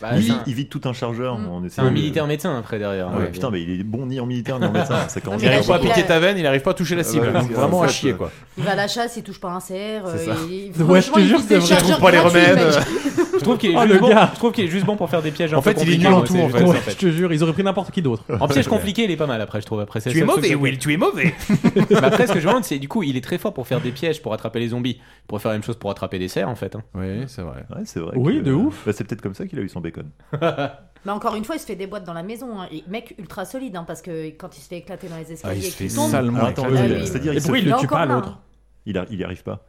Bah,
il,
c'est un-
il vide tout un chargeur.
Mm.
en
C'est
essayant
un
de- Ah
militaire médecin, après, derrière.
Ouais,
Ouais.
putain, mais il est bon ni en militaire ni en médecin. ça commence
Il
à
arrive pas à
faire
piquer
beaucoup.
ta veine, il arrive pas à toucher la
Ah,
cible.
voilà, c'est
vraiment
ça,
à
ça.
chier, quoi.
Il va à la chasse, il touche pas un cerf.
C'est
euh,
ça.
il-
Ouais, je te
franchement, il
jure,
vise
c'est
des
vrai. Je trouve
chargeurs
pas les
gratuits,
remèdes.
mec.
Je trouve qu'il est,
Oh,
juste
le
bon-
gars.
je trouve qu'il est juste bon pour faire des pièges. hein. un
En
peu
fait, il est
compliqués,
nul en
ouais,
tout,
c'est
en
juste
fait.
ça,
Ouais, je te jure, ils auraient pris n'importe qui d'autre.
En piège compliqué, il est pas mal après, je trouve. Après, c'est
Tu
le
es
seul
mauvais,
truc que-
Will, tu es mauvais.
Mais après, ce que je me demande, c'est du coup, il est très fort pour faire des pièges, pour attraper les zombies. Il pourrait faire la même chose pour attraper des cerfs, en fait. hein.
Oui, c'est vrai.
Ouais, c'est vrai.
Oui,
que-
de ouf.
Bah, c'est peut-être comme ça qu'il a eu son bacon.
Mais encore une fois, il se fait des boîtes dans la maison. hein. Et mec ultra solide, hein, parce que quand il se fait éclater dans les escaliers,
Ah, il se
et
fait
qu'il tombe,
salement
Alors, attends,
éclater.
oui,
Ah, oui.
c'est-à-dire,
Et
il se
pourquoi il
fait-
le
tue Il est pas, encore là. l'autre
Il, a- il y arrive pas.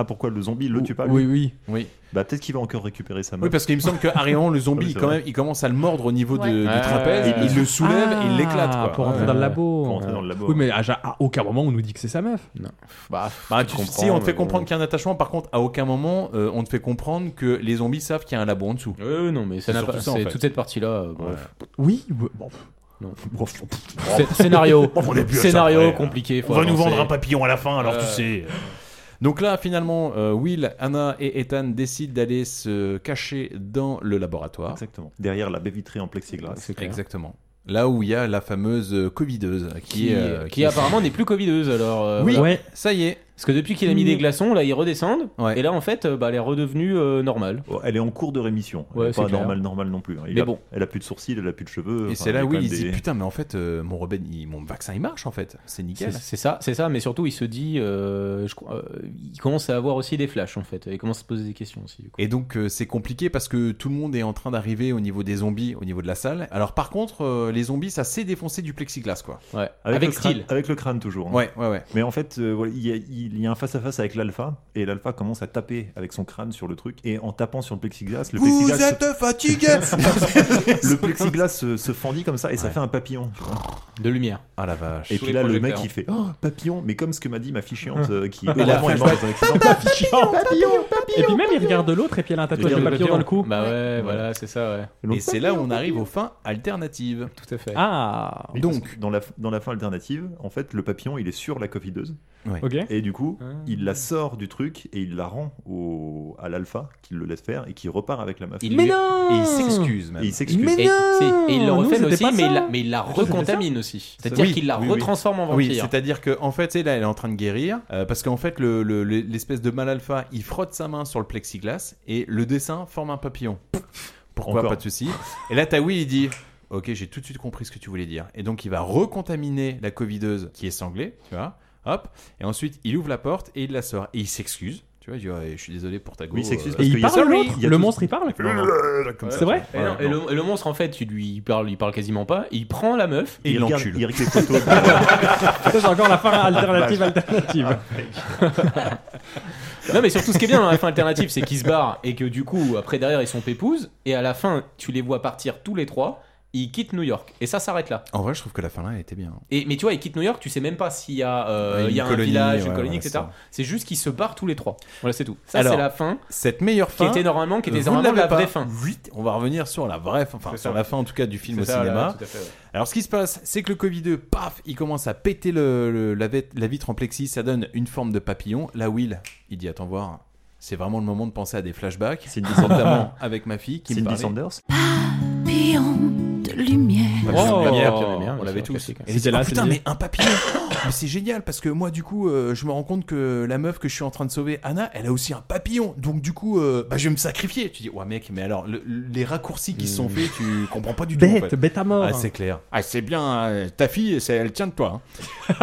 Ah, pourquoi le zombie le tue pas
oui,
lui
oui.
Oui.
Bah, peut-être qu'il va encore récupérer sa main.
Oui, parce qu'il me semble que Arion, le zombie,
Oui, c'est
quand
vrai.
même, il commence à le mordre au niveau de-
Ouais.
du
Ouais.
trapèze,
Et
il le soulève et il l'éclate.
Ah,
quoi.
Pour rentrer
Ouais.
dans le labo.
Pour rentrer dans le labo.
euh, Oui, mais à, ja- à aucun moment on nous dit que c'est sa meuf.
Non. Bah,
Bah, tu- si on te fait comprendre qu'il y a un attachement, par contre, à aucun moment euh, on te fait comprendre que les zombies savent qu'il y a un labo en dessous.
Oui, non, mais ça
C'est
n'a
surtout
pas.
ça, en
c'est
fait.
Toute cette partie-là, euh, bref.
Oui, bon.
Non.
Sc-
Scénario.
On est plus à ça
Scénario
près.
compliqué. faut
On va nous
avancer. Euh,
vendre un papillon à la fin, alors tu
Ouais.
sais. Donc là, finalement, euh, Will, Anna et Ethan décident d'aller se cacher dans le laboratoire.
Exactement. Derrière la baie vitrée en plexiglas.
Exactement. Là où il y a la fameuse euh, covideuse qui,
Qui,
est, euh,
qui apparemment n'est plus covideuse alors. euh,
Oui,
voilà.
ça y est.
Parce que depuis qu'il a mis des glaçons, là, ils redescendent. Et là, en fait, euh, bah, elle est redevenue euh, normale.
Oh, Elle est en cours de rémission. Elle
Ouais,
est
c'est
pas
clair.
normale, normale non plus. hein. Il
Mais
a-
bon.
Elle a plus de sourcils, elle a plus de
Et
cheveux. enfin,
c'est là
il y a
où
quand
il
même
se dit
des-
putain, mais en fait, euh, mon, Robin, il- mon vaccin il marche en fait, c'est nickel.
C'est c'est ça, c'est ça, mais surtout il se dit, euh, je crois, euh, il commence à avoir aussi des flashs en fait, il commence à se poser des questions aussi. du coup.
Et donc euh, c'est compliqué parce que tout le monde est en train d'arriver au niveau des zombies, au niveau de la salle. Alors par contre, euh, les zombies, ça s'est défoncé du plexiglas quoi.
Ouais.
le crâne- avec le crâne toujours. hein.
Ouais, ouais, ouais.
Mais en fait, euh, voilà, il y, a- il y a un face-à-face avec l'alpha, et l'alpha commence à taper avec son crâne sur le truc, et en tapant sur le plexiglas, le
Vous
plexiglas,
êtes fatigué
le plexiglas se, se fendit comme ça, et ça fait un papillon. tu vois.
De lumière.
Ah la vache.
Et
Sous
puis là,
les
le mec
projecteurs.
il fait Oh, papillon Mais comme ce que m'a dit ma fille chiante, euh, qui
Et la
heureusement, est
flashback.
morte dans un accident.
Et puis même, il regarde l'autre et puis elle a un tatouage de papillon dans le cou.
Bah ouais, voilà, c'est ça, ouais.
Et c'est là où on arrive aux fins alternatives.
Tout à fait.
Ah
Oui, parce que dans la, dans la fin alternative, en fait, le papillon, il est sur la covideuse.
Ouais.
Ok.
Et du coup,
Ah.
il la sort du truc et il la rend au, à l'alpha, qui le laisse faire et qui repart avec la meuf.
Il Mais lui- non
Et il s'excuse, même. Et il s'excuse.
Et, si, et il le
non,
refait
c'était
aussi,
pas
mais
ça.
il, la, mais il la
Attends,
recontamine aussi. C'est-à-dire
Oui,
qu'il la
oui, oui.
retransforme en
Oui,
vampire.
c'est-à-dire que en fait, tu sais, là, elle est en train de guérir euh, parce qu'en fait, le- le- le- l'espèce de mal alpha, il frotte sa main sur le plexiglas et le dessin forme un papillon. Pourquoi
Encore.
pas de souci. Et là, t'as Will, il dit. Ok, j'ai tout de suite compris ce que tu voulais dire. Et donc, il va recontaminer la covideuse qui est sanglée, tu vois. Hop. Et ensuite, il ouvre la porte et il la sort. Et il s'excuse. Tu vois, il dit Ouais, Je suis désolé pour ta go.
Oui, il s'excuse
euh,
parce Et il qu'il y a parle, ça, l'autre
il y a Le tout- monstre, il parle
Non, non.
Comme
C'est
ça.
vrai
Et, non, et le, et le monstre, en fait, tu lui il parle, il parle quasiment pas. Il prend la meuf
Et il
regarde-
l'encule.
il regarde les photos.
Ça, c'est Ah, encore la fin alternative, alternative.
non, mais surtout, ce qui est bien dans la fin alternative, c'est qu'ils se barrent et que du coup, après derrière, ils sont pépouses. Et à la fin, tu les vois partir tous les trois. Ils quittent New York et ça s'arrête là.
En vrai, je trouve que la fin là, elle était bien.
Et, mais tu vois, ils quittent New York, tu sais même pas s'il y a, euh,
Une
il y a un
colonie,
village, une
ouais,
colonie,
ouais,
etc.
ça.
C'est juste qu'ils se barrent tous les trois. Voilà, c'est tout. Ça,
Alors,
c'est la fin.
Cette meilleure
Qui
fin.
était normalement, qui était
Euh, vous
normalement
l'avez
la vraie
pas.
fin.
Vite, on va revenir sur la vraie fin, enfin
C'est
sur
ça.
la fin en tout cas du film
C'est
au
ça,
cinéma.
là, tout à fait, ouais.
Alors ce qui se passe, c'est que le Covideux, paf, il commence à péter le, le- la, vét- la vitre en plexi, ça donne une forme de papillon. Là, Will, il dit attends voir. C'est vraiment le moment de penser à des flashbacks, c'est notamment avec ma fille qui me
Cindy
parlait.
Sanders
Papillon de lumière.
Papillon de
Oh,
lumière,
papillon de lumière,
on
oui,
l'avait
c'est un
tous.
classique. hein.
Et
C'était
c'est
là,
là, putain,
c'était-
mais un papillon. Oh, Mais c'est génial parce que moi, du coup, euh, je me rends compte que la meuf que je suis en train de sauver, Anna, elle a aussi un papillon. Donc du coup, euh, bah, je vais me sacrifier. Tu dis ouais mec, mais alors le- les raccourcis qui se
Hmm.
sont faits, tu comprends pas du tout. en
Bête,
fait.
bête à mort.
Ah, c'est clair. Ah, c'est bien. euh, ta fille, c'est- elle tient de toi. hein.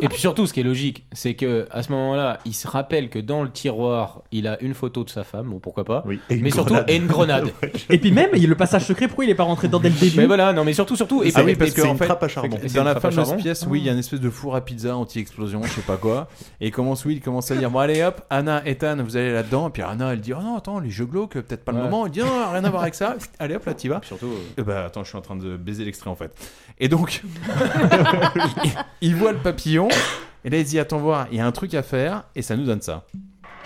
Et puis surtout, ce qui est logique, c'est que à ce moment-là, il se rappelle que dans le tiroir, il a une photo de sa femme, bon pourquoi pas,
Oui, et une
mais surtout
grenade.
et une grenade.
Et puis même, il- le passage secret, pourquoi il est pas rentré dedans dès le début
mais voilà, non, mais surtout, surtout. Et
ah
puis-
oui, parce
et-
que
c'est
en
une
fait,
trappe à charbon. C'est
Dans
une
la
trappe
fin
à
de cette
charbon.
pièce, oui, il y a une espèce de four à pizza anti-explosion, je sais pas quoi. Et commence, oui, il commence à dire Bon, allez hop, Anna, Ethan, vous allez là-dedans. Et puis Anna, elle dit Oh non, attends, les jeux glauques, peut-être pas le
Ouais. euh,
moment. Elle dit Non, non, rien à voir avec ça. Allez hop, là, t'y vas. Surtout. Bah attends, je suis en train de baiser l'extrait en fait. Et donc, il, il voit le papillon. Et là, il se dit Attends, voir, il y a un truc à faire. Et ça nous donne ça.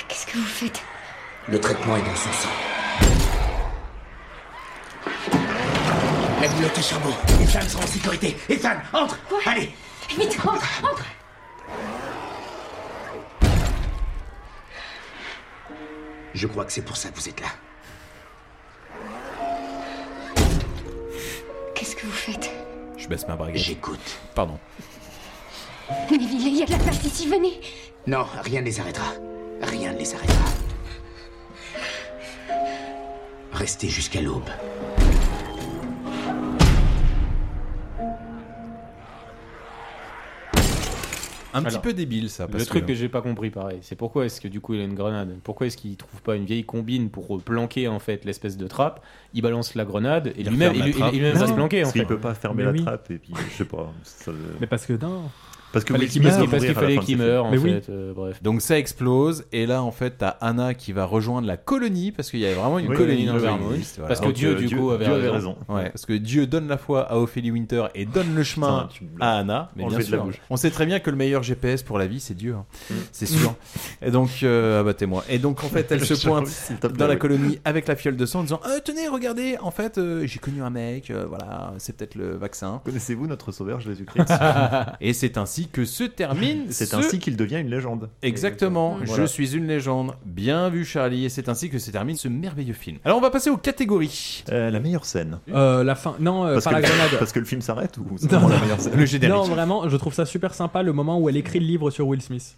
Qu'est-ce que vous faites
Le traitement est dans son sang.
La boulotte à charbon. Ethan sera en sécurité. Ethan, entre Allez
Vite, rentre, rentre
Je crois que c'est pour ça que vous êtes là.
Qu'est-ce que vous faites
Je baisse ma baguette.
J'écoute.
Pardon.
Mais il y a de la place ici, venez
Non, rien ne les arrêtera. Rien ne les arrêtera. Restez jusqu'à l'aube.
Un petit
Alors,
peu débile ça. Parce
le truc
que-
que j'ai pas compris, pareil, c'est pourquoi est-ce que du coup il a une grenade Pourquoi est-ce qu'il trouve pas une vieille combine pour euh, planquer en fait l'espèce de trappe Il balance la grenade et
Il
lui-même
referme
il,
la
il-
trappe.
il- il- même va se
Non.
planquer en
Parce qu'il
fait.
peut pas fermer
Mais
la
oui.
trappe, et puis je sais pas. ça-
Mais parce que non.
Parce que
Fallait
Will
qu'il
Smith
meure,
va
parce
mourir
qu'il
à la
fallait
fin de
qu'il
ce film.
meure en
Mais oui.
fait. euh, bref.
Donc ça explose et là en fait t'as Anna qui va rejoindre la colonie parce qu'il y avait vraiment une
Oui,
colonie
oui,
dans
oui,
le
oui.
Vermouth, voilà.
Parce que
Donc,
Dieu, du coup, avait
Dieu avait
raison.
raison.
ouais, parce que Dieu donne la foi à Ophélie Winter et donne le chemin
Putain, tu me l'as
à Anna. Mais
enlevé
bien
de la
sûr,
bouche. Mm.
on sait très bien que le meilleur GPS pour la vie c'est Dieu, hein. c'est sûr. Et donc euh, abattez-moi. Et donc en fait elle se
J'avoue,
pointe
s'il te plaît,
dans la
oui.
colonie avec la fiole de sang en disant Euh, tenez regardez en fait euh, j'ai connu un mec euh, voilà c'est peut-être le vaccin.
Connaissez-vous notre sauveur Jésus-Christ
Et c'est ainsi que se termine.
Ah. C'est
ce
ainsi qu'il devient une légende.
Exactement,
Exactement.
je
Voilà.
suis une légende. Bien vu Charlie, et c'est ainsi que se termine ce merveilleux film. Alors on va passer aux catégories.
Euh, la meilleure scène.
Euh, la fin, non, euh,
Parce
pas
que
la
le-
grenade.
Parce que le film s'arrête ou c'est
Non,
vraiment la
non.
meilleure scène
Le générique.
Non, vraiment, je trouve ça super sympa le moment où elle écrit le livre sur Will Smith.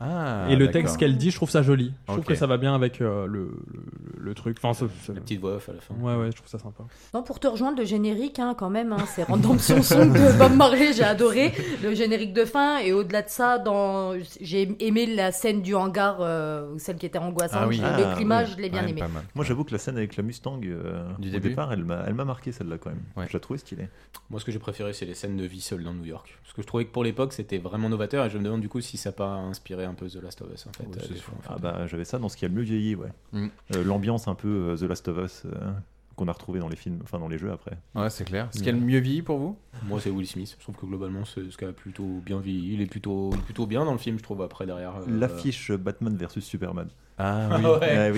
Ah,
et le
d'accord.
texte qu'elle dit, je trouve ça joli. Je trouve
Ok.
que ça va bien avec euh, le, le- le truc. Enfin, la petite
voix off à la fin.
Ouais, ouais, je trouve ça sympa.
Non, pour te rejoindre, le générique, hein, quand même, hein, c'est Redemption Song de Bob Marley, j'ai adoré. Le générique de fin, et au-delà de ça, dans... j'ai aimé la scène du hangar, euh, ou celle qui était angoissante.
Ah
le climat, je l'ai bien aimé.
Moi, j'avoue que la scène avec la Mustang euh, au
début.
départ, elle m'a elle m'a marqué celle-là quand même. Je la trouvais stylée.
Moi, ce que j'ai préféré, c'est les scènes de vie seule dans New York. Parce que je trouvais que pour l'époque, c'était vraiment novateur et je me demande du coup si ça n'a pas inspiré un peu The Last of Us en fait. euh, des fois, en fait.
Ah bah, j'avais ça dans ce qui a le mieux vieilli, ouais.
Mm.
Euh, L'ambiance un peu euh, The Last of Us euh, qu'on a retrouvé dans les films, enfin dans les jeux après.
Ouais, c'est clair.
Mm.
Ce qui a le mieux vieilli pour vous
Moi, c'est Will Smith. Je trouve que globalement, c'est ce qui a plutôt bien vieilli. Il est plutôt, plutôt bien dans le film, je trouve, après derrière. euh,
L'affiche Batman versus Superman.
Ah
oui.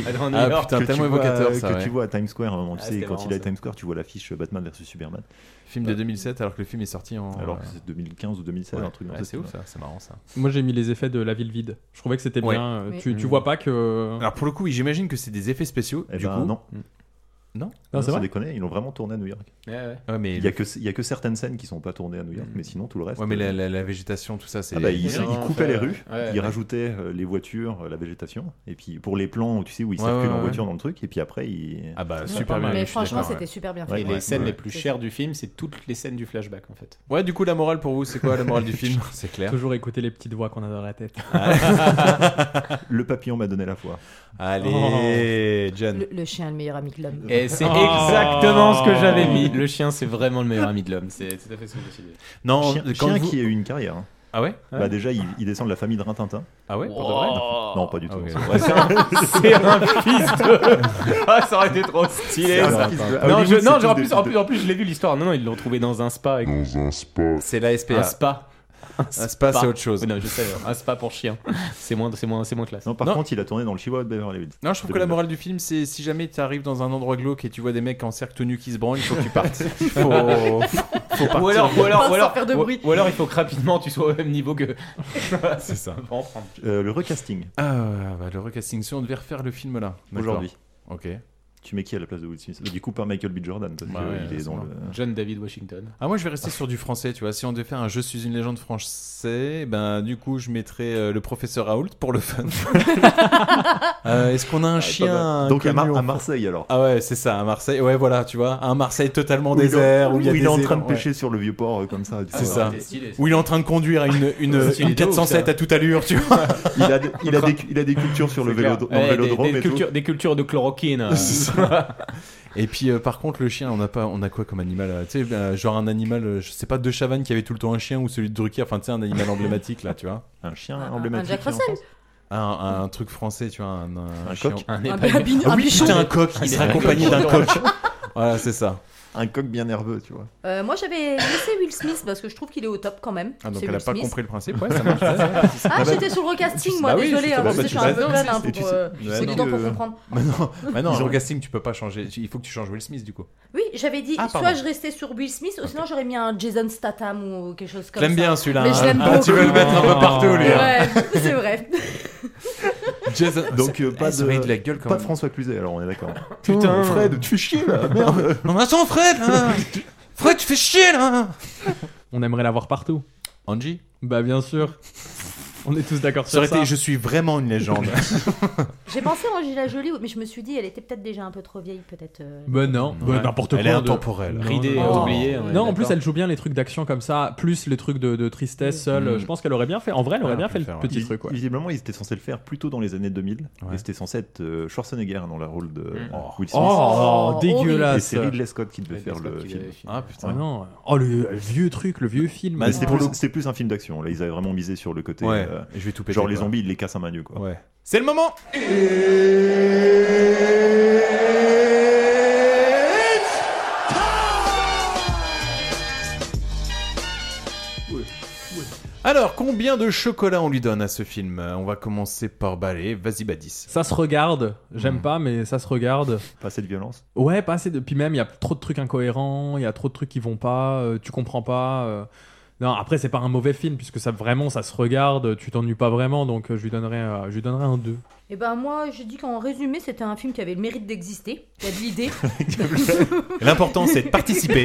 Ah dans New York.
que
putain,
tu
tellement
vois- euh,
évocateur, ça,
Que
ouais.
tu vois à Times Square, à un moment, tu
Ah,
sais,
c'était
quand
marrant,
il est à
ça.
Times Square, tu vois l'affiche Batman versus Superman.
Film de 2007, Euh, alors que le film est sorti en. euh,
Alors que c'est 2015 ou 2016,
Oh. Ouais.
un truc dans
Ouais,
ce
C'est ouf
style-là.
ça, c'est marrant ça.
Moi, j'ai mis les effets de la ville vide. Je trouvais que c'était
Ouais.
bien. euh,
Oui.
Tu, tu
Mm.
vois pas que.
Alors pour le coup, oui, j'imagine que c'est des effets spéciaux.
Eh
du
ben,
coup,
non.
Non
Non,
c'est
ça
vrai
déconne, ils l'ont vraiment tourné à New York.
Ouais, ouais.
Ouais, mais
il y a que il y a que certaines scènes qui sont pas tournées à New York, mais sinon tout le reste.
Mm. Ouais, mais la,
euh,
la- la végétation, tout ça, c'est.
Ah bah, ils, ils
Non,
coupaient
ça-
les rues,
ouais,
ils
ouais.
rajoutaient euh, les voitures, euh, la végétation, et puis pour les plans, tu sais, où ils
Ouais,
circulent
ouais,
en
ouais.
voiture dans le truc, et puis après, ils.
Ah bah,
Ouais,
super
pas
bien.
mal.
Mais
je suis
franchement,
d'accord,
c'était
ouais.
super bien
Et
fait.
les
Ouais,
scènes
ouais.
les plus chères du film, c'est toutes les scènes du flashback en fait.
Ouais, du coup, la morale pour vous, c'est quoi la morale du film C'est clair.
Toujours écouter les petites voix qu'on a dans la tête.
le papillon m'a donné la foi.
Allez,
Oh.
John.
Le, le chien est le meilleur ami de l'homme.
Et c'est
Oh.
exactement ce que j'avais mis. Le chien, c'est vraiment le meilleur ami de l'homme. C'est tout à fait ce que j'ai décidé.
Non,
chien,
quand
chien
vous-
qui a eu une carrière. hein.
Ah ouais
Bah déjà, il, il descend de la famille de Rintintin.
Ah ouais
Pour de vrai Non, pas du tout.
Ah ouais.
c'est
Ouais,
vrai.
c'est un-
C'est un fils de. Ah, ça aurait été trop stylé.
C'est
Ah,
un
ça.
fils de-
Non,
Hollywood,
je- non,
c'est
je- en
tous
plus,
des-
en plus, en plus, je l'ai vu l'histoire. Non, non, ils l'ont trouvé dans un spa. avec-
Dans un spa. C'est la SPA.
Un spa.
Un spa, c'est autre chose.
Oui, Non, je sais. Un spa pour chien. C'est moins, c'est moins, c'est moins classe.
Non, par contre, il a tourné dans le Chihuahua de Beverly Hills.
Non, je trouve que la morale du film, c'est si jamais tu arrives dans un endroit glauque et tu vois des mecs en cercle tout nu qui se branlent, il faut que tu partes. Il faut, faut, faut partir.
Ou alors, ou alors, ou alors, ou-
bruit.
ou alors, il faut que rapidement tu sois au même niveau que.
C'est ça.
On va en prendre.
Euh, le recasting
Ah, bah, le recasting, si on devait refaire le film là. d'accord.
aujourd'hui.
Ok.
Tu mets qui à la place de Will Smith Du coup, par Michael B. Jordan, parce
Bah ouais,
qu'il est
c'est
dans
bon.
le.
John David Washington.
Ah, moi je vais rester sur du français, tu vois. Si on devait faire un Je suis une légende français, ben du coup je mettrais euh, le professeur Raoult pour le fun. Euh, Est-ce qu'on a un chien
Donc à, Mar-
connu en-
à Marseille alors.
Ah ouais, c'est ça, à Marseille. Ouais, voilà, tu vois, un Marseille totalement
Où il est-
désert où il y a
où il est
des
en train de
élans, ouais.
pêcher sur le vieux port euh, comme ça. tu
C'est
sais.
ça. Où il est en train de conduire à une, une,
C'est
une
stylé de ouf,
407
ça.
à toute allure, tu vois.
Il a, des- il a des, il a des cultures sur le, vélo, dans le
Ouais, des-
vélodrome
des,
et tout.
cultures, des cultures de chloroquine. euh.
Et puis euh, par contre, le chien, on a pas, on a quoi comme animal euh, Tu sais, euh, genre un animal, euh, je sais pas, de Chavannes qui avait tout le temps un chien ou celui de Drucker, enfin tu sais, un animal emblématique là, tu vois.
Un chien
emblématique, Jack Russell. en France
un, un- un truc français, tu vois, un, un,
coq Un
chien-
épingle. Un bi-
Ah
un
oui,
bichon.
putain, un coq, il
Un
serait
coq.
accompagné d'un coq. Voilà, c'est ça.
Un coq bien nerveux, tu vois.
Euh, moi, j'avais laissé Will Smith parce que je trouve qu'il est au top quand même.
Ah, donc
C'est
elle a
Will
pas
Smith.
compris le principe, ouais, ça marche. ouais, ouais.
Ah, j'étais sur le recasting, moi,
Bah oui,
désolé,
justement,
hein, parce
bah
que je
tu
suis un peu
sais-
conne hein,
tu sais-
pour, euh,
tu sais
j'ai du temps pour comprendre.
Bah non, bah non,
Ils ont-
en casting, tu peux pas changer. Il faut que tu changes Will Smith du coup.
Oui, j'avais dit,
Ah, pardon.
soit je restais sur Will Smith, ou sinon j'aurais mis un Jason Statham ou quelque chose comme ça.
J'aime bien celui-là.
Mais
hein.
je l'aime
Ah, tu veux le
beaucoup.
mettre un peu partout, lui. hein.
Ouais, c'est vrai.
Jason.
Donc euh, pas,
Eh, ça
de,
aurait de la gueule quand
pas
même.
de François Cluzet, alors on est d'accord.
Putain.
Fred, tu fais chier là, merde.
Non, mais attends, Fred là Fred, tu fais chier là
On aimerait l'avoir partout.
Angie
Bah, bien sûr. On est tous d'accord
Ça
sur
aurait
ça.
été Je suis vraiment une légende.
J'ai pensé à Angela Jolie, mais je me suis dit, elle était peut-être déjà un peu trop vieille, peut-être. euh.
Bah non,
Ouais.
bah n'importe quoi.
Elle est intemporelle.
de-
Ridée,
Non,
oubliée,
non.
ouais,
non, en plus
d'accord.
elle joue bien les trucs d'action comme ça, plus les trucs de, de tristesse seule.
Mm.
Je pense qu'elle aurait bien fait. En vrai, elle aurait bien fait le petit
Vis-
truc. ouais.
Visiblement, ils étaient censés le faire plutôt dans les années 2000. Et c'était censé être euh, Schwarzenegger dans la rôle de euh, Will Smith.
Oh, Oh, dégueulasse.
Et c'est Ridley Scott qui devait faire le film.
Ah putain.
non. Oh le vieux truc, le vieux film.
Mais c'était plus, c'était plus un film d'action. Là, ils avaient vraiment misé sur le côté.
Ouais,
euh,
je vais tout péter,
Genre les
quoi.
zombies, ils les cassent à main nue, quoi.
Ouais. C'est le moment Alors, combien de chocolat on lui donne à ce film Euh, On va commencer par Ballet. Vas-y, Badis.
Ça se regarde. J'aime pas, mais ça se regarde.
Pas assez de violence.
Ouais, pas assez de. Puis même, il y a trop de trucs incohérents, il y a trop de trucs qui vont pas, euh, tu comprends pas. euh, Non, après, c'est pas un mauvais film, puisque ça vraiment, ça se regarde, tu t'ennuies pas vraiment, donc euh, je lui donnerais, euh, je lui donnerais un 2.
Et ben moi, je dis qu'en résumé, c'était un film qui avait le mérite d'exister, qui a de l'idée.
L'important, c'est de participer.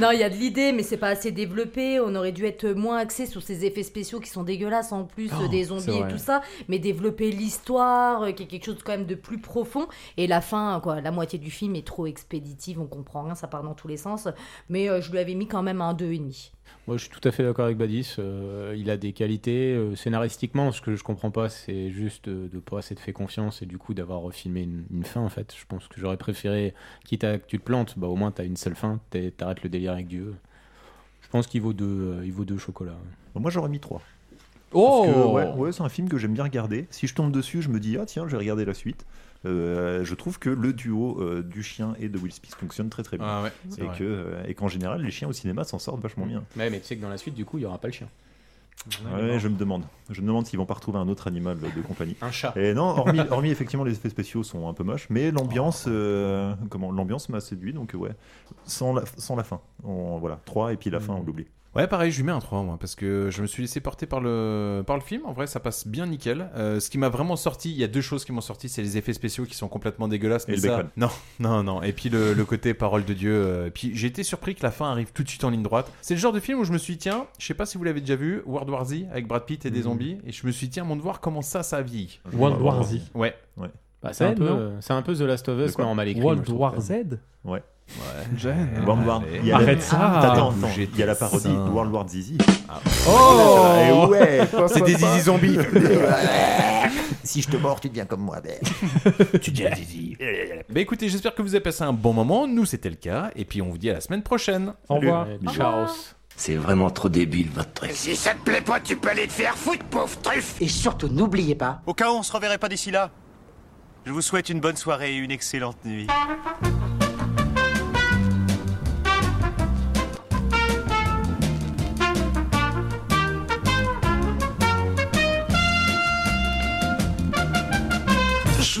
non, il y a de l'idée, mais c'est pas assez développé. On aurait dû être moins axé sur ces effets spéciaux qui sont dégueulasses en plus
Oh,
euh, des
c'est
zombies
vrai.
et tout ça, mais développer l'histoire, euh, qui est quelque chose quand même de plus profond. Et la fin, quoi, la moitié du film est trop expéditive, on comprend rien, ça part dans tous les sens. Mais euh, je lui avais mis quand même un 2,5.
Moi, je suis tout à fait d'accord avec Badis. euh, il a des qualités euh, scénaristiquement. Ce que je comprends pas, c'est juste euh, de, de pas assez de fait confiance et du coup d'avoir filmé une, une fin. En fait, je pense que j'aurais préféré, quitte à que tu te plantes, bah au moins t'as une seule fin. t'es- T'arrêtes le délire avec Dieu. Je pense qu'il vaut deux, euh, il vaut deux chocolats.
Moi, j'aurais mis trois.
Oh
Parce que, ouais, ouais, c'est un film que j'aime bien regarder. Si je tombe dessus, je me dis ah tiens, je vais regarder la suite. Euh, je trouve que le duo euh, du chien et de Will Smith fonctionne très très bien.
Ah ouais, c'est
et
vrai.
que euh, et qu'en général, les chiens au cinéma s'en sortent
Mm.
vachement bien.
Ouais, mais tu sais que dans la suite, du coup, il y aura pas le chien.
Ouais, je me demande. Je me demande s'ils vont pas retrouver un autre animal de compagnie.
Un chat.
Et non, hormis, hormis, effectivement les effets spéciaux sont un peu moches, mais l'ambiance, euh, comment l'ambiance m'a séduit donc ouais. Sans la, sans la fin, on, voilà. 3 et puis la fin on l'oublie.
Ouais, pareil, je lui mets un 3, moi, parce que je me suis laissé porter par le, par le film. En vrai, ça passe bien nickel. Euh, ce qui m'a vraiment sorti, il y a deux choses qui m'ont sorti c'est les effets spéciaux qui sont complètement dégueulasses.
Et
mais
le
ça-
bacon.
Non, non, non. Et puis le, le côté parole de Dieu. euh, et puis j'ai été surpris que la fin arrive tout de suite en ligne droite. C'est le genre de film où je me suis dit, tiens, je sais pas si vous l'avez déjà vu, World War Z avec Brad Pitt et des
Mhm.
zombies. Et je me suis dit, tiens, mon devoir, comment ça, ça vieillit
World War Z.
Ouais.
ouais.
Bah, c'est un peu, euh, c'est un peu The Last of
De
Us,
quoi
mais en mal écrit.
World
moi, je trouve.
War Z
Ouais.
Jen,
World War-
Mmh. allez.
il y a la-
Arrête ça. Ah,
Attends, attends,
Bougez
Il y a la
tes
parodie
seins.
World War Zizi.
Oh
Et ouais
C'est des zizi zombies.
Si je te mords, tu deviens comme moi, ben.
tu deviens zizi. Bah écoutez, j'espère que vous avez passé un bon moment. Nous, c'était le cas. Et puis, on vous dit à la semaine prochaine.
Au revoir.
Ciao.
C'est vraiment trop débile votre truc.
Si ça te plaît pas, tu peux aller te faire foutre, pauvre truffe
Et surtout, n'oubliez pas.
Au cas où on se reverrait pas d'ici là, je vous souhaite une bonne soirée et une excellente nuit.
Je